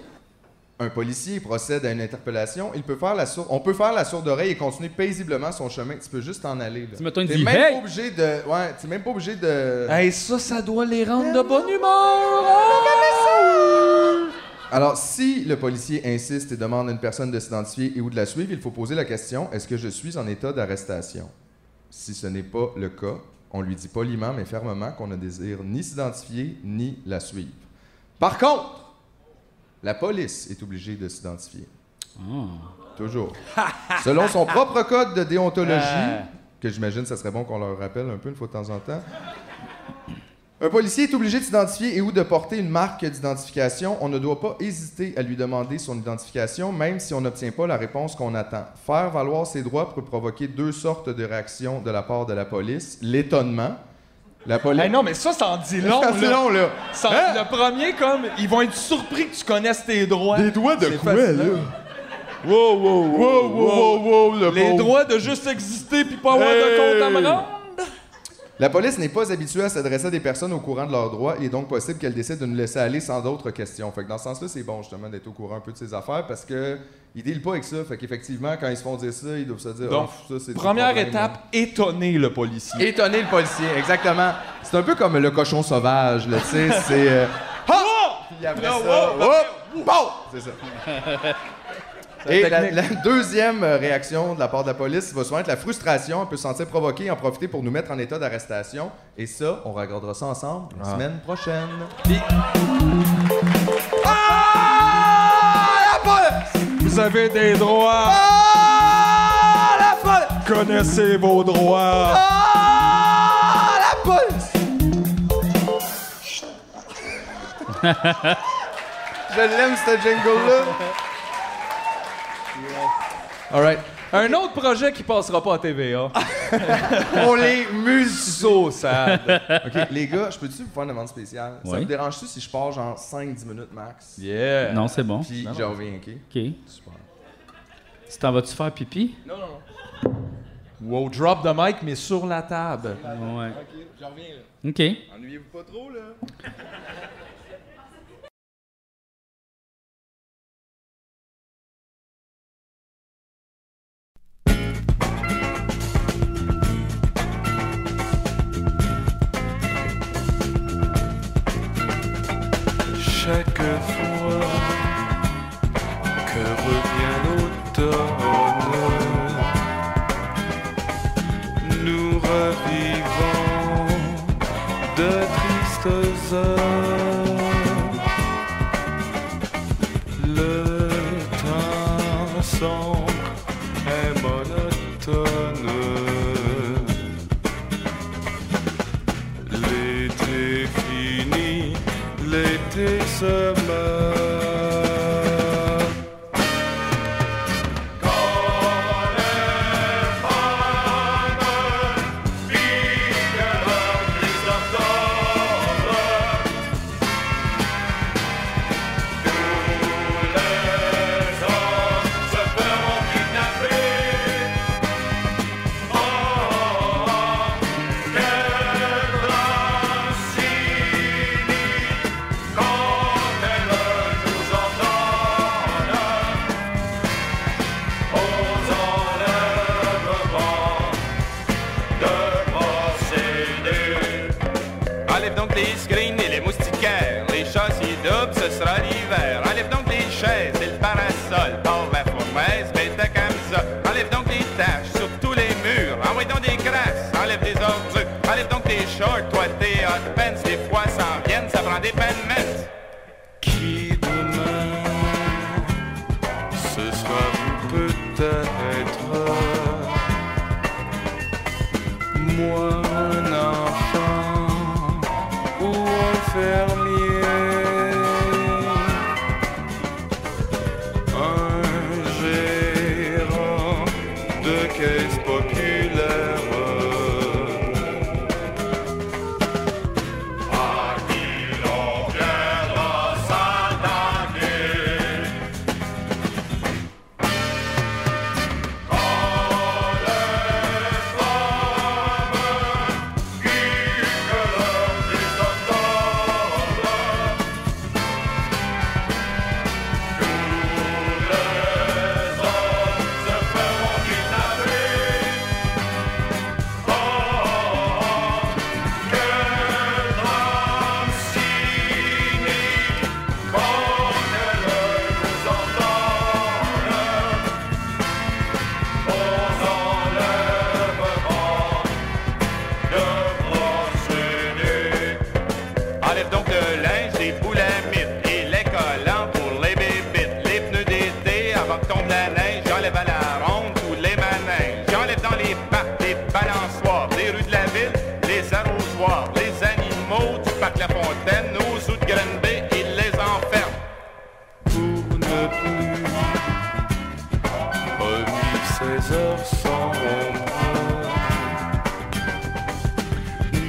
Speaker 5: un policier procède à une interpellation, il peut faire la sourde, on peut faire la sourde oreille et continuer paisiblement son chemin. Tu peux juste t'en aller. Là.
Speaker 1: Tu mettons, il
Speaker 5: T'es
Speaker 1: dit,
Speaker 5: même
Speaker 1: Hey!
Speaker 5: pas obligé de, ouais, t'es même pas obligé de.
Speaker 4: Hey, ça, ça doit les rendre de bonne humeur. Ah!
Speaker 5: Alors, si le policier insiste et demande à une personne de s'identifier et ou de la suivre, il faut poser la question est-ce que je suis en état d'arrestation Si ce n'est pas le cas, on lui dit poliment mais fermement qu'on ne désire ni s'identifier ni la suivre. Par contre, la police est obligée de s'identifier.
Speaker 4: Ah.
Speaker 5: Toujours. Selon son propre code de déontologie,
Speaker 4: Ah.
Speaker 5: que j'imagine ça serait bon qu'on leur rappelle un peu une fois de temps en temps. Un policier est obligé de s'identifier et ou de porter une marque d'identification. On ne doit pas hésiter à lui demander son identification, même si on n'obtient pas la réponse qu'on attend. Faire valoir ses droits peut provoquer deux sortes de réactions de la part de la police. L'étonnement. La police...
Speaker 4: Hey, Ah non, mais ça, ça en dit long.
Speaker 5: C'est
Speaker 4: là.
Speaker 5: long, là.
Speaker 4: Ça-
Speaker 5: Hein?
Speaker 4: Le premier, comme, ils vont être surpris que tu connaisses tes droits.
Speaker 5: Les droits de
Speaker 4: C'est
Speaker 5: quoi,
Speaker 4: fascinant.
Speaker 5: là?
Speaker 4: Wow, wow, wow, wow,
Speaker 5: le
Speaker 4: Les
Speaker 5: pauvre.
Speaker 4: droits de juste exister puis pas avoir de compte à me rendre.
Speaker 5: La police n'est pas habituée à s'adresser à des personnes au courant de leurs droits. Il est donc possible qu'elle décide de nous laisser aller sans d'autres questions. Fait que dans ce sens-là, c'est bon justement d'être au courant un peu de ses affaires parce que ils dealent pas avec ça. Fait qu'effectivement, quand ils se font dire ça, ils doivent se dire
Speaker 4: Donc,
Speaker 5: oh, ça c'est du
Speaker 4: Première
Speaker 5: problème,
Speaker 4: étape,
Speaker 5: hein.
Speaker 4: étonner le policier.
Speaker 5: Étonner le policier, exactement. C'est un peu comme le cochon sauvage, là, tu sais, c'est euh,
Speaker 4: Ah!
Speaker 5: puis après
Speaker 4: Là,
Speaker 5: ça,
Speaker 4: wow,
Speaker 5: hop, bon, c'est ça. Et la,
Speaker 4: technique.
Speaker 5: la deuxième euh, réaction de la part de la police va souvent être la frustration. On peut se sentir provoqué et en profiter pour nous mettre en état d'arrestation. Et ça, on regardera ça ensemble la semaine prochaine.
Speaker 4: Ah! La police! Vous avez des droits. Ah! La police! Connaissez vos droits. Ah! La police!
Speaker 5: Je l'aime, ce jingle-là. All right.
Speaker 4: Un autre projet qui passera pas à TVA.
Speaker 5: On les museaux.
Speaker 4: So sad.
Speaker 5: OK, les gars, je peux-tu vous faire une demande spéciale? Ça
Speaker 1: Oui.
Speaker 5: vous dérange-tu si je pars genre 5-10 minutes max?
Speaker 4: Yeah.
Speaker 1: Non, c'est bon.
Speaker 5: Puis je reviens, OK?
Speaker 1: OK. Tu t'en vas-tu faire pipi?
Speaker 4: Wow, drop the mic, mais sur la table.
Speaker 1: Ouais. OK, je reviens. OK.
Speaker 8: Chaque fois que revient l'automne, nous revivons de tristes heures. Le temps c'est fini, l'été se meurt.
Speaker 10: oh, Enlève donc les screens et les moustiquaires, les châssis doubles, ce sera l'hiver. Enlève donc les chaises et le parasol, pauvre la fournaise, bête à camisole. Enlève donc les taches sur tous les murs, envoie donc des crasses, enlève des ordures. Enlève donc tes shorts, toi tes hot pants, des fois s'en viennent, ça prend des peines mètres.
Speaker 8: Qui demain, ce sera vous peut-être Moi un enfant ou un fermier Un gérant de caisse populaire Ah,
Speaker 10: Enlève donc le linge des boules à mythes et les collants pour les bébites, les pneus d'été avant que tombe la neige. J'enlève à la ronde tous les manèges. J'enlève dans les parcs des balançoires, des rues de la ville, les arrosoirs, les animaux du parc La Fontaine, nos sous de Grenby, ils les enferment.
Speaker 8: pour ne plus revivre ces heures sans remords.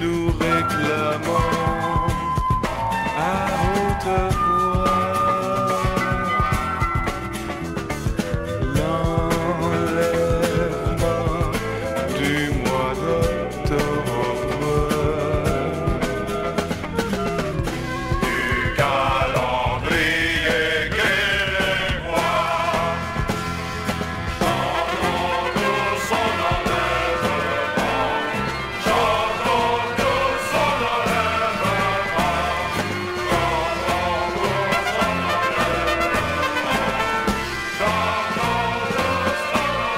Speaker 8: Nous réclamons à haute voix l'enlèvement du mois d'octobre.
Speaker 10: Calendrier grégoire, chantons tous son enlèvement, chantons tous son enlèvement, chantons tous son enlèvement, chantons tous son enlèvement, chantons tous son enlèvement.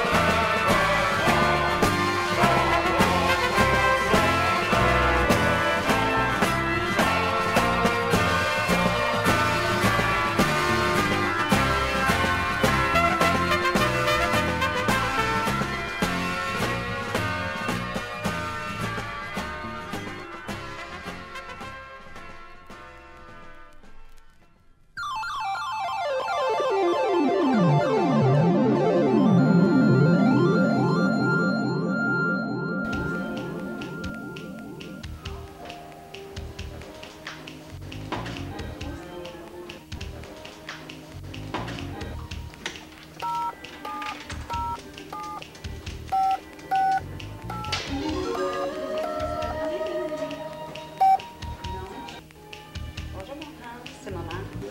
Speaker 11: Bonjour mon prince, c'est maman. Je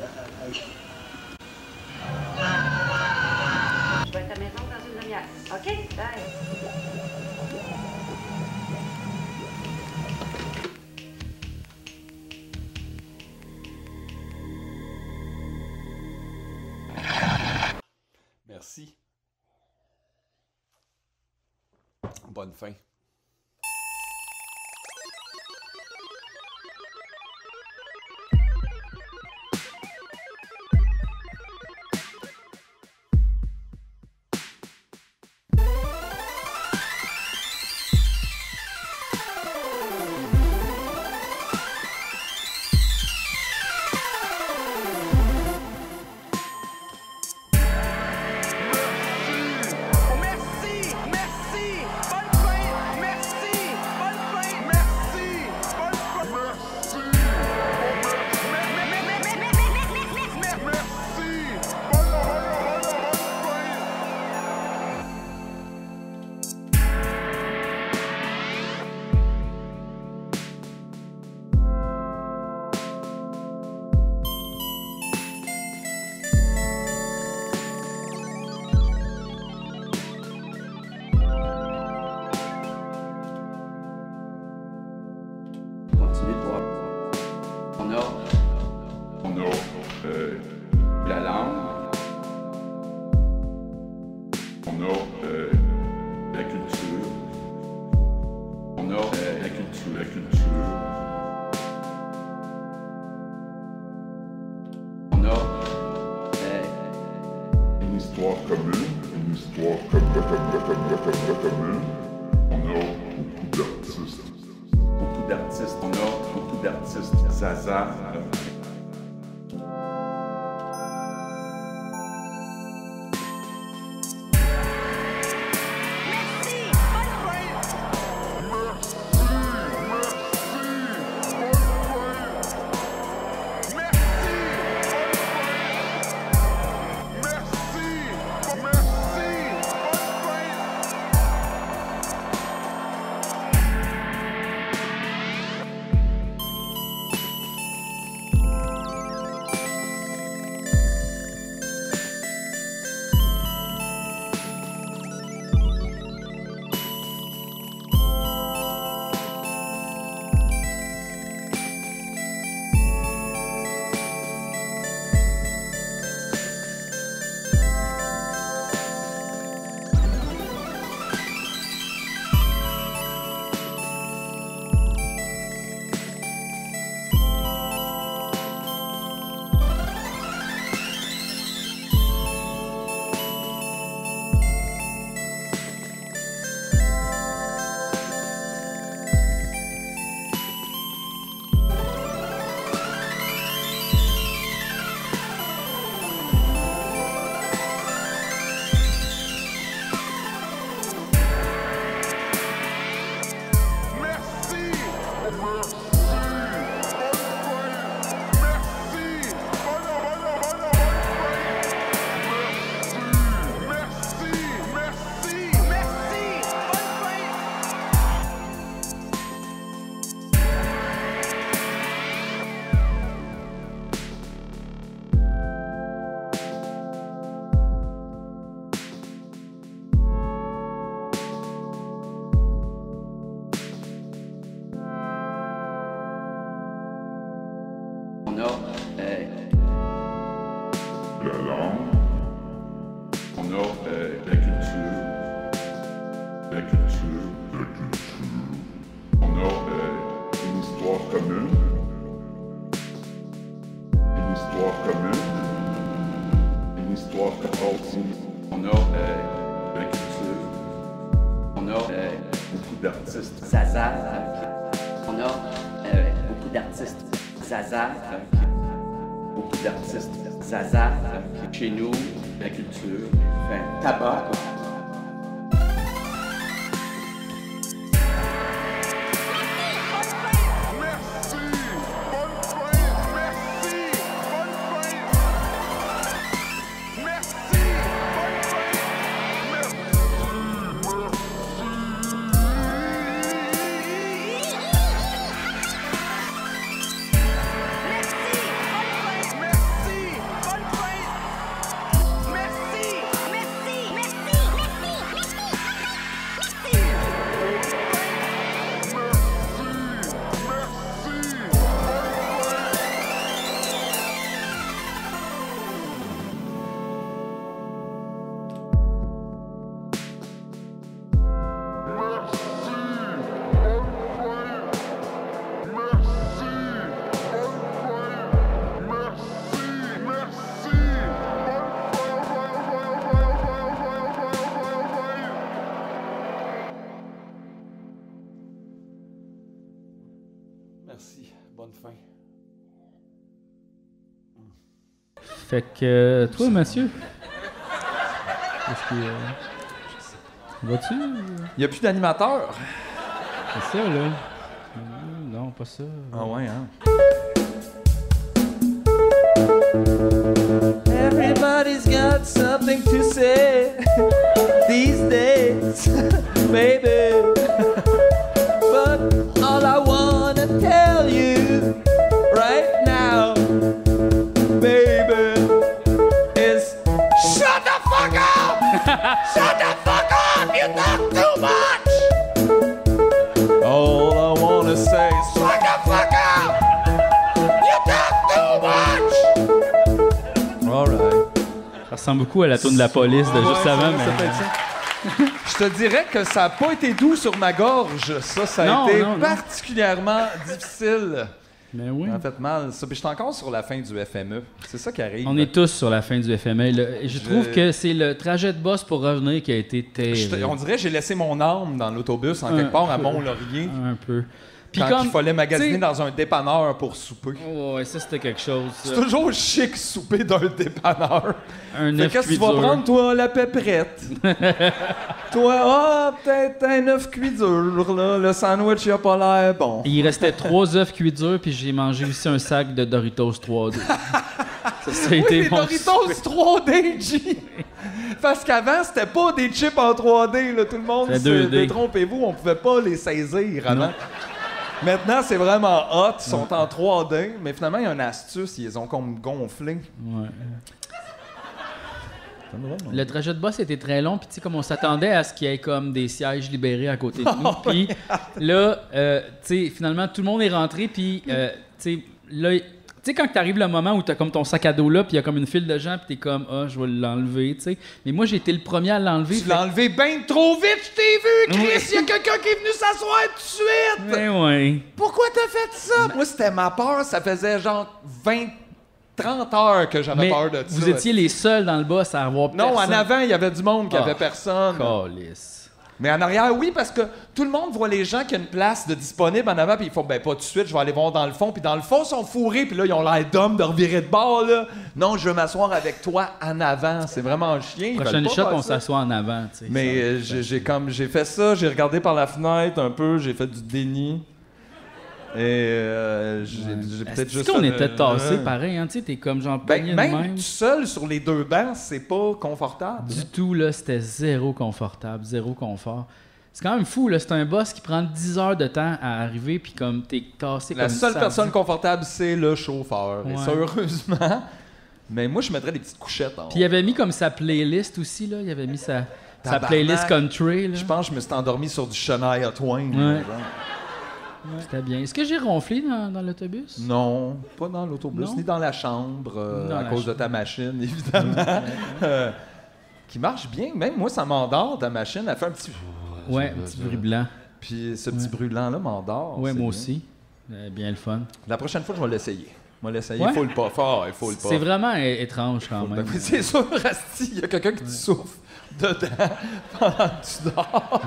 Speaker 11: vais être à la maison dans une demi-heure. OK? Bye.
Speaker 4: Merci. Bonne fin.
Speaker 10: On a euh, la langue. On a euh, la culture. On a euh, la culture, la culture. On a euh, une histoire commune, une histoire com- com- com- com- com- com- commune. On a beaucoup d'artistes. Beaucoup d'artistes, on a beaucoup d'artistes. Zaza. euh, On a euh, la langue, on a euh, la culture, la culture, la culture. On a euh, une histoire commune, une histoire commune, une histoire commune. On a euh, la culture, on a euh, beaucoup d'artistes. Zaza, on a beaucoup d'artistes. Zaza, beaucoup d'artistes. Zaza, chez nous, la culture, enfin, tabac.
Speaker 3: Merci. Bonne fin.
Speaker 1: Fait que euh, toi, monsieur. Est-ce que. euh, Vas-tu?
Speaker 3: Il n'y a plus d'animateur.
Speaker 1: C'est ça, là. Mm, Non, pas ça.
Speaker 3: Ah ouais, hein?
Speaker 4: Everybody's got something to say these days, baby. But all I wanna tell you right now, baby, is shut the fuck up! shut the fuck up! You talk too much!
Speaker 3: All I wanna say is
Speaker 4: Shut the fuck up! You talk
Speaker 1: ressemble beaucoup à la tune de la police de
Speaker 4: Ouais,
Speaker 1: juste
Speaker 4: ça
Speaker 1: avant.
Speaker 4: va, ça
Speaker 1: mais-
Speaker 4: peut être ça. Je te dirais que ça n'a pas été doux sur ma gorge. Ça, ça a
Speaker 1: Non,
Speaker 4: été
Speaker 1: non, non.
Speaker 4: particulièrement difficile.
Speaker 1: Mais oui.
Speaker 4: Ça m'a fait mal. Ça, puis je suis encore sur la fin du FME. C'est ça qui arrive.
Speaker 1: On est tous sur la fin du FMA. là. Et Je trouve que c'est le trajet de boss pour revenir qui a été
Speaker 4: Je te-
Speaker 1: terrible.
Speaker 4: on dirait que j'ai laissé mon arme dans l'autobus en
Speaker 1: Un
Speaker 4: quelque part à
Speaker 1: peu.
Speaker 4: Mont-Laurier.
Speaker 1: Un peu. Euh, Puis
Speaker 4: Quand
Speaker 1: comme-
Speaker 4: il fallait magasiner
Speaker 1: t'sais-
Speaker 4: dans un dépanneur pour souper.
Speaker 1: Ouais, ça c'était quelque chose. ça.
Speaker 4: C'est toujours chic souper d'un dépanneur.
Speaker 1: Un
Speaker 4: Fait
Speaker 1: œuf
Speaker 4: qu'est-ce que tu
Speaker 1: cuit
Speaker 4: vas
Speaker 1: dur.
Speaker 4: prendre, toi, la pépérette? toi, ah, peut-être un œuf cuit dur, là. Le sandwich, il a pas l'air bon.
Speaker 1: Il restait trois œufs cuits durs, puis j'ai mangé aussi un sac de Doritos 3D. ça, ça a
Speaker 4: Oui,
Speaker 1: été
Speaker 4: les
Speaker 1: mon
Speaker 4: Doritos 3D, G! Parce qu'avant, c'était pas des chips en 3D, là. Tout le monde,
Speaker 1: C'était
Speaker 4: c'est-
Speaker 1: 2D.
Speaker 4: détrompez-vous, on pouvait pas les saisir avant.
Speaker 1: Non.
Speaker 4: Maintenant, c'est vraiment hot, ils sont en 3D, mais finalement, il y a une astuce, ils les ont comme gonflé.
Speaker 1: Ouais. Le trajet de boss était très long, puis tu sais, comme on s'attendait à ce qu'il y ait comme des sièges libérés à côté de
Speaker 4: Oh,
Speaker 1: nous. Puis là, euh, tu sais, finalement, tout le monde est rentré, puis euh, tu sais, là, tu sais, quand t'arrives le moment où t'as comme ton sac à dos là, puis il y a comme une file de gens, puis t'es comme, ah, je vais l'enlever, tu sais. Mais moi, j'ai été le premier à l'enlever.
Speaker 4: Tu l'as enlevé bien trop vite, je t'ai vu,
Speaker 1: Oui.
Speaker 4: Chris! Il y a quelqu'un qui est venu s'asseoir tout de suite!
Speaker 1: Mais ben ouais.
Speaker 4: Pourquoi t'as fait ça? Moi, c'était ma peur, ça faisait genre 20, 30 heures que j'avais
Speaker 1: Mais
Speaker 4: peur de ça.
Speaker 1: vous étiez les seuls dans le boss à avoir
Speaker 4: Non,
Speaker 1: personne.
Speaker 4: en avant, il y avait du monde qui
Speaker 1: Ah,
Speaker 4: avait personne.
Speaker 1: Câlisse.
Speaker 4: Mais en arrière, oui, parce que tout le monde voit les gens qui ont une place de disponible en avant, puis ils font, ben pas tout de suite, je vais aller voir dans le fond, puis dans le fond, ils sont fourrés, puis là, ils ont l'air d'hommes de revirer de bord, là. Non, je veux m'asseoir avec toi en avant, c'est vraiment chiant. ils veulent
Speaker 1: Prochaine
Speaker 4: pas
Speaker 1: shot,
Speaker 4: faire
Speaker 1: on
Speaker 4: ça.
Speaker 1: s'assoit en avant, tu sais.
Speaker 4: Mais euh, j'ai j'ai comme j'ai fait ça, j'ai regardé par la fenêtre un peu, j'ai fait du déni. Et euh, j'ai j'ai peut-être
Speaker 1: Est-ce
Speaker 4: juste.
Speaker 1: qu'on
Speaker 4: fait
Speaker 1: était
Speaker 4: le-
Speaker 1: tassés
Speaker 4: Ouais.
Speaker 1: pareil, hein? Tu sais, t'es comme genre pogné
Speaker 4: Ben,
Speaker 1: de
Speaker 4: même
Speaker 1: même.
Speaker 4: tout seul sur les deux bancs, c'est pas confortable.
Speaker 1: Du tout, là, c'était zéro confortable, zéro confort. C'est quand même fou, là. C'est un boss qui prend 10 heures de temps à arriver, puis comme t'es tassé
Speaker 4: La
Speaker 1: comme
Speaker 4: seule
Speaker 1: ça.
Speaker 4: personne confortable, c'est le chauffeur. Et
Speaker 1: Ouais.
Speaker 4: ça, heureusement. Mais moi, je mettrais des petites couchettes en
Speaker 1: Puis il avait mis comme sa playlist aussi, là. Il avait mis sa, sa
Speaker 4: Tabarnak.
Speaker 1: playlist country, là.
Speaker 4: Je pense que je me suis endormi sur du Shania Twain.
Speaker 1: euh, Ouais.
Speaker 4: par exemple.
Speaker 1: C'était bien. Est-ce que j'ai ronflé dans, dans l'autobus?
Speaker 4: Non, pas dans l'autobus,
Speaker 1: Non?
Speaker 4: ni dans la chambre, euh,
Speaker 1: Dans
Speaker 4: à
Speaker 1: la
Speaker 4: cause de ta machine, évidemment. Euh, qui marche bien. Même moi, ça m'endort, ta machine. Elle fait un petit...
Speaker 1: Ouais, un petit bruit blanc.
Speaker 4: Puis ce petit brûlant-là m'endort.
Speaker 1: Ouais,
Speaker 4: c'est
Speaker 1: moi
Speaker 4: bien.
Speaker 1: aussi. Euh, bien le fun.
Speaker 4: La prochaine fois, je vais l'essayer. Je vais l'essayer.
Speaker 1: Ouais.
Speaker 4: Il faut le pas fort, il faut le pas.
Speaker 1: C'est vraiment é- étrange quand même.
Speaker 4: Mais c'est sûr, Asti, il y a quelqu'un qui te souffle dedans pendant que tu dors.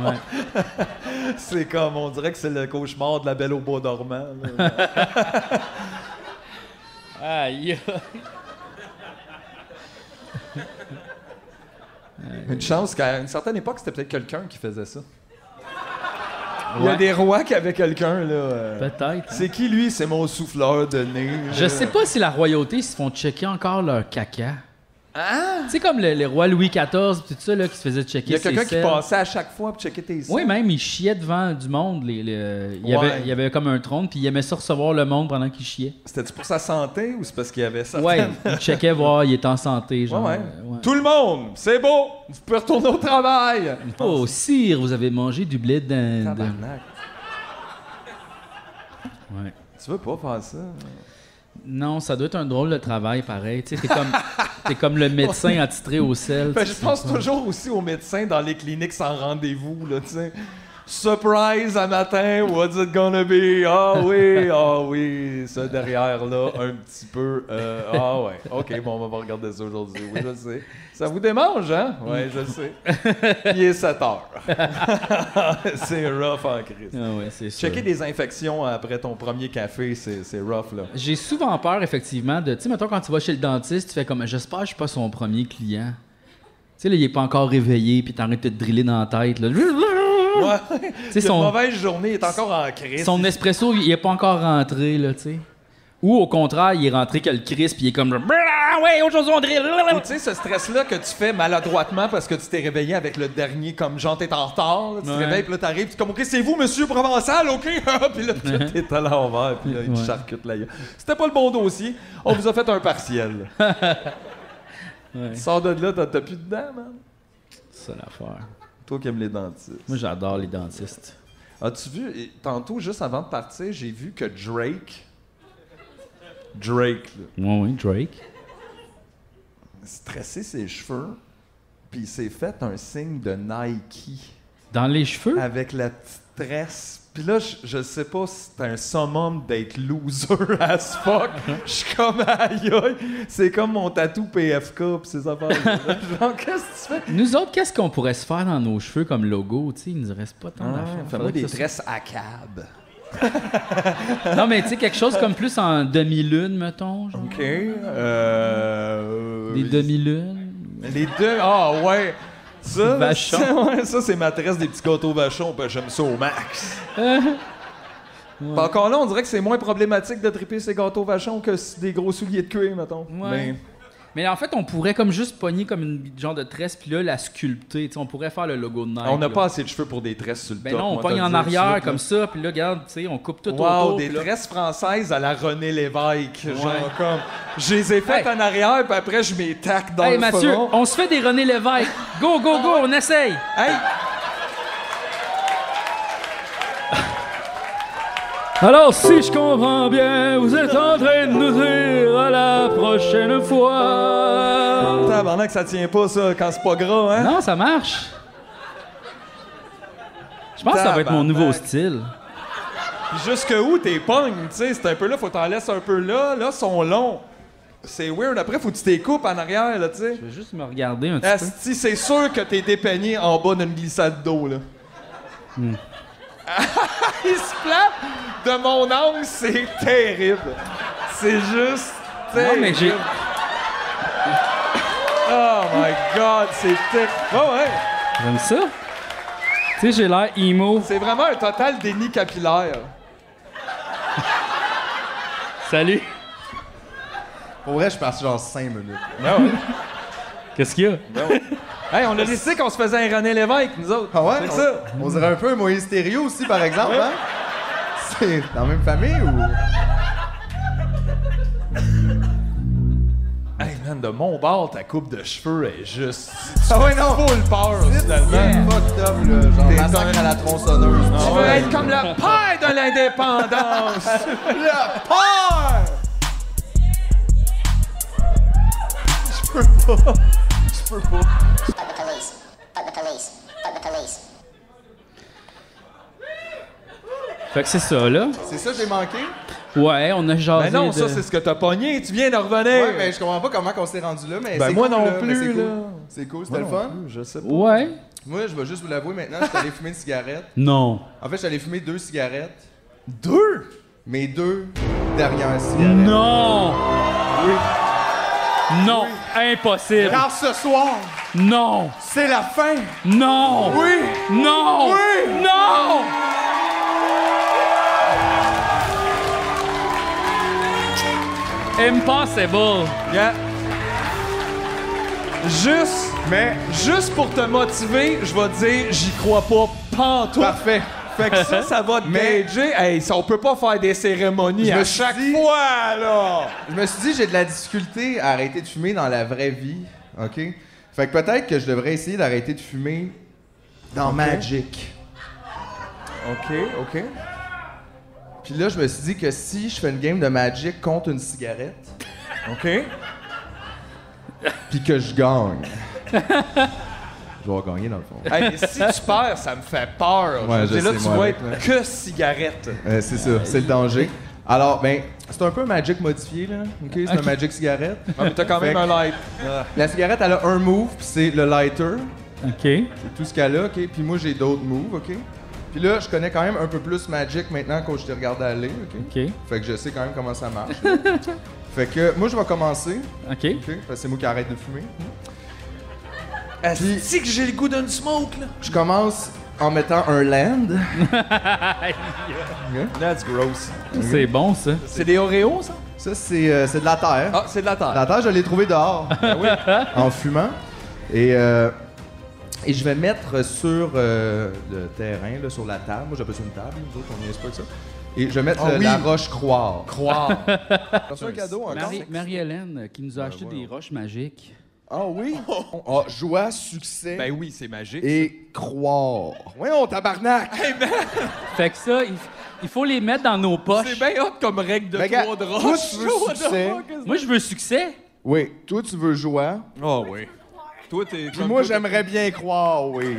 Speaker 4: c'est comme, on dirait que c'est le cauchemar de la belle au bois dormant. là.
Speaker 1: Aïe!
Speaker 4: Une chance qu'à une certaine époque, c'était peut-être quelqu'un qui faisait ça. Il y a des rois qui avaient quelqu'un, là. euh,
Speaker 1: Peut-être.
Speaker 4: C'est qui, lui? C'est mon souffleur de nez.
Speaker 1: Je sais pas si la royauté se font checker encore leur caca.
Speaker 4: Ah!
Speaker 1: Tu sais, comme le, le roi Louis XIV, pis tout ça, là, qui se faisait checker
Speaker 4: Il y a
Speaker 1: ses
Speaker 4: quelqu'un qui
Speaker 1: selles.
Speaker 4: passait à chaque fois pour checker tes
Speaker 1: Oui,
Speaker 4: seins.
Speaker 1: même, il chiait devant du monde. Les, les- il, y
Speaker 4: Ouais.
Speaker 1: avait, il y avait comme un trône, puis il aimait ça recevoir le monde pendant qu'il chiait.
Speaker 4: C'était-tu pour sa santé ou c'est parce qu'il y avait ça?
Speaker 1: Ouais, il checkait voir, il est en santé. Genre,
Speaker 4: Ouais, ouais.
Speaker 1: euh, ouais.
Speaker 4: Tout le monde, c'est beau, vous pouvez retourner au travail.
Speaker 1: Oh, sire, vous avez mangé du blé d'Inde.
Speaker 4: Tabarnak.
Speaker 1: Ouais.
Speaker 4: Tu veux pas faire ça?
Speaker 1: Non, ça doit être un drôle de travail, pareil. Tu sais, t'es comme, t'es comme le médecin attitré au sel.
Speaker 4: Ben,
Speaker 1: tu
Speaker 4: je
Speaker 1: sais,
Speaker 4: pense
Speaker 1: c'est ça.
Speaker 4: toujours aussi aux médecins dans les cliniques sans rendez-vous, là, tu sais. Surprise à matin, what's it gonna be? Ah oui, ah oui, ça derrière-là, un petit peu. euh, ah ouais, ok, bon, on va regarder ça aujourd'hui. Oui, je le sais. Ça vous démange, hein? Oui, je le sais. Il est 7 heures. c'est rough en crise.
Speaker 1: Ah ouais, c'est sûr.
Speaker 4: Checker des infections après ton premier café, c'est c'est rough, là.
Speaker 1: J'ai souvent peur, effectivement, de. Tu sais, mettons, quand tu vas chez le dentiste, tu fais comme J'espère que je suis pas son premier client. Tu sais, là, il est pas encore réveillé, puis t'arrêtes de te driller dans la tête. Là.
Speaker 4: Ouais.
Speaker 1: sais,
Speaker 4: Il a
Speaker 1: son-
Speaker 4: une mauvaise journée, il est encore en crise.
Speaker 1: Son espresso, il est pas encore rentré, là, tu sais. Ou au contraire, il est rentré que le Chris, puis il est comme genre, Ah ouais, aujourd'hui on drille.
Speaker 4: Ou tu sais, ce stress-là que tu fais maladroitement parce que tu t'es réveillé avec le dernier, comme genre t'es en retard, là, tu te
Speaker 1: Ouais.
Speaker 4: réveilles, puis là t'arrives, puis t'es comme, OK, c'est vous, monsieur Provençal, OK? puis là, puis là, t'es à l'envers, puis là, il te
Speaker 1: Ouais.
Speaker 4: charcute la gueule. C'était pas le bon dossier, on vous a fait un partiel.
Speaker 1: Ouais.
Speaker 4: Tu sors de là, t'as t'as plus de dents, man.
Speaker 1: C'est ça l'affaire.
Speaker 4: Toi qui aimes les dentistes.
Speaker 1: Moi, j'adore les dentistes.
Speaker 4: As-tu vu, et tantôt, juste avant de partir, j'ai vu que Drake. Drake, là.
Speaker 1: Moi, oui, Drake.
Speaker 4: stressé ses cheveux, puis il s'est fait un signe de Nike.
Speaker 1: Dans les cheveux?
Speaker 4: Avec la petite tresse. Puis là, je, je sais pas si c'est un summum d'être loser as fuck. Je suis comme aïe aïe. C'est comme mon tatou PFK pis ces affaires. Genre, qu'est-ce que tu fais?
Speaker 1: Nous autres, qu'est-ce qu'on pourrait se faire dans nos cheveux comme logo? Tu sais, il nous reste pas tant
Speaker 4: Ah,
Speaker 1: d'affaires.
Speaker 4: Fais-moi
Speaker 1: Faudrait
Speaker 4: des
Speaker 1: que ça soit-
Speaker 4: tresses à cab.
Speaker 1: Non, mais tu sais, quelque chose comme plus en demi-lune, mettons. Genre.
Speaker 4: OK. Euh...
Speaker 1: Des demi-lunes.
Speaker 4: Les deux. Ah, ouais. Ça,
Speaker 1: Vachon.
Speaker 4: ça, ouais, ça, c'est ma tresse des petits gâteaux vachons. Ben, j'aime ça au max. Puis Encore là, on dirait que c'est moins problématique de triper ces gâteaux vachons que s- des gros souliers de cuir, mettons.
Speaker 1: Ouais.
Speaker 4: Mais-
Speaker 1: Mais en fait, on pourrait comme juste pogner comme une genre de tresse, puis là, la sculpter. Tu sais, on pourrait faire le logo de Nike.
Speaker 4: Ah, on n'a
Speaker 1: là.
Speaker 4: pas assez de cheveux pour des tresses sur le
Speaker 1: Ben
Speaker 4: top,
Speaker 1: non, on
Speaker 4: moi, te
Speaker 1: pogne
Speaker 4: le
Speaker 1: en
Speaker 4: dis tout de
Speaker 1: arrière
Speaker 4: suite,
Speaker 1: comme
Speaker 4: là.
Speaker 1: ça, puis là, regarde, tu sais, on coupe tout
Speaker 4: Wow,
Speaker 1: autour.
Speaker 4: des
Speaker 1: puis là-
Speaker 4: tresses françaises à la René Lévesque.
Speaker 1: Ouais.
Speaker 4: Genre comme. Je les ai faites en arrière, puis après, je m'étaque dans
Speaker 1: Hey
Speaker 4: le
Speaker 1: Mathieu,
Speaker 4: front.
Speaker 1: on se fait des René Lévesque. Go, go, go, on essaye.
Speaker 4: Hey!
Speaker 1: Alors, si je comprends bien, vous êtes en train de nous dire à la prochaine fois.
Speaker 4: Tabarnak, ça tient pas, ça, quand c'est pas gras, hein?
Speaker 1: Non, ça marche. Je pense que ça va être mon nouveau
Speaker 4: Tabarnak.
Speaker 1: style.
Speaker 4: Puis Jusque où t'es pognes, tu sais, c'est un peu là, faut t'en laisser un peu là, là, sont longs. C'est weird, après, faut que tu t'es coupes en arrière, là, tu sais.
Speaker 1: Je vais juste me regarder un petit
Speaker 4: Asti, c'est sûr que t'es dépeigné en bas d'une glissade d'eau, là.
Speaker 1: Hmm.
Speaker 4: Il se plate de mon angle, c'est terrible. C'est juste
Speaker 1: peu. Non,
Speaker 4: terrible.
Speaker 1: mais j'ai.
Speaker 4: Oh my god, c'est terrible. Oh ouais,
Speaker 1: J'aime ça. Tu sais, j'ai l'air emo.
Speaker 4: c'est vraiment un total déni capillaire.
Speaker 1: Salut.
Speaker 5: Pour vrai, je passe genre 5 minutes.
Speaker 4: Non, ouais.
Speaker 1: Qu'est-ce qu'il y a?
Speaker 4: hey, on a décidé qu'on se faisait un René Lévesque, nous autres.
Speaker 5: Ah ouais?
Speaker 4: C'est
Speaker 5: On,
Speaker 4: ça.
Speaker 5: on dirait un peu Moïse Thériault aussi, par exemple, hein? C'est dans la même famille ou.
Speaker 4: Hey man, de mon bord, ta coupe de cheveux est juste.
Speaker 5: Ah ouais, non!
Speaker 4: Full peur,
Speaker 5: C'est
Speaker 4: finalement.
Speaker 5: fucked up, là. Genre,
Speaker 4: T'es
Speaker 5: massacre
Speaker 4: un-
Speaker 5: à la tronçonneuse.
Speaker 4: Tu veux être comme le père de l'indépendance!
Speaker 5: Le père! Je peux pas. Je peux pas.
Speaker 1: Fait que c'est ça, là.
Speaker 5: C'est ça que j'ai manqué?
Speaker 1: Ouais, on a jasé.
Speaker 4: Ben non,
Speaker 1: de-
Speaker 4: ça c'est ce que t'as pogné, tu viens de revenir!
Speaker 5: Ouais, mais je comprends pas comment on s'est rendu là, mais.
Speaker 4: Ben
Speaker 5: c'est
Speaker 4: moi
Speaker 5: cool,
Speaker 4: non
Speaker 5: là, mais
Speaker 4: plus,
Speaker 5: c'est cool.
Speaker 4: là.
Speaker 5: C'est cool, c'était
Speaker 4: Moi
Speaker 5: le
Speaker 4: non
Speaker 5: fun.
Speaker 4: plus, Je sais pas.
Speaker 1: Ouais.
Speaker 5: Moi, je vais juste vous l'avouer maintenant, je suis allé fumer une cigarette.
Speaker 1: Non.
Speaker 5: En fait, je suis allé fumer deux cigarettes.
Speaker 4: Deux!
Speaker 5: Mes deux dernières cigarettes.
Speaker 1: Non! Non, impossible.
Speaker 5: Car ce soir,
Speaker 1: Non!
Speaker 5: c'est la fin!
Speaker 1: Non!
Speaker 5: Oui!
Speaker 1: Non!
Speaker 5: Oui!
Speaker 1: Non! Impossible!
Speaker 4: Yeah. Juste, mais juste pour te motiver, je vais te dire, j'y crois pas pantoute.
Speaker 5: Parfait.
Speaker 4: Fait que ça, ça va te
Speaker 5: Mais-
Speaker 4: gager. Hey, ça, on peut pas faire des cérémonies
Speaker 5: Je me
Speaker 4: à
Speaker 5: suis
Speaker 4: chaque
Speaker 5: dit-
Speaker 4: fois, là!
Speaker 5: Je me suis dit, j'ai de la difficulté à arrêter de fumer dans la vraie vie, ok? Fait que peut-être que je devrais essayer d'arrêter de fumer dans Magic.
Speaker 4: OK, OK.
Speaker 5: Puis là, je me suis dit que si je fais une game de Magic contre une cigarette,
Speaker 4: OK.
Speaker 5: puis que je gagne, je vais gagner dans le fond.
Speaker 4: Hey, si tu perds, ça me fait peur.
Speaker 5: Ouais,
Speaker 4: je veux
Speaker 5: je
Speaker 4: dire, là,
Speaker 5: sais,
Speaker 4: tu
Speaker 5: moi,
Speaker 4: vas
Speaker 5: avec,
Speaker 4: être
Speaker 5: là.
Speaker 4: que cigarette.
Speaker 5: Euh, c'est ça, c'est le danger. Alors, ben, c'est un peu Magic modifié, là. ok? C'est un Magic cigarette.
Speaker 4: Ah, mais t'as quand
Speaker 5: Fait
Speaker 4: même
Speaker 5: que-
Speaker 4: un light.
Speaker 5: La cigarette, elle a un move, puis c'est le lighter.
Speaker 1: Ok.
Speaker 5: C'est tout ce qu'elle a, ok? Puis moi, j'ai d'autres moves, ok? Puis là, je connais quand même un peu plus Magic maintenant quand je t'ai regardé aller, ok?
Speaker 1: Ok.
Speaker 5: Fait que je sais quand même comment ça marche. fait que moi, je vais commencer,
Speaker 1: Ok.
Speaker 5: ok? Parce que c'est moi qui arrête de fumer.
Speaker 4: Si que j'ai le goût d'une smoke, là.
Speaker 5: Je commence en mettant un land.
Speaker 4: That's gross.
Speaker 1: C'est bon, ça.
Speaker 4: C'est des Oreos, ça?
Speaker 5: Ça, c'est euh, c'est de la terre.
Speaker 4: Ah, c'est de la terre.
Speaker 5: La terre, je l'ai trouvée dehors, en fumant. Et, euh, et je vais mettre sur euh, le terrain, là, sur la table. Moi, j'appelle ça une table. Nous autres, on n'y est pas avec ça. Et je vais mettre
Speaker 4: Ah
Speaker 5: le-
Speaker 4: oui.
Speaker 5: la roche croire.
Speaker 4: Croire.
Speaker 5: C'est un cadeau encore?
Speaker 1: Marie- Marie-Hélène euh, qui
Speaker 4: Ben
Speaker 1: nous a acheté des roches magiques.
Speaker 5: Ah oui? Ah, joie, succès
Speaker 4: ben oui, c'est magique.
Speaker 5: et croire. Voyons, tabarnak!
Speaker 1: Fait que ça, il, il faut les mettre dans nos poches.
Speaker 5: Ben
Speaker 4: C'est bien hot comme règle de
Speaker 5: Regarde,
Speaker 4: trois
Speaker 5: moi,
Speaker 4: draps.
Speaker 5: je veux succès.
Speaker 1: Moi, je veux succès.
Speaker 5: Oui, toi, tu veux jouer.
Speaker 4: Oh oui. Toi, t'es.
Speaker 5: Puis
Speaker 4: comme
Speaker 5: moi,
Speaker 4: toi,
Speaker 5: j'aimerais bien croire, oui.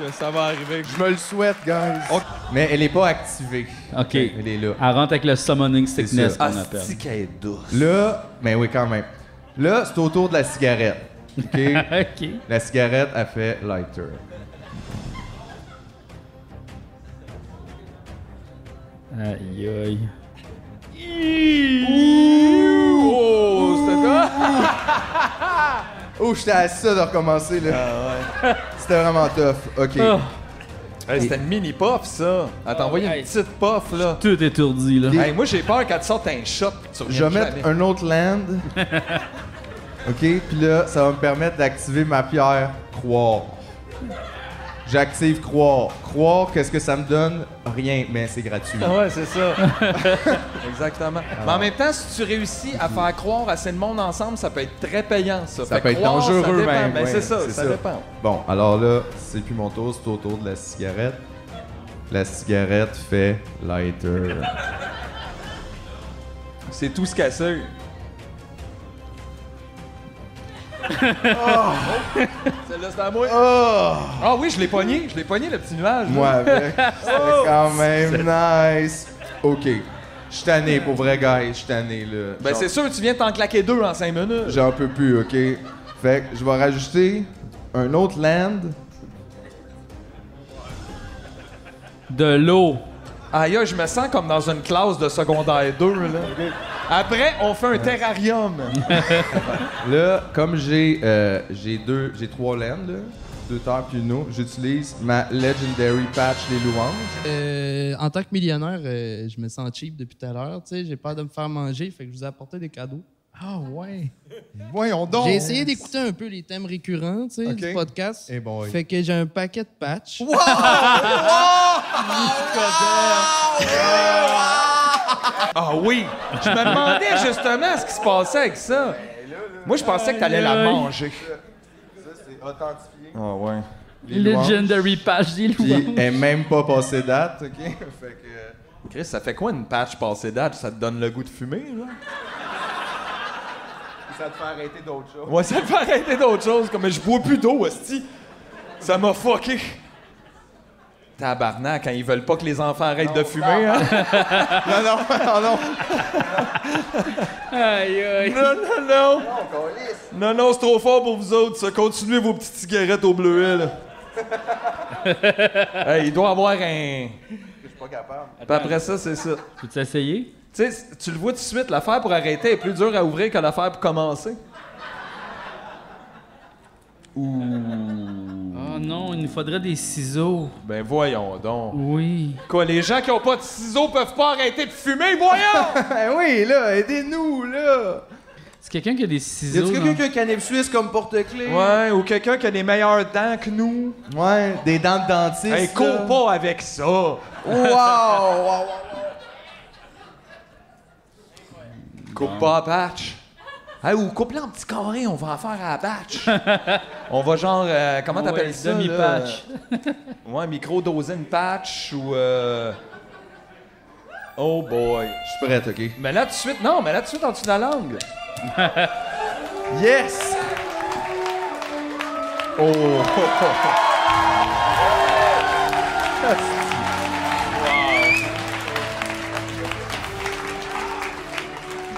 Speaker 4: Que ça va arriver.
Speaker 5: Je me le souhaite, guys. Mais elle est pas activée.
Speaker 1: OK. Elle rentre avec le summoning sickness
Speaker 5: ça.
Speaker 1: qu'on
Speaker 4: Ah,
Speaker 1: appelle.
Speaker 5: Asti qu'elle Là, mais oui, quand même. Là, c'est au tour de la cigarette. OK?
Speaker 1: OK.
Speaker 5: La cigarette, elle fait lighter.
Speaker 1: Aïe, aïe.
Speaker 5: Oh, Oh, j'étais à ça de recommencer, là. C'était vraiment tough. OK.
Speaker 4: Ah. Hey, c'était une mini puff, ça. Elle t'a envoyé une petite puff, là.
Speaker 1: Tout étourdi, là.
Speaker 4: Hey, moi, j'ai peur qu'elle te sorte un shot. Tu
Speaker 5: Je vais mettre un autre land. OK? Puis là, ça va me permettre d'activer ma pierre croire. J'active croire. Croire, qu'est-ce que ça me donne? Rien, mais c'est gratuit.
Speaker 4: Ah ouais, c'est ça. Exactement. Mais en même temps, si tu réussis à faire croire assez de monde ensemble, ça peut être très payant, ça.
Speaker 5: Ça
Speaker 4: Fait
Speaker 5: peut être
Speaker 4: croire, ça
Speaker 5: dangereux,
Speaker 4: dépend.
Speaker 5: même.
Speaker 4: Ben,
Speaker 5: ouais,
Speaker 4: c'est ça, ça, dépend.
Speaker 5: Bon, alors là, c'est plus mon tour, c'est au tour de la cigarette. La cigarette fait lighter.
Speaker 4: C'est tout ce qu'elle sait. Oh! Celle-là, c'est à moi. Ah oui, je l'ai pogné. Je l'ai pogné, le petit nuage. là.
Speaker 5: Moi avec. C'est
Speaker 4: Oh!
Speaker 5: quand même nice. OK. Je suis tanné, pour vrai, guys. Je suis tanné, là.
Speaker 4: Ben,
Speaker 5: Genre,
Speaker 4: c'est sûr, tu viens t'en claquer deux en cinq minutes.
Speaker 5: J'en peux plus, OK? Fait que je vais rajouter un autre land.
Speaker 1: De l'eau.
Speaker 4: Aïe, aïe, je me sens comme dans une classe de secondaire 2, là. Après, on fait un terrarium.
Speaker 5: Là, comme j'ai euh, j'ai deux, j'ai trois lands, là, deux terres puis une eau, j'utilise ma Legendary Patch des louanges.
Speaker 12: Euh, en tant que millionnaire, euh, je me sens cheap depuis tout à l'heure. Tu sais, j'ai peur de me faire manger, fait que je vous ai apporté des cadeaux.
Speaker 5: Ah ouais. Voyons donc.
Speaker 12: J'ai essayé d'écouter un peu les thèmes récurrents, tu sais, du podcast.
Speaker 5: Eh boy.
Speaker 12: Fait que j'ai un paquet de patchs.
Speaker 4: Ah oui! Je me demandais justement ce qui se passait avec ça. Moi, je pensais que t'allais la
Speaker 1: Aïe, aïe.
Speaker 4: manger.
Speaker 5: Ça, c'est authentifié.
Speaker 4: Ah ouais.
Speaker 5: Les louanges.
Speaker 1: Legendary patch des
Speaker 5: Puis
Speaker 1: louanges.
Speaker 5: elle est même pas passée date, OK? Fait que...
Speaker 4: Chris, ça fait quoi une patch passée d'âge? Ça te donne le goût de fumer, là?
Speaker 5: Ça te fait arrêter d'autres choses.
Speaker 4: Moi, ça me fait arrêter d'autres choses. Comme je bois plus d'eau, hostie. Ça m'a fucké. Tabarnak, quand ils veulent pas que les enfants arrêtent de fumer, hein?
Speaker 5: Non, non, non, non.
Speaker 1: Aïe, aïe.
Speaker 4: Non, non, non! Non, non, c'est trop fort pour vous autres, ça. Continuez vos petites cigarettes au bleuet, là. Hey, il doit avoir un...
Speaker 5: Je suis pas capable.
Speaker 4: Puis après ça, c'est ça.
Speaker 1: Tu veux t'essayer?
Speaker 4: Tu sais, c- tu le vois tout de suite, l'affaire pour arrêter est plus dure à ouvrir que l'affaire pour commencer.
Speaker 1: Oh non, il nous faudrait des ciseaux.
Speaker 4: Ben voyons donc.
Speaker 1: Oui.
Speaker 4: Quoi, les gens qui ont pas de ciseaux peuvent pas arrêter de fumer, voyons!
Speaker 5: Ben oui, là, aidez-nous, là.
Speaker 1: C'est quelqu'un qui a des
Speaker 5: Y
Speaker 1: ciseaux.
Speaker 5: a-tu
Speaker 12: hein.
Speaker 5: quelqu'un
Speaker 1: dans-
Speaker 5: qui a un canif suisse comme porte-clés?
Speaker 4: ouais, ou quelqu'un qui a des meilleures dents que nous.
Speaker 5: Ouais, des dents de dentiste.
Speaker 4: Hey, cours
Speaker 5: là.
Speaker 4: pas avec ça!
Speaker 5: Wow, wow, wow.
Speaker 4: Coupe pas à patch. Hey, ou coupe-la en petit carré, on va en faire à la patch. on va genre, euh, comment
Speaker 1: Ouais,
Speaker 4: t'appelles ça? là?
Speaker 1: demi-patch.
Speaker 4: Ouais, micro-dosine patch ou. euh, Oh boy.
Speaker 5: Je suis prête, OK?
Speaker 4: Mais là, tout de suite, non, mais là, tout de suite, en dessous de la langue.
Speaker 5: Yes! Oh!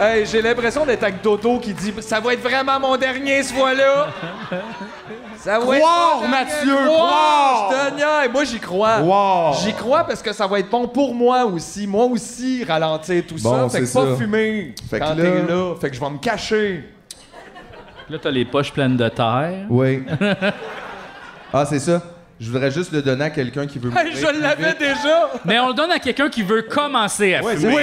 Speaker 4: Hey, j'ai l'impression d'être avec Dodo qui dit Ça va être vraiment mon dernier, ce fois-là. ça va
Speaker 5: Croire,
Speaker 4: mon
Speaker 5: Mathieu,
Speaker 4: dernier.
Speaker 5: croire!
Speaker 4: Je te niaise. Moi, j'y crois.
Speaker 5: Wow!
Speaker 4: J'y crois parce que ça va être bon pour moi aussi. Moi aussi, ralentir tout
Speaker 5: Bon,
Speaker 4: ça. Fait que
Speaker 5: c'est
Speaker 4: pas
Speaker 5: ça.
Speaker 4: fumer
Speaker 5: Fait que
Speaker 4: quand
Speaker 5: là-
Speaker 4: t'es là. Fait que je vais me cacher.
Speaker 1: Là, t'as les poches pleines de terre.
Speaker 5: Oui. Ah, c'est ça. Je voudrais juste le donner à quelqu'un qui veut me
Speaker 4: Hey, je l'avais déjà.
Speaker 1: Mais on le donne à quelqu'un qui veut commencer à fumer.
Speaker 5: Oui!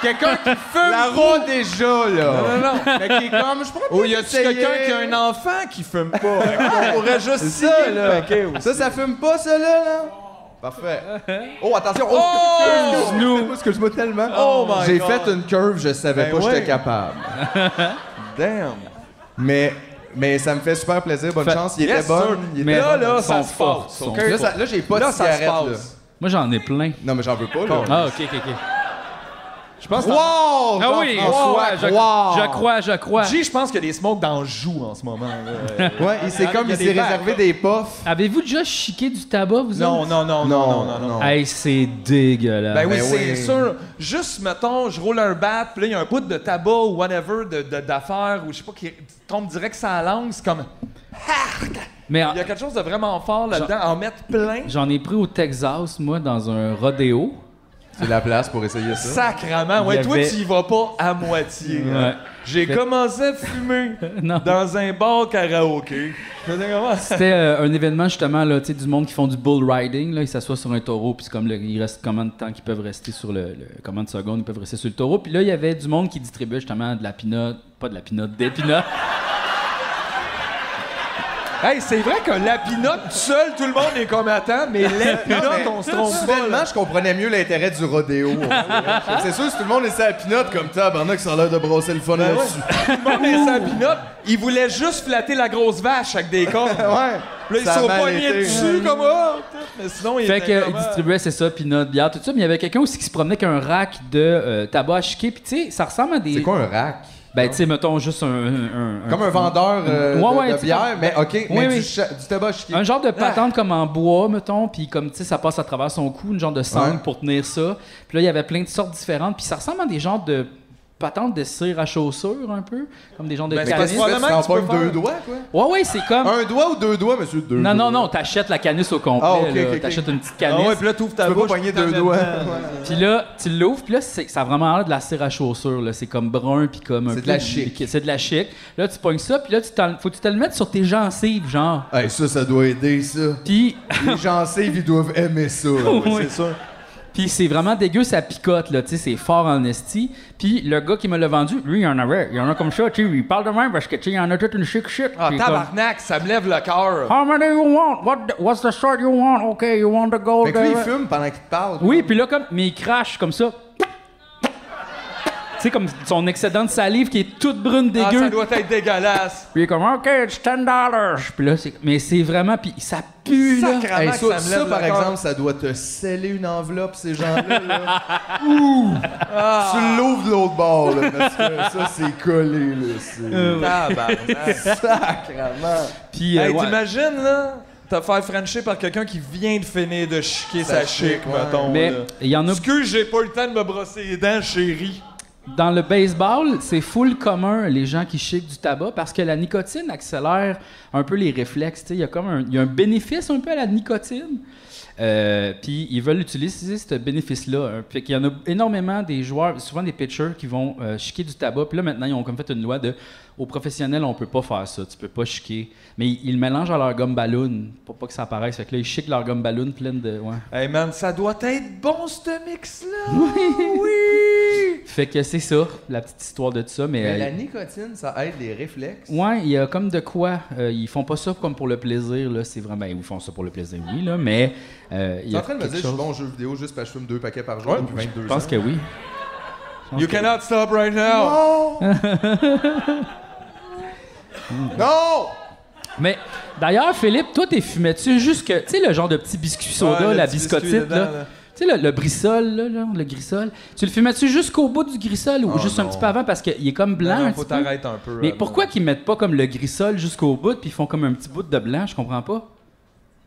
Speaker 5: Quelqu'un qui fume La roue déjà, là!
Speaker 4: Non, non, non.
Speaker 5: Mais qui est comme, je pourrais
Speaker 4: Ou y a-tu quelqu'un qui a un enfant qui fume pas? On pourrait juste
Speaker 5: C'est ça,
Speaker 4: signer le
Speaker 5: là!
Speaker 4: paquet aussi.
Speaker 5: Ça, ça fume pas, ça, là? là? Parfait. Oh, attention! Oh!
Speaker 1: genou.
Speaker 5: Parce que je me tellement.
Speaker 4: Oh my
Speaker 5: J'ai
Speaker 4: God.
Speaker 5: fait une curve, je savais
Speaker 4: Ben
Speaker 5: pas que j'étais
Speaker 4: oui.
Speaker 5: capable.
Speaker 4: Damn.
Speaker 5: Mais, mais ça me fait super plaisir. Bonne
Speaker 1: Fait-
Speaker 5: chance. Il
Speaker 4: Yes,
Speaker 5: était bon.
Speaker 4: sir.
Speaker 5: Il était
Speaker 1: Mais-
Speaker 4: Là, là,
Speaker 1: Sont
Speaker 4: ça se
Speaker 1: fortes,
Speaker 4: passe.
Speaker 1: sont
Speaker 4: OK?
Speaker 5: bon. Là, ça- là, j'ai pas
Speaker 4: Là,
Speaker 5: de
Speaker 4: ça se
Speaker 5: cigarette.
Speaker 4: passe.
Speaker 5: là.
Speaker 1: Moi, j'en ai plein.
Speaker 5: Non, mais j'en veux pas. Là.
Speaker 1: Ah, ok, ok, ok.
Speaker 4: Je pense que-
Speaker 5: Wow!
Speaker 1: Ah oui,
Speaker 4: Jean-François,
Speaker 1: wow, je- je crois, je crois.
Speaker 4: G, je pense que les smokes d'en jouent en ce moment. là.
Speaker 5: Ouais, il s'est
Speaker 4: y a-
Speaker 5: comme,
Speaker 4: y a
Speaker 5: il
Speaker 4: des
Speaker 5: s'est
Speaker 4: bacs,
Speaker 5: réservé
Speaker 4: là.
Speaker 5: des puffs.
Speaker 1: Avez-vous déjà chiqué du tabac, vous
Speaker 4: Non,
Speaker 1: autres?
Speaker 4: non, non, non, non, non, non.
Speaker 1: Hey, c'est dégueulasse.
Speaker 4: Ben oui, c'est sûr. Juste, mettons, je roule un bat, puis là, il y a un bout de tabac ou whatever de- de- d'affaires, ou je sais pas, qui tombe direct sur la langue. C'est comme.
Speaker 1: Mais en-
Speaker 4: Il y a quelque chose de vraiment fort là-dedans. En mettre plein,
Speaker 1: j'en ai pris au Texas, moi, dans un rodéo.
Speaker 5: C'est la place pour essayer ça.
Speaker 4: sacrement. Ouais,
Speaker 1: Il y
Speaker 4: toi,
Speaker 1: avait-
Speaker 4: tu y vas pas à moitié. hein.
Speaker 1: Ouais.
Speaker 4: J'ai
Speaker 1: Fait-
Speaker 4: commencé à fumer dans un bar karaoké. C'était comment?
Speaker 1: C'était euh, un événement justement là, tu sais, du monde qui font du bull riding. Là, ils s'assoient sur un taureau, puis c'est comme le- il reste combien de temps qu'ils peuvent rester sur le, le- combien de secondes ils peuvent rester sur le taureau. Puis là, il y avait du monde qui distribuait justement de la pinotte, pas de la pinotte, des pinottes.
Speaker 4: Hey, c'est vrai que la pinotte, tout seul, tout le monde est comme attends, mais la pinotte, on se trompe pas. là.
Speaker 5: Soudainement, je comprenais mieux l'intérêt du rodéo. c'est sûr, si tout le monde laissait la pinote comme tabarnak, ça a l'air de brosser le fun
Speaker 4: Ben ouais.
Speaker 5: là-dessus.
Speaker 4: Tout le monde est sans pinotte. Il voulait juste flatter la grosse vache avec des cornes.
Speaker 5: Ouais. Ça
Speaker 4: Puis là, ils
Speaker 5: a
Speaker 4: sont
Speaker 5: mal
Speaker 4: pognés
Speaker 5: été.
Speaker 4: dessus, comme ça. Mais sinon, il
Speaker 1: Fait
Speaker 4: était
Speaker 1: que
Speaker 4: comme, ah.
Speaker 1: il distribuait c'est ça, pinotte, bière, tout ça. Mais il y avait quelqu'un aussi qui se promenait avec un rack de euh, tabac à chiquer. Puis tu sais, ça ressemble à des.
Speaker 5: C'est quoi un rack?
Speaker 1: Ben tu sais, mettons juste un, un-
Speaker 5: Comme un vendeur euh,
Speaker 1: Ouais,
Speaker 5: de-
Speaker 1: ouais,
Speaker 5: de,
Speaker 1: tu sais,
Speaker 5: bière,
Speaker 1: comme-
Speaker 5: mais ok, mais
Speaker 1: oui.
Speaker 5: du, cha- du tabac chiqué.
Speaker 1: Un genre de patente comme en bois, mettons, puis comme, tu sais, ça passe à travers son cou, une genre de sangle
Speaker 5: Ouais.
Speaker 1: pour tenir ça. Puis là, il y avait plein de sortes différentes, puis ça ressemble à des genres de patentes de cire à chaussures, un peu, comme des genres de
Speaker 4: Ben, c'est
Speaker 5: Qu'est-ce que
Speaker 1: canis.
Speaker 5: tu
Speaker 4: Probablement
Speaker 5: fais? Tu t'en
Speaker 4: que tu peux
Speaker 5: pognes deux
Speaker 4: faire-
Speaker 5: doigts, quoi?
Speaker 1: Ouais, ouais, c'est comme...
Speaker 5: Un doigt ou deux doigts, monsieur? Deux
Speaker 1: Non, non,
Speaker 5: doigts.
Speaker 1: non, t'achètes la canisse au complet,
Speaker 5: Ah, ok,
Speaker 1: là.
Speaker 5: ok, ok.
Speaker 1: T'achètes une petite
Speaker 4: Ah
Speaker 1: canisse.
Speaker 4: ouais, puis là, t'ouvres ta
Speaker 5: Tu peux pas
Speaker 4: bouche.
Speaker 5: pogner
Speaker 4: puis t'en
Speaker 5: deux
Speaker 4: mets
Speaker 5: doigts.
Speaker 4: dedans.
Speaker 1: Puis là, tu l'ouvres, puis là, c'est- ça a vraiment l'air de la cire à chaussures. Là. C'est comme brun, puis comme un
Speaker 5: C'est de
Speaker 1: peu
Speaker 5: la chic.
Speaker 1: C'est de la chic. Là, tu pognes ça, puis là, tu t'en- faut que tu te le mettes sur tes gencives, genre.
Speaker 5: Hey, ça, ça doit aider, ça.
Speaker 1: Puis
Speaker 5: Les gencives, ils doivent aimer ça. là,
Speaker 1: Oui.
Speaker 5: c'est sûr.
Speaker 1: Puis c'est vraiment dégueu, ça picote, là, tu sais, c'est fort en esti. Puis le gars qui me l'a vendu, lui, il y en avait, il y en a comme ça, tu sais, il parle de même parce que, tu sais, il y en a toute une chic shit.
Speaker 4: Ah,
Speaker 1: Puis comme,
Speaker 4: tabarnak, ça me lève le
Speaker 5: Ah,
Speaker 4: cœur.
Speaker 1: How many you want? What the- what's the short you want? OK, you want the gold?
Speaker 5: Fait que lui, il
Speaker 1: euh,
Speaker 5: fume pendant qu'il te parle.
Speaker 1: Oui, puis là, comme, mais il crache comme ça. Tu sais, comme son excédent de salive qui est toute brune
Speaker 4: Ah,
Speaker 1: dégueu.
Speaker 4: ça doit être dégueulasse.
Speaker 1: Puis il est comme, OK, it's 10 dollars. Puis là, c'est, mais c'est vraiment, puis ça pue, là.
Speaker 4: Sacrément
Speaker 5: Hey,
Speaker 4: que
Speaker 5: ça,
Speaker 4: ça me
Speaker 5: ça,
Speaker 4: lève le
Speaker 5: par
Speaker 4: cœur.
Speaker 5: exemple, ça doit te sceller une enveloppe, ces gens-là. là.
Speaker 1: Ah.
Speaker 5: Ouh! Tu l'ouvres de l'autre bord, là, parce que ça, c'est collé. Là,
Speaker 1: Euh,
Speaker 5: c'est...
Speaker 4: Tabarnak.
Speaker 5: Sacrement!
Speaker 1: Puis, euh,
Speaker 4: Hey,
Speaker 1: ouais.
Speaker 4: t'imagines, là, te faire frencher par quelqu'un qui vient de finir de chiquer
Speaker 5: Ça
Speaker 4: sa chic,
Speaker 5: chic, ouais.
Speaker 4: mettons.
Speaker 1: mais
Speaker 4: là.
Speaker 1: il y en a
Speaker 4: Excuse, j'ai pas eu le temps de me brosser les dents, chérie.
Speaker 1: Dans le baseball, c'est full commun les gens qui chiquent du tabac parce que la nicotine accélère un peu les réflexes. tu sais. Il y a comme un, il y a un bénéfice un peu à la nicotine. Euh, Puis ils veulent utiliser ce bénéfice-là. hein. Fait qu'il y en a énormément des joueurs, souvent des pitchers, qui vont euh, chiquer du tabac. Puis là, maintenant, ils ont comme fait une loi de aux professionnels, on peut pas faire ça. Tu peux pas chiquer. Mais ils, ils le mélangent à leur gomme ballon pour pas que ça apparaisse. Fait que là, ils chiquent leur gomme ballon pleine de. ouais.
Speaker 4: Hey man, ça doit être bon ce mix-là! oui!
Speaker 1: Fait que c'est ça, la petite histoire de ça. Mais,
Speaker 5: Mais
Speaker 1: euh,
Speaker 5: la nicotine, ça aide les réflexes.
Speaker 1: Ouais, il y a comme de quoi. euh, ils font pas ça comme pour le plaisir, là. C'est vraiment. ben, ils font ça pour le plaisir, oui, là, mais. euh, il
Speaker 5: T'es
Speaker 1: y a
Speaker 5: en train de me
Speaker 1: quelque
Speaker 5: dire que je suis
Speaker 1: chose-
Speaker 5: bon au jeu vidéo juste parce que je fume deux paquets par jour depuis
Speaker 1: Je
Speaker 5: 22 ans.
Speaker 1: pense que oui.
Speaker 4: You cannot stop right now!
Speaker 5: Non!
Speaker 1: Mais d'ailleurs, Philippe, toi, t'es fumé-tu juste que. Tu sais, le genre de petit biscuit soda,
Speaker 4: Ouais, le
Speaker 1: la
Speaker 4: petit biscuit
Speaker 1: biscotite,
Speaker 4: dedans,
Speaker 1: là.
Speaker 4: là.
Speaker 1: Tu sais, le, le brissol, là, genre, le grissol. Tu le fumais-tu jusqu'au bout du grissol ou
Speaker 5: Oh,
Speaker 1: juste un
Speaker 5: non.
Speaker 1: petit peu avant parce qu'il est comme blanc?
Speaker 4: Non,
Speaker 1: un
Speaker 4: faut
Speaker 1: petit peu?
Speaker 4: t'arrêter un peu. euh,
Speaker 1: Mais
Speaker 4: Rob.
Speaker 1: pourquoi qu'ils mettent pas comme le grissol jusqu'au bout puis ils font comme un petit bout de blanc? Je comprends pas.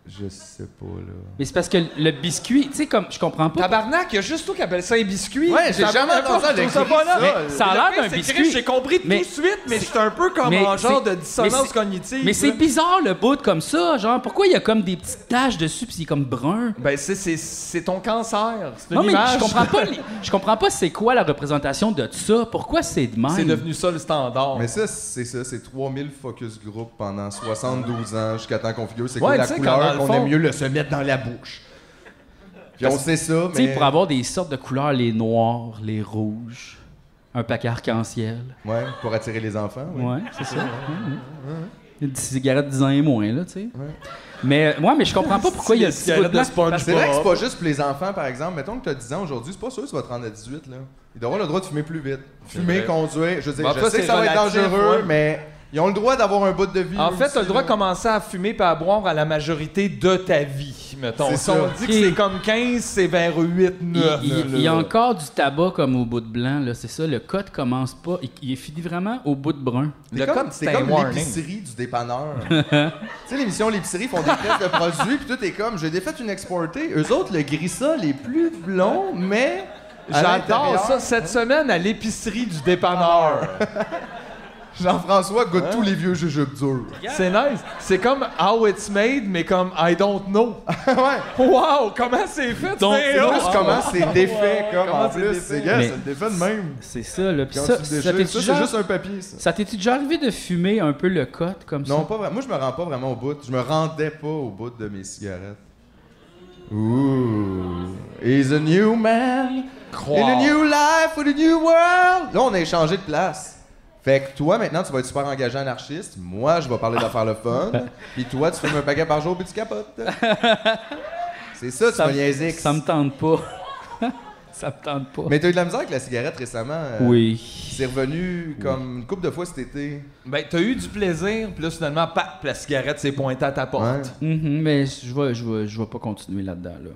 Speaker 5: Je sais pas, là.
Speaker 1: Mais c'est parce que le biscuit, tu sais, comme. Je comprends pas.
Speaker 4: Tabarnak, il y a juste toi qui appelle ça un biscuit!
Speaker 5: Ouais, j'ai
Speaker 4: Ça
Speaker 5: jamais
Speaker 4: me-
Speaker 5: entendu
Speaker 4: je
Speaker 5: le
Speaker 4: trouve ça
Speaker 5: biscuit,
Speaker 4: pas là.
Speaker 5: ça.
Speaker 1: Ça a
Speaker 4: Le
Speaker 1: l'air
Speaker 4: pire,
Speaker 1: d'un
Speaker 4: c'est que
Speaker 1: biscuit.
Speaker 4: J'ai compris tout
Speaker 1: Mais-
Speaker 4: de suite, mais c'est un peu comme
Speaker 1: Mais
Speaker 4: un genre
Speaker 1: c'est-
Speaker 4: de
Speaker 1: mais
Speaker 4: dissonance
Speaker 1: c'est-
Speaker 4: cognitive.
Speaker 1: Mais c'est
Speaker 4: là.
Speaker 1: bizarre le bout comme ça, genre pourquoi il y a comme des petites taches dessus puis c'est comme brun.
Speaker 4: Ben, c'est- c'est c'est ton cancer. C'est une
Speaker 1: Non mais
Speaker 4: image.
Speaker 1: je comprends pas, les- je comprends pas c'est quoi la représentation de ça. Pourquoi c'est de même
Speaker 4: C'est devenu ça le standard.
Speaker 5: Mais ça, c'est ça, c'est 3000 focus group pendant 72 ans jusqu'à temps qu'on figure c'est
Speaker 4: Ouais,
Speaker 5: quoi la
Speaker 4: tu sais, quand dans
Speaker 5: couleur
Speaker 4: le
Speaker 5: qu'on
Speaker 4: fond-
Speaker 5: aime mieux le se mettre dans la bouche. Puis on sait ça,
Speaker 1: Tu sais,
Speaker 5: mais...
Speaker 1: pour avoir des sortes de couleurs, les noirs, les rouges, un paquet arc-en-ciel.
Speaker 5: Ouais, pour attirer les enfants, oui.
Speaker 1: Ouais, c'est ça. Mhm. Une cigarette 10 ans et moins là, tu sais. Mais moi, mais je comprends pas pourquoi il y a ce petit bout de
Speaker 4: cigarette de
Speaker 1: blanc.
Speaker 4: sponge.
Speaker 1: Parce-
Speaker 5: C'est vrai que c'est pas juste pour les enfants, par exemple. Mettons que t'as 10 ans aujourd'hui, c'est pas sûr que tu vas te rendre à 18, là. Il doit avoir le droit de fumer plus vite. Fumer,
Speaker 4: vrai.
Speaker 5: conduire, je veux dire,
Speaker 4: Ben,
Speaker 5: je
Speaker 4: toi,
Speaker 5: sais
Speaker 4: c'est
Speaker 5: que ça va être
Speaker 4: relatif,
Speaker 5: dangereux,
Speaker 4: ouais.
Speaker 5: mais... Ils ont le droit d'avoir un bout de vie.
Speaker 4: En
Speaker 5: eux
Speaker 4: fait,
Speaker 5: aussi,
Speaker 4: t'as le droit
Speaker 5: là.
Speaker 4: de commencer à fumer et à boire à la majorité de ta vie, mettons.
Speaker 5: C'est
Speaker 4: Si
Speaker 5: ça.
Speaker 4: on dit que c'est comme 15, c'est vers 8,
Speaker 1: Il,
Speaker 4: 9.
Speaker 1: il- il y a encore du tabac comme au bout de blanc, là, c'est ça. Le code commence pas. Il, il finit vraiment au bout de brun.
Speaker 5: C'est comme, c'est comme l'épicerie du dépanneur. tu sais, l'émission L'épicerie font des tests de produits, puis tout est comme, j'ai défait une exportée. Eux autres, le grissa les plus blonds, mais. à
Speaker 4: J'adore
Speaker 5: l'intérieur-
Speaker 4: ça. Cette semaine, à l'épicerie du dépanneur.
Speaker 5: Jean-François goûte tous les vieux jujubes durs.
Speaker 4: C'est nice. C'est comme How It's Made, mais comme I Don't Know.
Speaker 5: ouais.
Speaker 4: Wow, comment c'est fait?
Speaker 5: Donc,
Speaker 4: c'est
Speaker 5: c'est
Speaker 4: haut.
Speaker 5: juste comment c'est défait, comme, en
Speaker 4: Oh, c'est
Speaker 5: plus,
Speaker 4: défait.
Speaker 5: c'est gars, ça le défait de même.
Speaker 1: C'est ça, là. Puis
Speaker 5: Quand
Speaker 1: ça,
Speaker 5: tu
Speaker 1: ça,
Speaker 5: déchires,
Speaker 1: t'es-tu
Speaker 5: ça, c'est
Speaker 1: déjà-
Speaker 5: juste un papier, ça.
Speaker 1: Ça t'es-tu déjà arrivé de fumer un peu le code comme ça?
Speaker 5: Non, pas vraiment. Moi, je me rends pas vraiment au bout. Je me rendais pas au bout de mes cigarettes. Ooh, he's a new man. In a new life, with a new world. Là, on a changé de place. Fait que toi, maintenant, tu vas être super engagé anarchiste. Moi, je vais parler d'affaires le fun. Puis toi, tu fumes un paquet par jour, puis tu capotes. C'est ça, tu
Speaker 1: Ça
Speaker 5: vas
Speaker 1: me-
Speaker 5: niaiser.
Speaker 1: Ça me tente pas. ça me tente pas.
Speaker 5: Mais t'as eu de la misère avec la cigarette récemment. euh,
Speaker 1: Oui.
Speaker 5: C'est revenu comme une couple de fois cet été.
Speaker 4: Ben, t'as eu du plaisir, puis là, finalement, paf, la cigarette s'est pointée à ta porte.
Speaker 1: Mhm, mais je vais, je vais, je vais pas continuer là-dedans, là.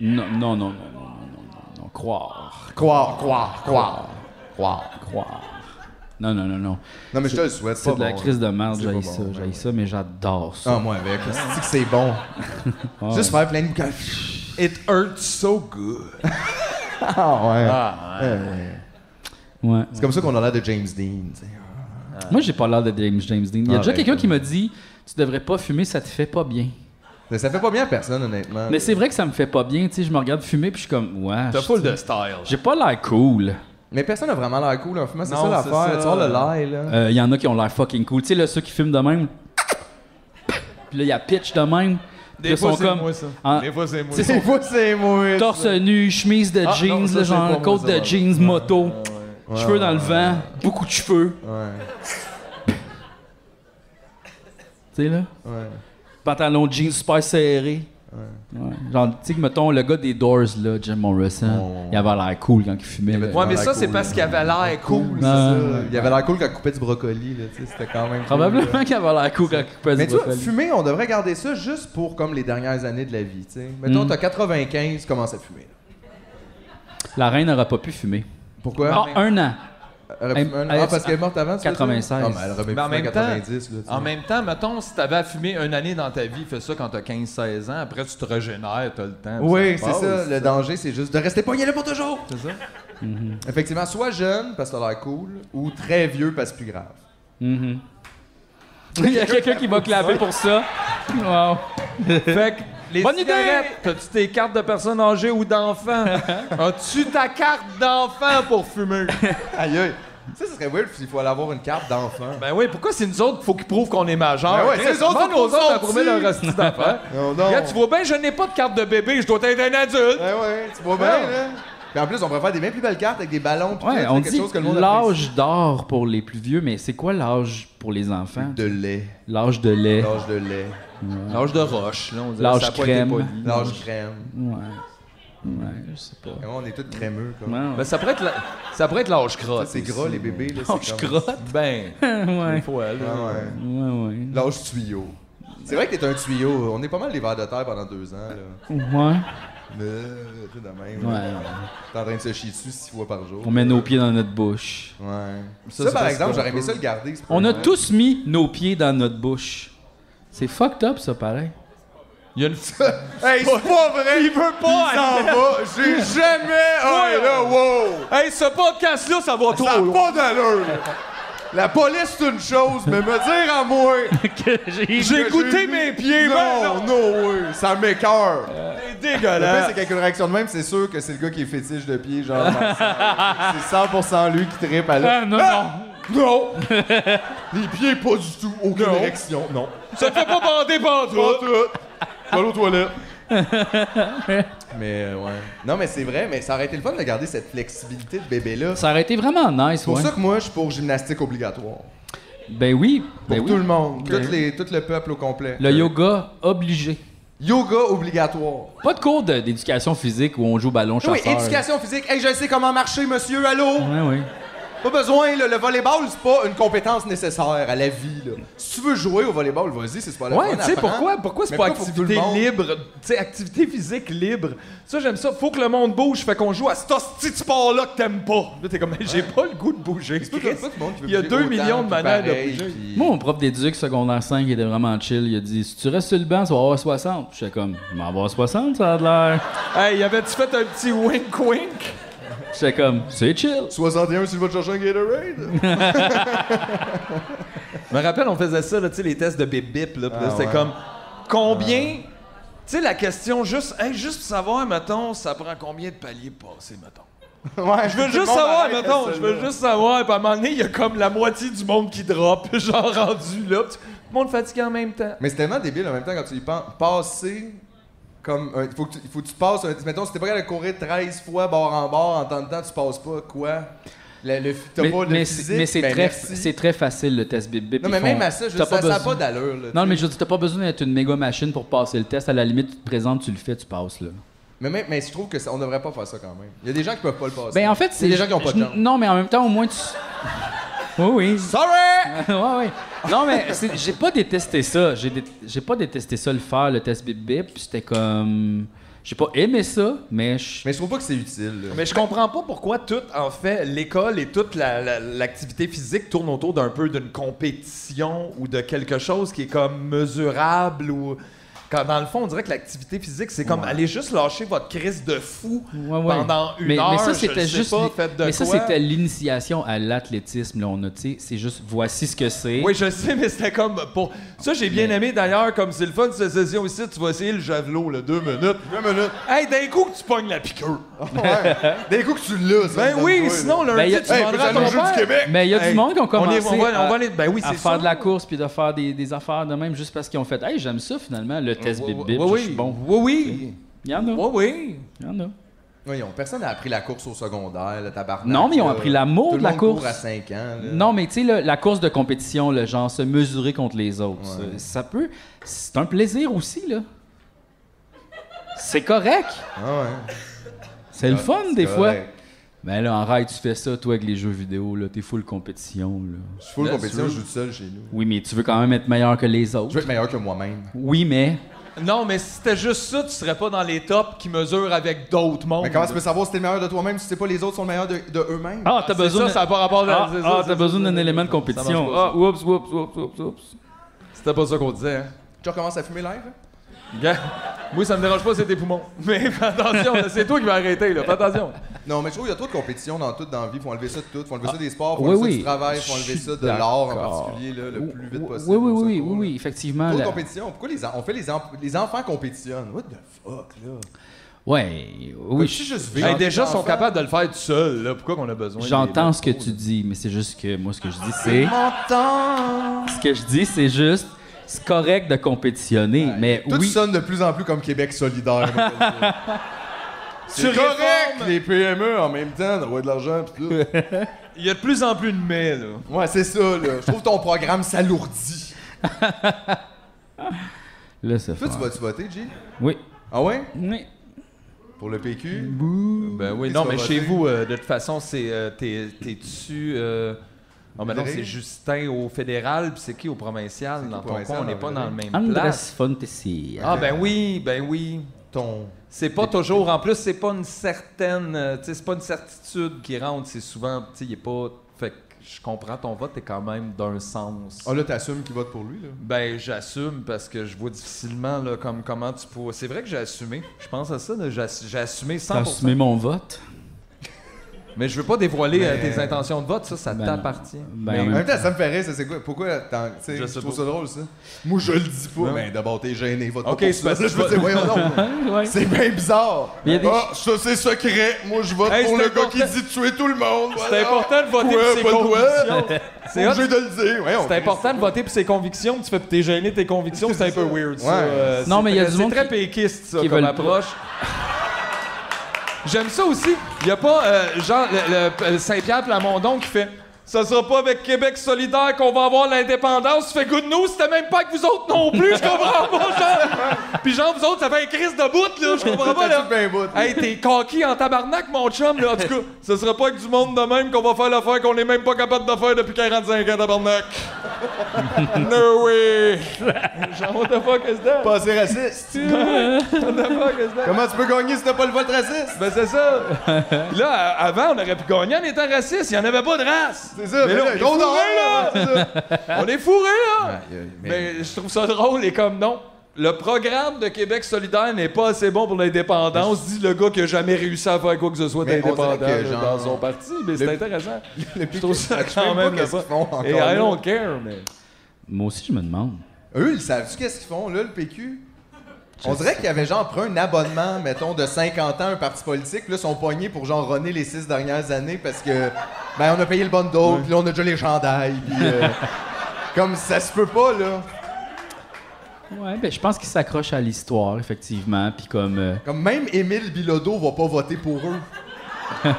Speaker 1: Non, non, non, non, non, non, non, non, non. Croire.
Speaker 5: Croire, croire, croire. Croire.
Speaker 1: Croire. Non, non, non, non.
Speaker 5: Non, mais je te
Speaker 1: C'est-
Speaker 5: le souhaite,
Speaker 1: C'est
Speaker 5: pas
Speaker 1: de la
Speaker 5: bon,
Speaker 1: crise de
Speaker 5: hein.
Speaker 1: merde,
Speaker 5: C'est pas
Speaker 1: j'aille
Speaker 5: bon,
Speaker 1: ça,
Speaker 5: ben
Speaker 1: j'aille ça, mais j'adore ça.
Speaker 5: Ah, moi avec. C'est que c'est bon.
Speaker 1: Ah,
Speaker 5: Juste
Speaker 1: ouais.
Speaker 5: faire plein de boucan-
Speaker 4: It hurts so good.
Speaker 5: Ah ouais.
Speaker 4: Ah,
Speaker 5: Eh, ouais.
Speaker 1: Ouais.
Speaker 5: C'est comme ça qu'on a l'air de James Dean. tu sais.
Speaker 1: Moi, j'ai pas l'air de James, James Dean. Il y a
Speaker 5: Ah,
Speaker 1: déjà
Speaker 5: ben,
Speaker 1: quelqu'un qui m'a dit Tu devrais pas fumer, ça te fait pas bien.
Speaker 5: Mais ça fait pas bien à personne, honnêtement.
Speaker 1: Mais c'est vrai que ça me fait pas bien, tu sais. Je me regarde fumer, puis je suis comme Ouais.
Speaker 4: T'as
Speaker 1: je-
Speaker 4: full de style.
Speaker 1: J'ai pas l'air cool.
Speaker 5: Mais personne a vraiment l'air cool en fumant, c'est
Speaker 4: Non,
Speaker 5: ça
Speaker 4: c'est
Speaker 5: l'affaire.
Speaker 4: ça.
Speaker 5: Tu vois le lie, là.
Speaker 1: Il Euh, y en a qui ont l'air fucking cool. Tu sais, là, ceux qui fument de même. Puis là, il y a pitch de même. Puis
Speaker 4: Des
Speaker 1: là,
Speaker 4: fois,
Speaker 1: sont
Speaker 4: c'est
Speaker 1: comme-
Speaker 4: moi, ça.
Speaker 1: en-
Speaker 4: Des fois, c'est moi.
Speaker 1: Tu sais,
Speaker 5: Des fois, c'est moi. ça.
Speaker 1: Torse nu, chemise de
Speaker 5: Ah, non,
Speaker 1: jeans,
Speaker 5: ça,
Speaker 1: là,
Speaker 5: c'est pas
Speaker 1: genre
Speaker 5: moi,
Speaker 1: côte
Speaker 5: ça,
Speaker 1: de
Speaker 5: ouais.
Speaker 1: jeans moto, cheveux
Speaker 5: Ouais,
Speaker 1: dans le vent, beaucoup de cheveux,
Speaker 5: Ouais.
Speaker 1: tu sais là.
Speaker 5: Ouais.
Speaker 1: Pantalon jeans super serré. Ouais. Genre, tu sais, mettons le gars des Doors, là, Jim Morrison, il avait l'air cool quand il fumait. là.
Speaker 4: Ouais, mais ça,
Speaker 5: l'air
Speaker 4: c'est
Speaker 5: cool.
Speaker 4: parce qu'il avait l'air cool.
Speaker 5: C'est
Speaker 1: Ah.
Speaker 5: ça. Il avait l'air cool quand il coupait du brocoli, là. tu sais, C'était quand même. cool, là.
Speaker 1: Probablement qu'il avait l'air cool quand il coupait
Speaker 5: Mais
Speaker 1: du
Speaker 5: tu vois,
Speaker 1: brocoli.
Speaker 5: fumer, on devrait garder ça juste pour comme les dernières années de la vie, tu sais. Mettons,
Speaker 1: Mm.
Speaker 5: t'as 95, tu commences à fumer. là.
Speaker 1: La reine n'aura pas pu fumer.
Speaker 5: Pourquoi?
Speaker 1: Ah, un an.
Speaker 5: Elle aurait pu-
Speaker 1: elle-
Speaker 5: ah, parce qu'elle est morte avant, tu veux dire?
Speaker 1: 96.
Speaker 5: Ah, mais elle aurait pu
Speaker 4: Mais
Speaker 5: fumer
Speaker 4: en
Speaker 5: en
Speaker 4: même, temps,
Speaker 5: 90, là. tu
Speaker 4: en
Speaker 5: sais.
Speaker 4: même temps, mettons, si t'avais à fumer une année dans ta vie, fais ça quand t'as 15-16 ans, après tu te régénères, t'as le temps.
Speaker 5: Oui, c'est
Speaker 4: passe.
Speaker 5: ça. Le danger, c'est juste de rester poigné là pour toujours.
Speaker 4: C'est ça.
Speaker 1: Mm-hmm.
Speaker 5: Effectivement, soit jeune parce que t'as l'air cool, ou très vieux parce que c'est plus grave.
Speaker 1: Mhm. il y a quelqu'un qui va clapper pour ça. Wow.
Speaker 4: Fait que les
Speaker 1: Bonne
Speaker 4: cigarettes, t'as-tu tes cartes de personnes âgées ou d'enfants? As-tu ta carte d'enfant pour fumer?
Speaker 5: Aïe, aïe. Ça, ce serait weird s'il faut aller avoir une carte d'enfant.
Speaker 4: Ben oui, pourquoi c'est nous autres qu'il faut qu'ils prouvent qu'on est majeur?
Speaker 5: Ben ouais, c'est
Speaker 4: Chris,
Speaker 5: eux autres,
Speaker 4: demande
Speaker 5: faut
Speaker 4: aux
Speaker 5: qu'ils sont
Speaker 4: autres à prouver
Speaker 5: petits.
Speaker 4: leur hostie d'affaires.
Speaker 5: non, non.
Speaker 4: Regarde, tu vois bien, je n'ai pas de carte de bébé, je dois être un adulte.
Speaker 5: Ben ouais, tu vois bien, là. Puis en plus, on pourrait faire des bien plus belles cartes avec des ballons. pis tout,
Speaker 1: Ouais,
Speaker 5: là,
Speaker 1: on
Speaker 5: quelque
Speaker 1: dit
Speaker 5: chose que le monde
Speaker 1: l'âge d'or pour les plus vieux, mais c'est quoi l'âge pour les enfants?
Speaker 5: apprécie. De lait.
Speaker 1: L'âge de lait.
Speaker 5: L'âge de lait.
Speaker 4: L'âge de roche, là, on dirait
Speaker 1: L'âge
Speaker 4: ça a pas été
Speaker 1: crème.
Speaker 4: poli.
Speaker 5: L'âge crème.
Speaker 1: Ouais. Ouais, je sais pas.
Speaker 5: Vraiment, on est tous crémeux, comme.
Speaker 4: Ben, ça pourrait être la- ça pourrait être l'âge
Speaker 5: Ça,
Speaker 4: crotte.
Speaker 5: Ah, c'est
Speaker 4: aussi.
Speaker 5: gras, les bébés, là.
Speaker 1: L'âge crotte.
Speaker 4: Ben,
Speaker 1: ouais.
Speaker 4: des fois, là.
Speaker 5: Ah ouais.
Speaker 1: Ouais, ouais.
Speaker 5: L'âge tuyau. C'est vrai que t'es un tuyau. On est pas mal des vers de terre pendant deux ans, là.
Speaker 1: Ouais.
Speaker 5: Euh, t'es de même.
Speaker 1: Ouais.
Speaker 5: là. T'es en train de se chier dessus six fois par jour.
Speaker 1: On met nos pieds dans notre bouche.
Speaker 5: Ouais. Ça,
Speaker 4: Ça, c'est
Speaker 5: par
Speaker 4: parce
Speaker 5: exemple,
Speaker 4: qu'on
Speaker 5: j'aurais aimé
Speaker 4: peut.
Speaker 5: ça le garder. ce
Speaker 1: On a
Speaker 5: projet.
Speaker 1: tous mis nos pieds dans notre bouche. C'est fucked up, ça, pareil.
Speaker 4: Il y a une
Speaker 5: Hey, c'est pas vrai! Il veut pas! Il s'en va! J'ai jamais! Oh, là, wow!
Speaker 4: Hey, ce podcast-là, ça va
Speaker 5: Ça
Speaker 4: trop
Speaker 5: n'a
Speaker 4: loin.
Speaker 5: pas d'allure! La police, c'est une chose, mais me dire à moi!
Speaker 4: J'ai
Speaker 5: que
Speaker 4: goûté
Speaker 5: j'ai
Speaker 4: mes
Speaker 5: mis-
Speaker 4: pieds, ben Euh,
Speaker 5: Non, non, oui! Ça m'écœure!
Speaker 4: C'est
Speaker 5: Le pire,
Speaker 4: dégueulasse.
Speaker 5: c'est qu'avec une réaction de même, c'est sûr que c'est le gars qui est fétiche de pied, genre. c'est 100% lui qui tripe à l'heure.
Speaker 1: non, Euh, non.
Speaker 5: Ah, Non! Les pieds, pas du tout, aucune
Speaker 4: Non.
Speaker 5: érection, non.
Speaker 4: Ça te fait pas bander
Speaker 5: Pas
Speaker 4: pantoute.
Speaker 5: tout. Je vais aller aux toilettes. mais euh, ouais. Non, mais c'est vrai, mais ça aurait été le fun de garder cette flexibilité de bébé-là. C'est
Speaker 1: Ça aurait été vraiment nice,
Speaker 5: pour
Speaker 1: ouais.
Speaker 5: ça que moi, je suis pour gymnastique obligatoire.
Speaker 1: Ben oui.
Speaker 5: Pour
Speaker 1: Ben
Speaker 5: tout
Speaker 1: oui.
Speaker 5: le monde,
Speaker 1: Ben
Speaker 5: tout, les- tout le peuple au complet.
Speaker 1: Le yoga obligé.
Speaker 5: Yoga obligatoire.
Speaker 1: Pas de cours de- d'éducation physique où on joue ballon chasseur.
Speaker 5: oui, éducation physique. Hey, je sais comment marcher, monsieur, allô?
Speaker 1: Ouais, ouais.
Speaker 5: Pas besoin, là, le volleyball, c'est pas une compétence nécessaire à la vie. Là. Si tu veux jouer au volleyball, vas-y, c'est pas la
Speaker 4: Ouais, tu sais pourquoi, pourquoi c'est pas activité libre, tu sais activité physique libre. Ça j'aime ça, faut que le monde bouge, fait qu'on joue à cet petit sport là que t'aimes pas. Là t'es comme Mais j'ai pas le goût de bouger.
Speaker 5: qu'il y a pas de monde qui veut
Speaker 4: Il y a
Speaker 5: bouger
Speaker 4: 2
Speaker 5: autant,
Speaker 4: millions de
Speaker 5: puis
Speaker 4: manières
Speaker 5: pareil,
Speaker 4: de bouger.
Speaker 1: Moi, mon prof d'éduc secondaire 5, il était vraiment chill. Il a dit Si tu restes sur le banc, tu vas avoir 60. J'étais comme Je vais en avoir 60, ça a de l'air.
Speaker 4: Hey, y avait-tu fait un petit wink wink
Speaker 1: J'étais comme C'est chill.
Speaker 5: 61, tu vas te chercher un Gatorade?
Speaker 4: Je me rappelle, on faisait ça, là, tu sais, les tests de bip bip. Là, puis là,
Speaker 5: Ah
Speaker 4: c'était
Speaker 5: ouais. Ah.
Speaker 4: comme combien. Tu sais, la question juste, hey, juste pour savoir, mettons, ça prend combien de paliers pour passer, mettons.
Speaker 5: ouais,
Speaker 4: Je veux juste savoir, mettons, je veux juste savoir. Puis à un moment donné, il y a comme la moitié du monde qui drop, genre rendu là. puis Tout le monde fatigué en même temps.
Speaker 5: Mais c'est tellement débile en même temps quand tu y penses. Passer comme. un- Il faut, que tu- il faut que tu passes. un- Mettons, si t'es pas capable de courir 13 fois bord en bord en temps de temps, tu passes pas quoi? Le, le, t'as
Speaker 1: Mais,
Speaker 5: pas de
Speaker 1: mais
Speaker 5: physique,
Speaker 1: c'est- mais c'est
Speaker 5: ben
Speaker 1: très,
Speaker 5: merci.
Speaker 1: c'est très facile le test bip bip.
Speaker 5: Non, mais
Speaker 1: Ils
Speaker 5: même
Speaker 1: font-
Speaker 5: à ça, je
Speaker 1: t'as
Speaker 5: ça ça a
Speaker 1: besoin-
Speaker 5: pas d'allure. là,
Speaker 1: Non,
Speaker 5: tu
Speaker 1: mais
Speaker 5: sais.
Speaker 1: je veux dire, t'as pas besoin d'être une méga machine pour passer le test. À la limite, tu te présentes, tu le fais, tu passes là.
Speaker 5: mais, même- mais je trouve que ça- on devrait pas faire ça quand même. Il y a des gens qui peuvent pas le passer.
Speaker 1: Ben en fait, c'est
Speaker 5: Il y a des gens qui ont pas de
Speaker 1: je-
Speaker 5: chance.
Speaker 1: Non, mais en même temps, au moins tu. Oui, oui.
Speaker 5: Sorry.
Speaker 1: ouais, ouais. Non, mais c'est- j'ai pas détesté ça. J'ai dé- j'ai pas détesté ça le faire, le test bip bip. C'était comme, j'ai pas aimé ça, mais je.
Speaker 5: Mais je trouve pas que c'est utile.
Speaker 4: Mais je comprends pas pourquoi tout, en fait, l'école et toute la- la- l'activité physique tourne autour d'un peu d'une compétition ou de quelque chose qui est comme mesurable ou. Quand, dans le fond, on dirait que l'activité physique, c'est comme aller juste lâcher votre crise de fou
Speaker 1: Ouais.
Speaker 4: pendant une
Speaker 1: mais,
Speaker 4: heure.
Speaker 1: mais ça,
Speaker 4: je
Speaker 1: c'était
Speaker 4: sais
Speaker 1: juste.
Speaker 4: pas,
Speaker 1: li-
Speaker 4: faites de
Speaker 1: mais ça,
Speaker 4: quoi.
Speaker 1: c'était l'initiation à l'athlétisme. Là, on a, tu sais, c'est juste voici ce que c'est.
Speaker 4: Oui, je sais, mais c'était comme pour. Ça, j'ai bien aimé d'ailleurs, comme c'est le fun de cette session ici, tu vas essayer le javelot, là, deux minutes.
Speaker 5: Deux minutes.
Speaker 4: Hey, d'un coup que tu pognes la piqûre.
Speaker 5: Ouais. D'un coup que tu l'as, ça,
Speaker 4: Ben
Speaker 5: donne
Speaker 4: oui,
Speaker 5: quoi,
Speaker 4: sinon,
Speaker 5: là?
Speaker 4: lundi,
Speaker 1: Ben, y a-
Speaker 4: tu
Speaker 5: Hey,
Speaker 4: vendras
Speaker 5: fais
Speaker 4: à ton
Speaker 5: le jeu du
Speaker 4: père.
Speaker 5: Québec.
Speaker 1: Mais il y a
Speaker 4: Hey,
Speaker 1: du monde qui ont commencé
Speaker 4: on est- on va-
Speaker 1: à,
Speaker 4: on va aller- ben oui,
Speaker 1: à
Speaker 4: c'est
Speaker 1: faire
Speaker 4: ça.
Speaker 1: de la course puis de faire des, des affaires de même juste parce qu'ils ont fait Hey, j'aime ça finalement, le test
Speaker 4: Oui,
Speaker 1: bip
Speaker 4: oui,
Speaker 1: bip.
Speaker 4: oui.
Speaker 1: je suis bon.
Speaker 4: Oui, oui.
Speaker 1: Il y en a.
Speaker 4: Oui, oui.
Speaker 1: Il y en a.
Speaker 5: Voyons, personne n'a appris la course au secondaire, le tabarnak.
Speaker 1: Non, mais ils ont
Speaker 5: là.
Speaker 1: appris l'amour de
Speaker 5: Tout le
Speaker 1: la
Speaker 5: monde court
Speaker 1: course.
Speaker 5: à 5 ans. là.
Speaker 1: Non, mais tu sais, le- la course de compétition, le genre se mesurer contre les autres, ça- ça peut. C'est un plaisir aussi, là. C'est correct.
Speaker 5: Ah ouais.
Speaker 1: C'est le fun, des fois.
Speaker 5: correct.
Speaker 1: Mais là, en rail, tu fais ça, toi, avec les jeux vidéo, là. T'es full compétition, là.
Speaker 5: Je suis full compétition, je joue tout seul chez nous.
Speaker 1: Oui, mais tu veux quand même être meilleur que les
Speaker 5: Je
Speaker 1: autres.
Speaker 5: veux être meilleur que moi-même.
Speaker 1: Oui, mais.
Speaker 4: Non, mais si c'était juste ça, tu serais pas dans les tops qui mesurent avec d'autres mondes.
Speaker 5: Mais comment tu peux savoir si t'es le meilleur de toi-même si tu sais pas les autres sont le meilleur de, de eux-mêmes?
Speaker 1: Ah, t'as
Speaker 4: C'est
Speaker 1: besoin.
Speaker 4: ça,
Speaker 1: de-
Speaker 4: ça a pas rapport à-
Speaker 1: Ah,
Speaker 4: c'est ça,
Speaker 1: ah,
Speaker 4: c'est
Speaker 1: t'as
Speaker 4: ça,
Speaker 1: besoin
Speaker 4: c'est
Speaker 1: d'un
Speaker 4: ça.
Speaker 1: élément de
Speaker 4: Ça marche
Speaker 1: compétition.
Speaker 4: pas,
Speaker 1: Ah, oups, oups, oups, oups, oups.
Speaker 4: C'était pas ça qu'on disait, hein.
Speaker 5: Tu recommences à fumer live?
Speaker 4: Gars, Moi, ça me dérange pas, c'est tes poumons. Mais fais attention, là, c'est toi qui vas arrêter, là. Fais attention.
Speaker 5: Non, mais je trouve qu'il y a trop de compétition dans tout dans la vie. Faut enlever ça de tout. Faut enlever ça des sports, faut
Speaker 1: Ah, oui,
Speaker 5: enlever
Speaker 1: oui.
Speaker 5: ça du travail, faut enlever
Speaker 1: Je
Speaker 5: ça
Speaker 1: suis
Speaker 5: de l'art en
Speaker 1: d'accord.
Speaker 5: particulier, là, le plus vite
Speaker 1: Oui,
Speaker 5: possible.
Speaker 1: oui, oui,
Speaker 5: ça,
Speaker 1: oui,
Speaker 5: faut,
Speaker 1: oui,
Speaker 5: là.
Speaker 1: effectivement.
Speaker 5: Trop de
Speaker 1: la-
Speaker 5: compétition. Pourquoi les, en- on fait les, en- les enfants compétitionnent? What the fuck, là?
Speaker 1: Ouais, oui.
Speaker 5: Peux-tu juste
Speaker 1: je-
Speaker 5: vivre?
Speaker 4: Hey, déjà,
Speaker 5: Enfant.
Speaker 4: sont capables de le faire tout seul, là. Pourquoi qu'on a besoin des-
Speaker 1: J'entends ce que tu dis, mais c'est juste que moi, ce que je dis, c'est.
Speaker 5: M'entends!
Speaker 1: Ce que je dis, c'est juste, c'est correct de compétitionner, mais
Speaker 5: Tout
Speaker 1: oui.
Speaker 5: sonne de plus en plus comme Québec solidaire. moi, je veux dire.
Speaker 4: Tu
Speaker 5: C'est correct!
Speaker 4: réformes.
Speaker 5: Les PME en même temps, d'avoir de l'argent pis tout.
Speaker 4: Il y a de plus en plus de mais, là.
Speaker 5: Ouais, c'est ça, là. Je trouve ton programme s'alourdit.
Speaker 1: Là, ça
Speaker 5: Toi,
Speaker 1: fait-
Speaker 5: tu vas-tu voter, G?
Speaker 1: Oui.
Speaker 5: Ah ouais?
Speaker 1: Oui.
Speaker 5: Pour le PQ?
Speaker 4: Ben oui,
Speaker 5: Qui
Speaker 4: non,
Speaker 5: tu vas
Speaker 4: mais
Speaker 5: voter?
Speaker 4: chez vous, euh, de toute façon, c'est. euh, t'es- T'es-tu. euh, Non, mais non,
Speaker 5: Fédéré?
Speaker 4: c'est Justin au fédéral, puis c'est qui au provincial?
Speaker 5: qui
Speaker 4: Dans
Speaker 5: au
Speaker 4: ton
Speaker 5: provincial,
Speaker 4: coin, on n'est
Speaker 5: en
Speaker 4: pas dans le même
Speaker 1: Andres
Speaker 4: place.
Speaker 1: Fontesi.
Speaker 4: Ah, ben oui, ben oui.
Speaker 5: Ton.
Speaker 4: C'est pas toujours. En plus, c'est pas une certaine. euh, Tu sais, c'est pas une certitude qui rentre. C'est souvent. Tu sais, il est pas. Fait que je comprends ton vote est quand même d'un sens.
Speaker 5: Ah là, t'assumes qu'il vote pour lui, là.
Speaker 4: Ben, j'assume parce que je vois difficilement là, comme comment tu pourrais. C'est vrai que j'ai assumé. Je pense à ça. là. J'ai ass- j'ai assumé 100%.
Speaker 1: T'as assumé mon vote?
Speaker 4: Mais je veux pas dévoiler euh,
Speaker 5: Mais-
Speaker 4: tes intentions de vote. Ça, ça
Speaker 1: Ben non.
Speaker 4: t'appartient.
Speaker 1: Ben,
Speaker 5: Mais
Speaker 1: en
Speaker 5: en
Speaker 1: même
Speaker 5: même temps, ça me fait rire, ça, c'est quoi? Pourquoi t'en. Tu sais,
Speaker 4: Je
Speaker 5: je
Speaker 4: sais
Speaker 5: trouve
Speaker 4: pas.
Speaker 5: ça drôle, ça. Moi, je le dis pas.
Speaker 4: Non.
Speaker 5: Ben, d'abord, t'es gêné, vote
Speaker 4: Ok,
Speaker 5: pas pour
Speaker 4: c'est
Speaker 5: ça.
Speaker 4: parce que
Speaker 5: Là, je me
Speaker 4: je
Speaker 5: dis, voyons donc.
Speaker 1: Ouais.
Speaker 5: C'est bien bizarre.
Speaker 1: Il y a des-
Speaker 5: Ah, ça, c'est secret. Moi, je vote
Speaker 4: Hey,
Speaker 5: pour
Speaker 4: c'est
Speaker 5: le gars
Speaker 4: important.
Speaker 5: qui dit de tuer tout le monde.
Speaker 4: C'est important de voter
Speaker 5: Ouais,
Speaker 4: pour ses
Speaker 5: pas le
Speaker 4: convictions.
Speaker 5: droit.
Speaker 4: C'est
Speaker 5: C'est
Speaker 4: hot.
Speaker 5: obligé de le dire. Voyons,
Speaker 4: C'est
Speaker 5: Chris.
Speaker 4: important de voter pour ses convictions, puis tu fais t'es gêné de tes convictions, c'est un peu weird. Ça.
Speaker 5: Ouais.
Speaker 4: Euh,
Speaker 1: Non,
Speaker 4: c'est
Speaker 1: mais il y a
Speaker 4: très-
Speaker 1: du monde
Speaker 4: C'est très
Speaker 1: qui-
Speaker 4: péquiste, ça,
Speaker 1: qui
Speaker 4: comme
Speaker 1: veulent pas.
Speaker 4: approche. J'aime ça aussi. Il n'y a pas, euh, genre, le, le- le Saint-Pierre Plamondon qui fait Ça sera pas avec Québec solidaire qu'on va avoir l'indépendance. Tu fais good news, c'était même pas que vous autres non plus, je comprends pas, genre. Puis genre, vous autres, ça fait un crise de bout, là, je comprends pas,
Speaker 5: T'as
Speaker 4: là.
Speaker 5: tout bien bout, là.
Speaker 4: Hey, t'es coquille en tabarnak, mon chum, là. En tout cas, Ce sera pas avec du monde de même qu'on va faire l'affaire qu'on n'est même pas capable de faire depuis 45 ans, tabarnak. no way. Genre, what the fuck is that?
Speaker 5: Pas assez raciste.
Speaker 4: Tu- what the fuck is that?
Speaker 5: Comment tu peux gagner si t'as pas le vote raciste?
Speaker 4: Ben c'est ça. Puis là, à- avant, on aurait pu gagner en étant raciste. Il n'y en avait pas de race.
Speaker 5: C'est ça, mais là,
Speaker 4: on est
Speaker 5: gros
Speaker 4: fourrés,
Speaker 5: d'horreur,
Speaker 4: là. Ben, on est fourrés, là.
Speaker 5: Aïe, aïe,
Speaker 4: mais...
Speaker 5: mais-
Speaker 4: je trouve ça drôle et comme non. Le programme de Québec solidaire n'est pas assez bon pour l'indépendance, dit le gars qui a jamais réussi à faire quoi que ce soit
Speaker 5: Mais on
Speaker 4: d'indépendant
Speaker 5: dirait que,
Speaker 4: là,
Speaker 5: genre,
Speaker 4: dans son parti, mais c'est intéressant. je trouve ça
Speaker 5: Je sais même
Speaker 4: quand
Speaker 5: pas
Speaker 4: même
Speaker 5: qu'est-ce qu'ils font encore
Speaker 4: Et
Speaker 5: là.
Speaker 4: I don't care, mais...
Speaker 1: Moi aussi, je me demande.
Speaker 5: Eux, ils savent-tu qu'est-ce qu'ils font, là, le PQ? On dirait qu'il y avait genre pris un abonnement, mettons, de 50 ans à un parti politique, puis là, ils sont pognés pour genre runner les six dernières années parce que, ben, on a payé le bundle, puis là, on a déjà les chandails, puis euh, comme ça se peut pas, là.
Speaker 1: Ouais, ben je pense qu'ils s'accrochent à l'histoire, effectivement. Puis comme. euh,
Speaker 5: Comme même Émile Bilodeau va pas voter pour eux.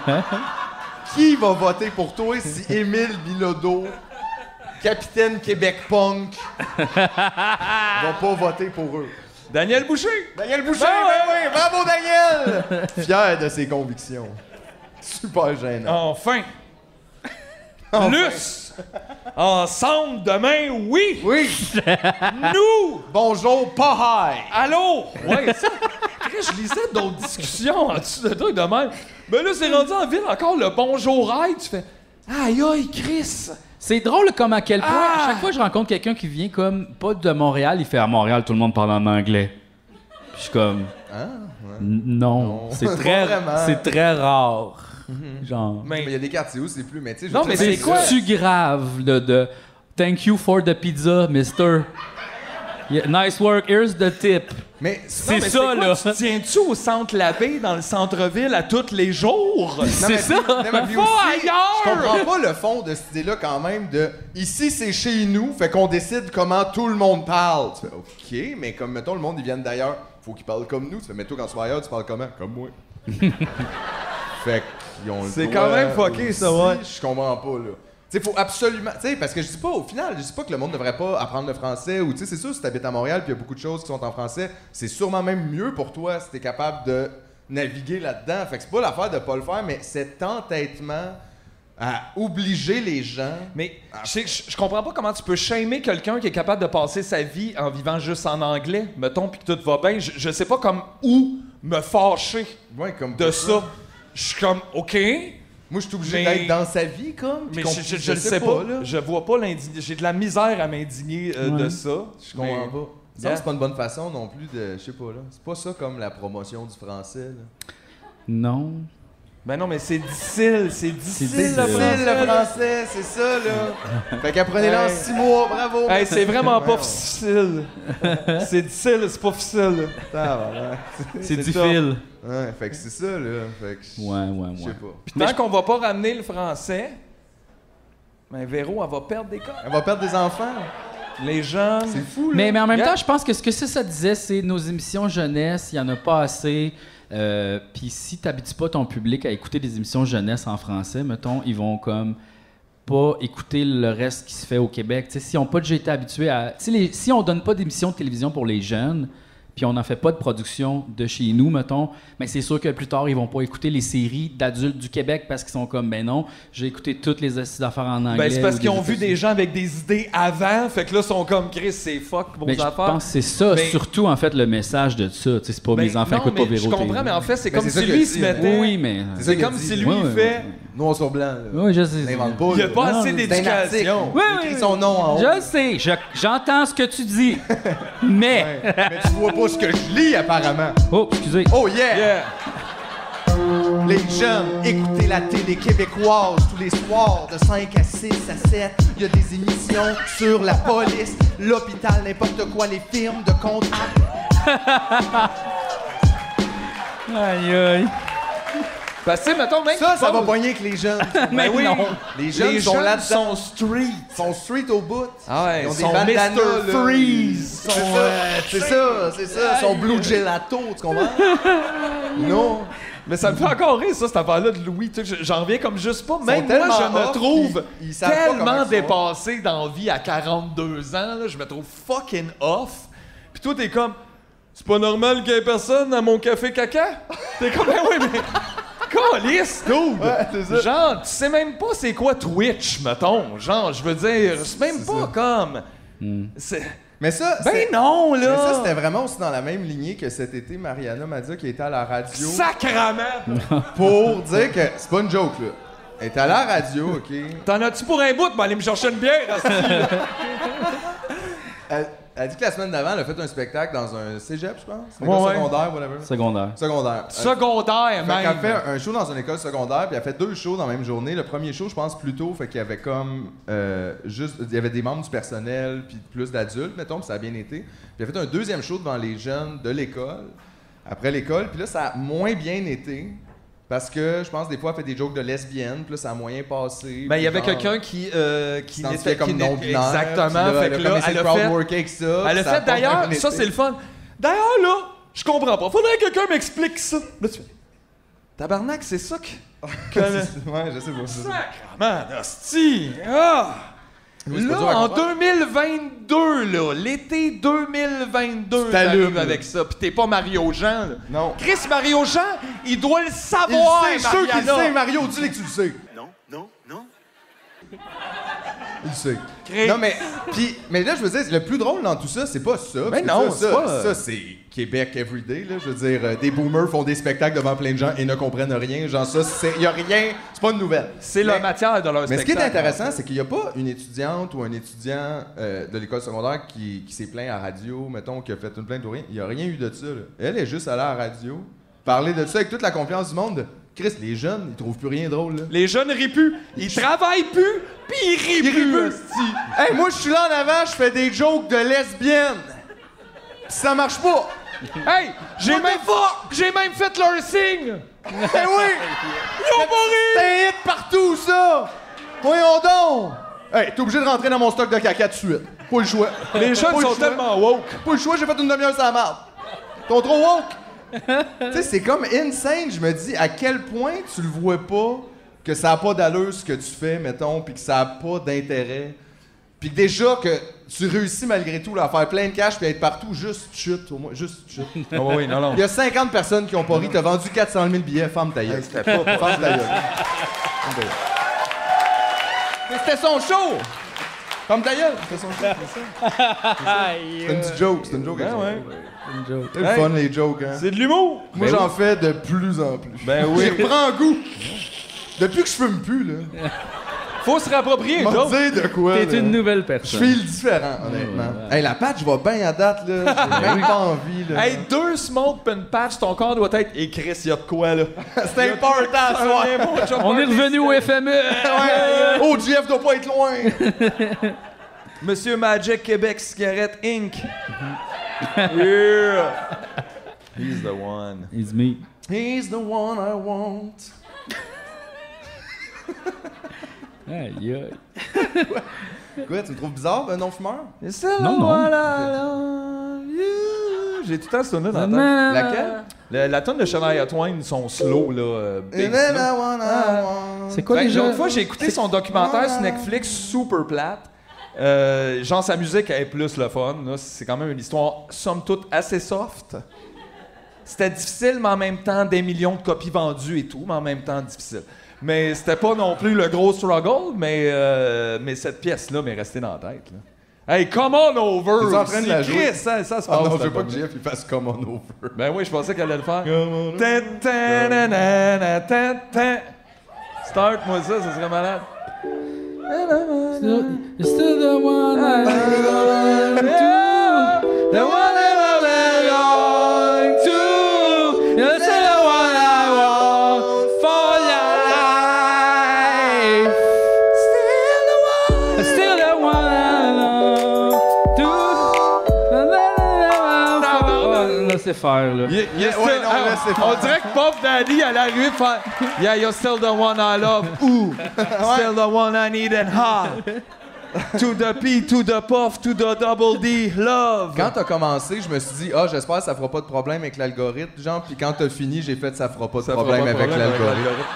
Speaker 5: Qui va voter pour toi si Émile Bilodeau, capitaine Québec punk, va pas voter pour eux?
Speaker 4: Daniel Boucher!
Speaker 5: Daniel Boucher,
Speaker 4: Ben ouais.
Speaker 5: ben oui, bravo Daniel! Fier de ses convictions. Super
Speaker 4: Ah.
Speaker 5: gênant.
Speaker 4: Enfin! Plus! Ensemble demain, oui!
Speaker 5: Oui!
Speaker 4: Nous!
Speaker 5: Bonjour, pas high!
Speaker 4: Allô? Ouais, ça. Après, je lisais d'autres discussions en dessous de toi de même. Mais là, c'est rendu en ville encore le bonjour aïe. Tu fais Aïe aïe, Chris!
Speaker 1: C'est drôle comme à quel point,
Speaker 4: Ah!
Speaker 1: à chaque fois que je rencontre quelqu'un qui vient comme pas de Montréal, il fait à Montréal, tout le monde parle en anglais. Puis je suis comme. N- Non, c'est
Speaker 5: Pas
Speaker 1: très,
Speaker 5: vraiment.
Speaker 1: c'est très rare. Genre.
Speaker 5: Mais il y a des quartiers où c'est plus, mais tu sais, je
Speaker 4: Non,
Speaker 5: veux
Speaker 4: mais
Speaker 5: dire,
Speaker 4: c'est quoi?
Speaker 1: Tu grave de, de Thank you for the pizza, mister. Yeah, nice work, here's the tip.
Speaker 5: Mais
Speaker 1: C'est
Speaker 4: Non, mais
Speaker 1: ça,
Speaker 4: quoi,
Speaker 1: là.
Speaker 4: Tu tiens-tu au centre Labbé, dans le centre-ville, à tous les jours?
Speaker 5: Non,
Speaker 1: C'est
Speaker 5: mais
Speaker 1: ça.
Speaker 5: puis- non, mais puis
Speaker 4: Va
Speaker 5: aussi,
Speaker 4: ailleurs!
Speaker 5: Je comprends pas le fond de cette idée-là quand même de ici c'est chez nous, fait qu'on décide comment tout le monde parle. Tu fais OK, mais comme mettons le monde ils viennent d'ailleurs, faut qu'ils parlent comme nous. Tu fais mais toi quand tu vas ailleurs, tu parles comment Comme moi. fait qu'ils ont le
Speaker 4: C'est
Speaker 5: droit
Speaker 4: quand même fucké, ça,
Speaker 5: aussi.
Speaker 4: ouais.
Speaker 5: Je comprends pas là. Tu sais, faut absolument. Tu sais, parce que je dis pas, au final, je dis pas que le monde devrait pas apprendre le français ou, tu sais, c'est sûr, si t'habites à Montréal puis il y a beaucoup de choses qui sont en français, c'est sûrement même mieux pour toi si t'es capable de naviguer là-dedans. Fait que c'est pas l'affaire de pas le faire, mais cet entêtement à obliger les gens.
Speaker 4: Mais je, sais que je- je comprends pas comment tu peux shamer quelqu'un qui est capable de passer sa vie en vivant juste en anglais, mettons, puis que tout va bien. Je, je sais pas comme où me fâcher
Speaker 5: Ouais, comme
Speaker 4: de
Speaker 5: pour
Speaker 4: ça. Je suis comme, OK,
Speaker 5: Moi, je suis obligé
Speaker 4: Mais-
Speaker 5: d'être dans sa vie, comme. puis
Speaker 4: mais
Speaker 5: qu'on-
Speaker 4: je, je- je le sais pas.
Speaker 5: là.
Speaker 4: Je vois pas l'indigné. J'ai de la misère à m'indigner euh, de
Speaker 1: Ouais.
Speaker 4: ça.
Speaker 5: Je comprends
Speaker 4: Mais-
Speaker 5: pas. Ça,
Speaker 4: Yeah.
Speaker 5: c'est pas une bonne façon non plus de. Je sais pas, là. C'est pas ça comme la promotion du français, là.
Speaker 1: Non.
Speaker 4: Ben non, mais c'est difficile,
Speaker 5: C'est
Speaker 4: c'est difficile.
Speaker 1: difficile,
Speaker 5: difficile
Speaker 4: français,
Speaker 5: le
Speaker 4: là.
Speaker 5: français, c'est ça là. fait qu'apprenez-le en
Speaker 4: Hey.
Speaker 5: six mois, bravo.
Speaker 4: Hey, c'est vraiment pas
Speaker 5: Voyons.
Speaker 4: facile. c'est difficile, c'est pas facile.
Speaker 5: Tabarnak.
Speaker 1: C'est
Speaker 4: C'est
Speaker 1: du
Speaker 4: ça.
Speaker 1: fil.
Speaker 5: Ah, Ouais, fait que c'est ça là. Fait que je-
Speaker 1: Ouais, ouais,
Speaker 5: je
Speaker 1: ouais.
Speaker 5: sais pas.
Speaker 4: Tant qu'on va pas ramener le français, ben Véro, elle va perdre des codes.
Speaker 5: On va perdre des enfants.
Speaker 4: Les gens.
Speaker 5: C'est fou là.
Speaker 1: Mais, mais en même
Speaker 4: Yeah.
Speaker 1: temps, je pense que ce que ça, ça disait, c'est nos émissions jeunesse, il n'y en a pas assez. Euh, Puis si tu pas ton public à écouter des émissions jeunesse en français, mettons, ils vont comme pas écouter le reste qui se fait au Québec. Tu sais, si on pas déjà été habitué à... tu sais, les- si on donne pas d'émissions de télévision pour les jeunes, puis on n'en fait pas de production de chez nous, mettons, mais c'est sûr que plus tard, ils vont pas écouter les séries d'adultes du Québec parce qu'ils sont comme, ben non, j'ai écouté toutes les assises d'affaires en anglais.
Speaker 4: Ben, c'est parce
Speaker 1: ou
Speaker 4: qu'ils ont vu
Speaker 1: États-Unis.
Speaker 4: des gens avec des idées avant, fait que là, ils sont comme Chris, c'est fuck, vos
Speaker 1: Mais je
Speaker 4: affaires.
Speaker 1: pense que c'est ça,
Speaker 4: Mais-
Speaker 1: surtout en fait, le message de ça. Tu sais, C'est pas
Speaker 4: Ben,
Speaker 1: mes enfants
Speaker 4: non,
Speaker 1: écoutent pas
Speaker 4: mais
Speaker 1: Véro.
Speaker 4: Je comprends,
Speaker 1: TV.
Speaker 4: mais en fait, c'est
Speaker 5: Mais
Speaker 4: comme
Speaker 5: Ben, c'est ça
Speaker 4: si
Speaker 5: que
Speaker 4: lui
Speaker 5: je
Speaker 4: se
Speaker 5: dis, mais-
Speaker 4: mettait.
Speaker 1: Oui, mais.
Speaker 5: C'est ça
Speaker 4: C'est
Speaker 5: qu'il
Speaker 4: comme
Speaker 5: dit.
Speaker 4: si lui
Speaker 1: Ouais, ouais,
Speaker 4: fait.
Speaker 5: Noir sur blanc. Là.
Speaker 1: Oui, je sais.
Speaker 5: T'inventes pas.
Speaker 4: Il n'y a
Speaker 5: là.
Speaker 4: pas
Speaker 1: Non,
Speaker 4: assez
Speaker 1: c'est un
Speaker 5: C'est un article.
Speaker 4: d'éducation.
Speaker 1: Oui,
Speaker 5: Il
Speaker 1: oui,
Speaker 5: écrit son nom en haut.
Speaker 1: Je sais, je- j'entends ce que tu dis, mais.
Speaker 5: Ouais. Mais tu vois pas ce que je lis apparemment.
Speaker 1: Oh, excusez.
Speaker 5: Oh yeah!
Speaker 4: Yeah.
Speaker 5: Les jeunes, écoutez la télé québécoise tous les soirs de 5 à 6 à 7. Il y a des émissions sur la police, l'hôpital, n'importe quoi, les films de Ah, contact.
Speaker 1: Aïe, aïe.
Speaker 4: Parce que, mettons, même.
Speaker 5: Ça, ça
Speaker 4: qu'ils
Speaker 5: va
Speaker 1: Oh.
Speaker 4: pensent-
Speaker 5: poigner avec les jeunes.
Speaker 4: Ben oui.
Speaker 5: Les jeunes
Speaker 4: Les
Speaker 5: sont
Speaker 4: jeunes
Speaker 5: là
Speaker 4: sont
Speaker 5: street. Ils sont street au bout.
Speaker 4: Ah ouais,
Speaker 5: ils ont des
Speaker 4: sont
Speaker 5: bandanas,
Speaker 4: Mr.
Speaker 5: là.
Speaker 4: Freeze.
Speaker 5: C'est ça, c'est ça, c'est ça. Ils sont blue gelato, tu comprends? non.
Speaker 4: Mais ça me fait encore rire, ça, cette affaire-là de Louis. Tu sais, je- J'en reviens comme juste pas. Même moi,
Speaker 5: tellement
Speaker 4: je me
Speaker 5: off,
Speaker 4: trouve
Speaker 5: puis ils savent pas comment ils
Speaker 4: tellement
Speaker 5: sont.
Speaker 4: dépassé dans la vie à 42 ans. là. je me trouve fucking off. Puis toi, t'es comme... C'est pas normal qu'il y ait personne à mon café caca? T'es comme... Ben oui, mais... Calice, dude!
Speaker 5: Ouais, c'est ça.
Speaker 4: Genre, tu sais même pas c'est quoi Twitch, mettons. Genre, je veux dire, c'est même pas comme. C'est-
Speaker 5: Mais ça,
Speaker 4: Ben
Speaker 5: c'est-
Speaker 4: non, là!
Speaker 5: Mais ça, c'était vraiment aussi dans la même lignée que cet été, Mariana m'a dit qu'elle était à la radio.
Speaker 4: Sacrament!
Speaker 5: Pour dire que. C'est pas une joke, là. Elle était à la radio, OK?
Speaker 4: T'en as-tu pour un bout? Ben, allez me chercher une bière, hostie, là.
Speaker 5: Elle, elle dit que la semaine d'avant, elle a fait un spectacle dans un cégep, je pense. Une
Speaker 4: Ouais,
Speaker 5: école
Speaker 4: ouais.
Speaker 5: secondaire, whatever.
Speaker 1: Secondaire.
Speaker 5: Secondaire.
Speaker 4: Secondaire,
Speaker 5: Fait qu'elle
Speaker 4: même.
Speaker 5: fait un show dans une école secondaire, puis elle fait deux shows dans la même journée. Le premier show, je pense, plus tôt, fait qu'il y avait comme euh, juste, il y avait des membres du personnel, puis plus d'adultes, mettons, puis ça a bien été. Puis elle a fait un deuxième show devant les jeunes de l'école, après l'école, puis là, ça a moins bien été. Parce que je pense des fois elle fait des jokes de lesbiennes, puis là ça a moyen passé.
Speaker 4: Ben, il
Speaker 5: puis
Speaker 4: y avait
Speaker 5: genre,
Speaker 4: quelqu'un qui, euh, qui
Speaker 5: s'identifiait
Speaker 4: n'était
Speaker 5: comme
Speaker 4: qui n'était-
Speaker 5: non-binaire,
Speaker 4: Exactement.
Speaker 5: puis là,
Speaker 4: Fait
Speaker 5: elle a
Speaker 4: que
Speaker 5: comme
Speaker 4: là,
Speaker 5: essayé
Speaker 4: elle
Speaker 5: de
Speaker 4: a fait.
Speaker 5: crowdworker avec ça,
Speaker 4: Elle a
Speaker 5: puis ça a
Speaker 4: fait
Speaker 5: pas
Speaker 4: d'ailleurs,
Speaker 5: bien
Speaker 4: ça
Speaker 5: été.
Speaker 4: c'est le fun. D'ailleurs, là, je comprends pas. Faudrait que quelqu'un m'explique ça. Là, tu fais, Tabarnak, c'est ça que. que le-
Speaker 5: ouais, je sais pas. je sais pas.
Speaker 4: Man, hostie! Ah!
Speaker 5: c'est pas
Speaker 4: Là,
Speaker 5: dur à
Speaker 4: en
Speaker 5: comprendre.
Speaker 4: 2022, là, l'été
Speaker 5: t'allumes,
Speaker 4: 2022, t'allumes
Speaker 5: là.
Speaker 4: avec ça, pis t'es pas Mario Jean, là.
Speaker 5: Non.
Speaker 4: Chris Mario Jean, il doit le
Speaker 5: Il le
Speaker 4: savoir,
Speaker 5: sait, je suis sûr qu'il le
Speaker 4: Mariana.
Speaker 5: sait, Mario, dis-le que tu le sais.
Speaker 8: Non, non, non.
Speaker 5: Il sait.
Speaker 4: Chris.
Speaker 5: Non, mais, puis- mais là, je veux dire, le plus drôle dans tout ça, c'est pas ça. parce
Speaker 4: Mais
Speaker 5: que
Speaker 4: Ben non,
Speaker 5: ça,
Speaker 4: c'est
Speaker 5: ça,
Speaker 4: pas-
Speaker 5: ça, c'est Québec everyday. Là, je veux dire, euh, des boomers font des spectacles devant plein de gens et ne comprennent rien. Genre, ça, c'est- il y a rien. C'est pas une nouvelle.
Speaker 4: C'est la
Speaker 5: Mais-
Speaker 4: matière de leur
Speaker 5: Mais ce qui est
Speaker 4: spectacle.
Speaker 5: intéressant, c'est qu'il n'y a pas une étudiante ou un étudiant euh, de l'école secondaire qui, qui s'est plaint à radio, mettons, qui a fait une plainte ou rien. Il n'y a rien eu de ça. là. Elle est juste allée à la radio, parler de ça avec toute la confiance du monde. Chris, les jeunes, ils trouvent plus rien drôle. Là.
Speaker 4: Les jeunes rient plus, ils travaillent plus, pis ils rient
Speaker 5: Ils
Speaker 4: plus.
Speaker 5: rient plus.
Speaker 4: hostie.
Speaker 5: Hey, moi, je suis là en avant, je fais des jokes de lesbiennes. Pis ça marche pas.
Speaker 4: Hey, j'ai même, j'ai même fait leur signe.
Speaker 5: Eh oui,
Speaker 4: Ils ont pas ri.
Speaker 5: c'est un hit partout, ça. Voyons donc. Hey, t'es obligé de rentrer dans mon stock de caca tout de suite. Pas le choix. Pas
Speaker 4: Les jeunes
Speaker 5: le
Speaker 4: sont
Speaker 5: choix.
Speaker 4: tellement woke.
Speaker 5: Pas le choix, j'ai fait une demi-heure sur la marde. Ton trop woke. tu sais, c'est comme insane. Je me dis à quel point tu le vois pas que ça a pas d'allure ce que tu fais, mettons, puis que ça a pas d'intérêt. Puis que déjà que tu réussis malgré tout là, à faire plein de cash puis à être partout, juste chute au moins, juste chute.
Speaker 4: Ah oui, non, non.
Speaker 5: Il y a 50 personnes qui ont pas ri, t'as vendu 400 000 billets, ferme ta gueule. Ferme ta gueule. Ferme ta gueule. Mais c'était son show! Ferme ta gueule, c'était son show. C'est une petite joke, c'est une joke.
Speaker 4: Ben ouais.
Speaker 5: C'est le fun les jokes, hein.
Speaker 4: C'est de l'humour.
Speaker 5: Moi j'en fais de plus en plus.
Speaker 4: Ben oui.
Speaker 5: J'y reprends goût. Depuis que je fume plus, là.
Speaker 4: Faut se réapproprier une
Speaker 5: M'en
Speaker 4: joke.
Speaker 5: dire de quoi. là.
Speaker 1: T'es une nouvelle
Speaker 5: Je
Speaker 1: personne.
Speaker 5: file différent, honnêtement. Hey, la patch va bien à date, là. J'ai même pas envie, là.
Speaker 4: Hey, deux smokes pis une patch, ton corps doit être. Et Chris, y'a de quoi, là?
Speaker 5: c'est important, ce soir.
Speaker 1: On est revenu au FME.
Speaker 4: E.
Speaker 5: Ouais. Oh, GF doit pas être loin.
Speaker 4: Monsieur Magic Québec Cigarette Inc. yeah. He's the one.
Speaker 1: It's me.
Speaker 5: He's the one I want.
Speaker 1: Aïe, aïe.
Speaker 5: Quoi, tu me trouves bizarre, ben non-fumeur?
Speaker 4: It's the
Speaker 1: Non, non.
Speaker 4: one I love you. J'ai tout le temps ce là dans la tête.
Speaker 5: Laquelle?
Speaker 4: La, la tonne de Shania Twain, son slow, là. euh, big
Speaker 5: And then
Speaker 4: slow.
Speaker 5: I wanna- want.
Speaker 1: C'est quoi
Speaker 4: Ben,
Speaker 1: déjà?
Speaker 4: L'autre fois, j'ai écouté son documentaire sur Netflix, super plate. Euh, genre, sa musique elle est plus le fun. là. C'est quand même une histoire, somme toute, assez soft. C'était difficile, mais en même temps, des millions de copies vendues et tout, mais en même temps, difficile. Mais c'était pas non plus le gros struggle, mais, euh, mais cette pièce-là m'est restée dans la tête. là. Hey, come on over!
Speaker 5: T'es en train de la
Speaker 4: aussi.
Speaker 5: jouer?
Speaker 4: Chris, hein, ça, ça se
Speaker 5: Ah
Speaker 4: passe,
Speaker 5: non, je
Speaker 4: cet
Speaker 5: veux pas que
Speaker 4: album-là.
Speaker 5: GF il fasse comme on over.
Speaker 4: Ben oui, je pensais qu'elle allait le faire.
Speaker 5: Come on over.
Speaker 4: Ta- ta- na- na- na- ta- ta. Start, moi, ça, ça serait malade.
Speaker 1: It's still the one I-
Speaker 4: The one that I belong to. It's the one I want for your life.
Speaker 1: It's still the one I love. Do- La- la- la- la- la- la- Laissez faire, là.
Speaker 4: Yeah, yeah,
Speaker 5: Ouais,
Speaker 4: still-
Speaker 5: non,
Speaker 4: ah,
Speaker 5: là, c'est
Speaker 4: on
Speaker 5: pas-
Speaker 4: dirait que Bob Daddy à la rue fait Yeah, you're still the one I love. Ooh, still the one I need and hard. To the P, to the puff, to the double D, love.
Speaker 5: Quand t'as commencé, je me suis dit, ah, j'espère que ça fera pas de problème avec l'algorithme, genre. Puis quand t'as fini, j'ai fait, ça fera pas de
Speaker 4: Ça fera
Speaker 5: problème
Speaker 4: pas de
Speaker 5: avec
Speaker 4: problème avec
Speaker 5: l'algorithme.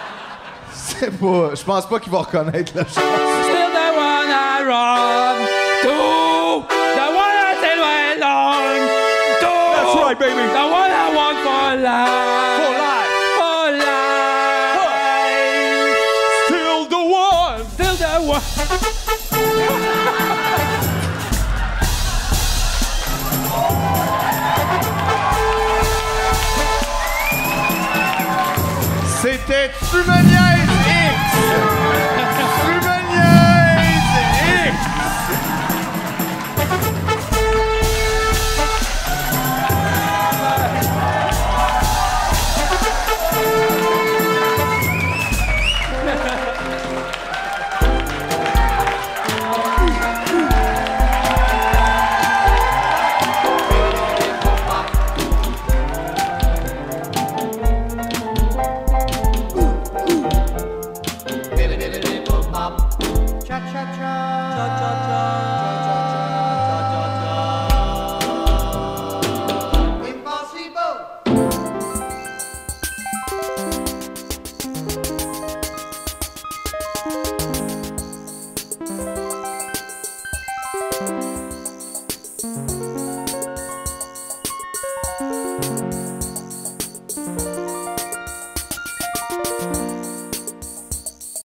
Speaker 5: C'est pas. Je pense pas qu'il va reconnaître la chose.
Speaker 1: Still the one I run to. The one I tell my long to.
Speaker 4: That's right, baby.
Speaker 1: The one I want for life.
Speaker 4: For life.
Speaker 1: For life. ouais.
Speaker 4: C'était Fumaniaise X! Fumaniaise X!
Speaker 3: Cha cha cha. Cha cha cha.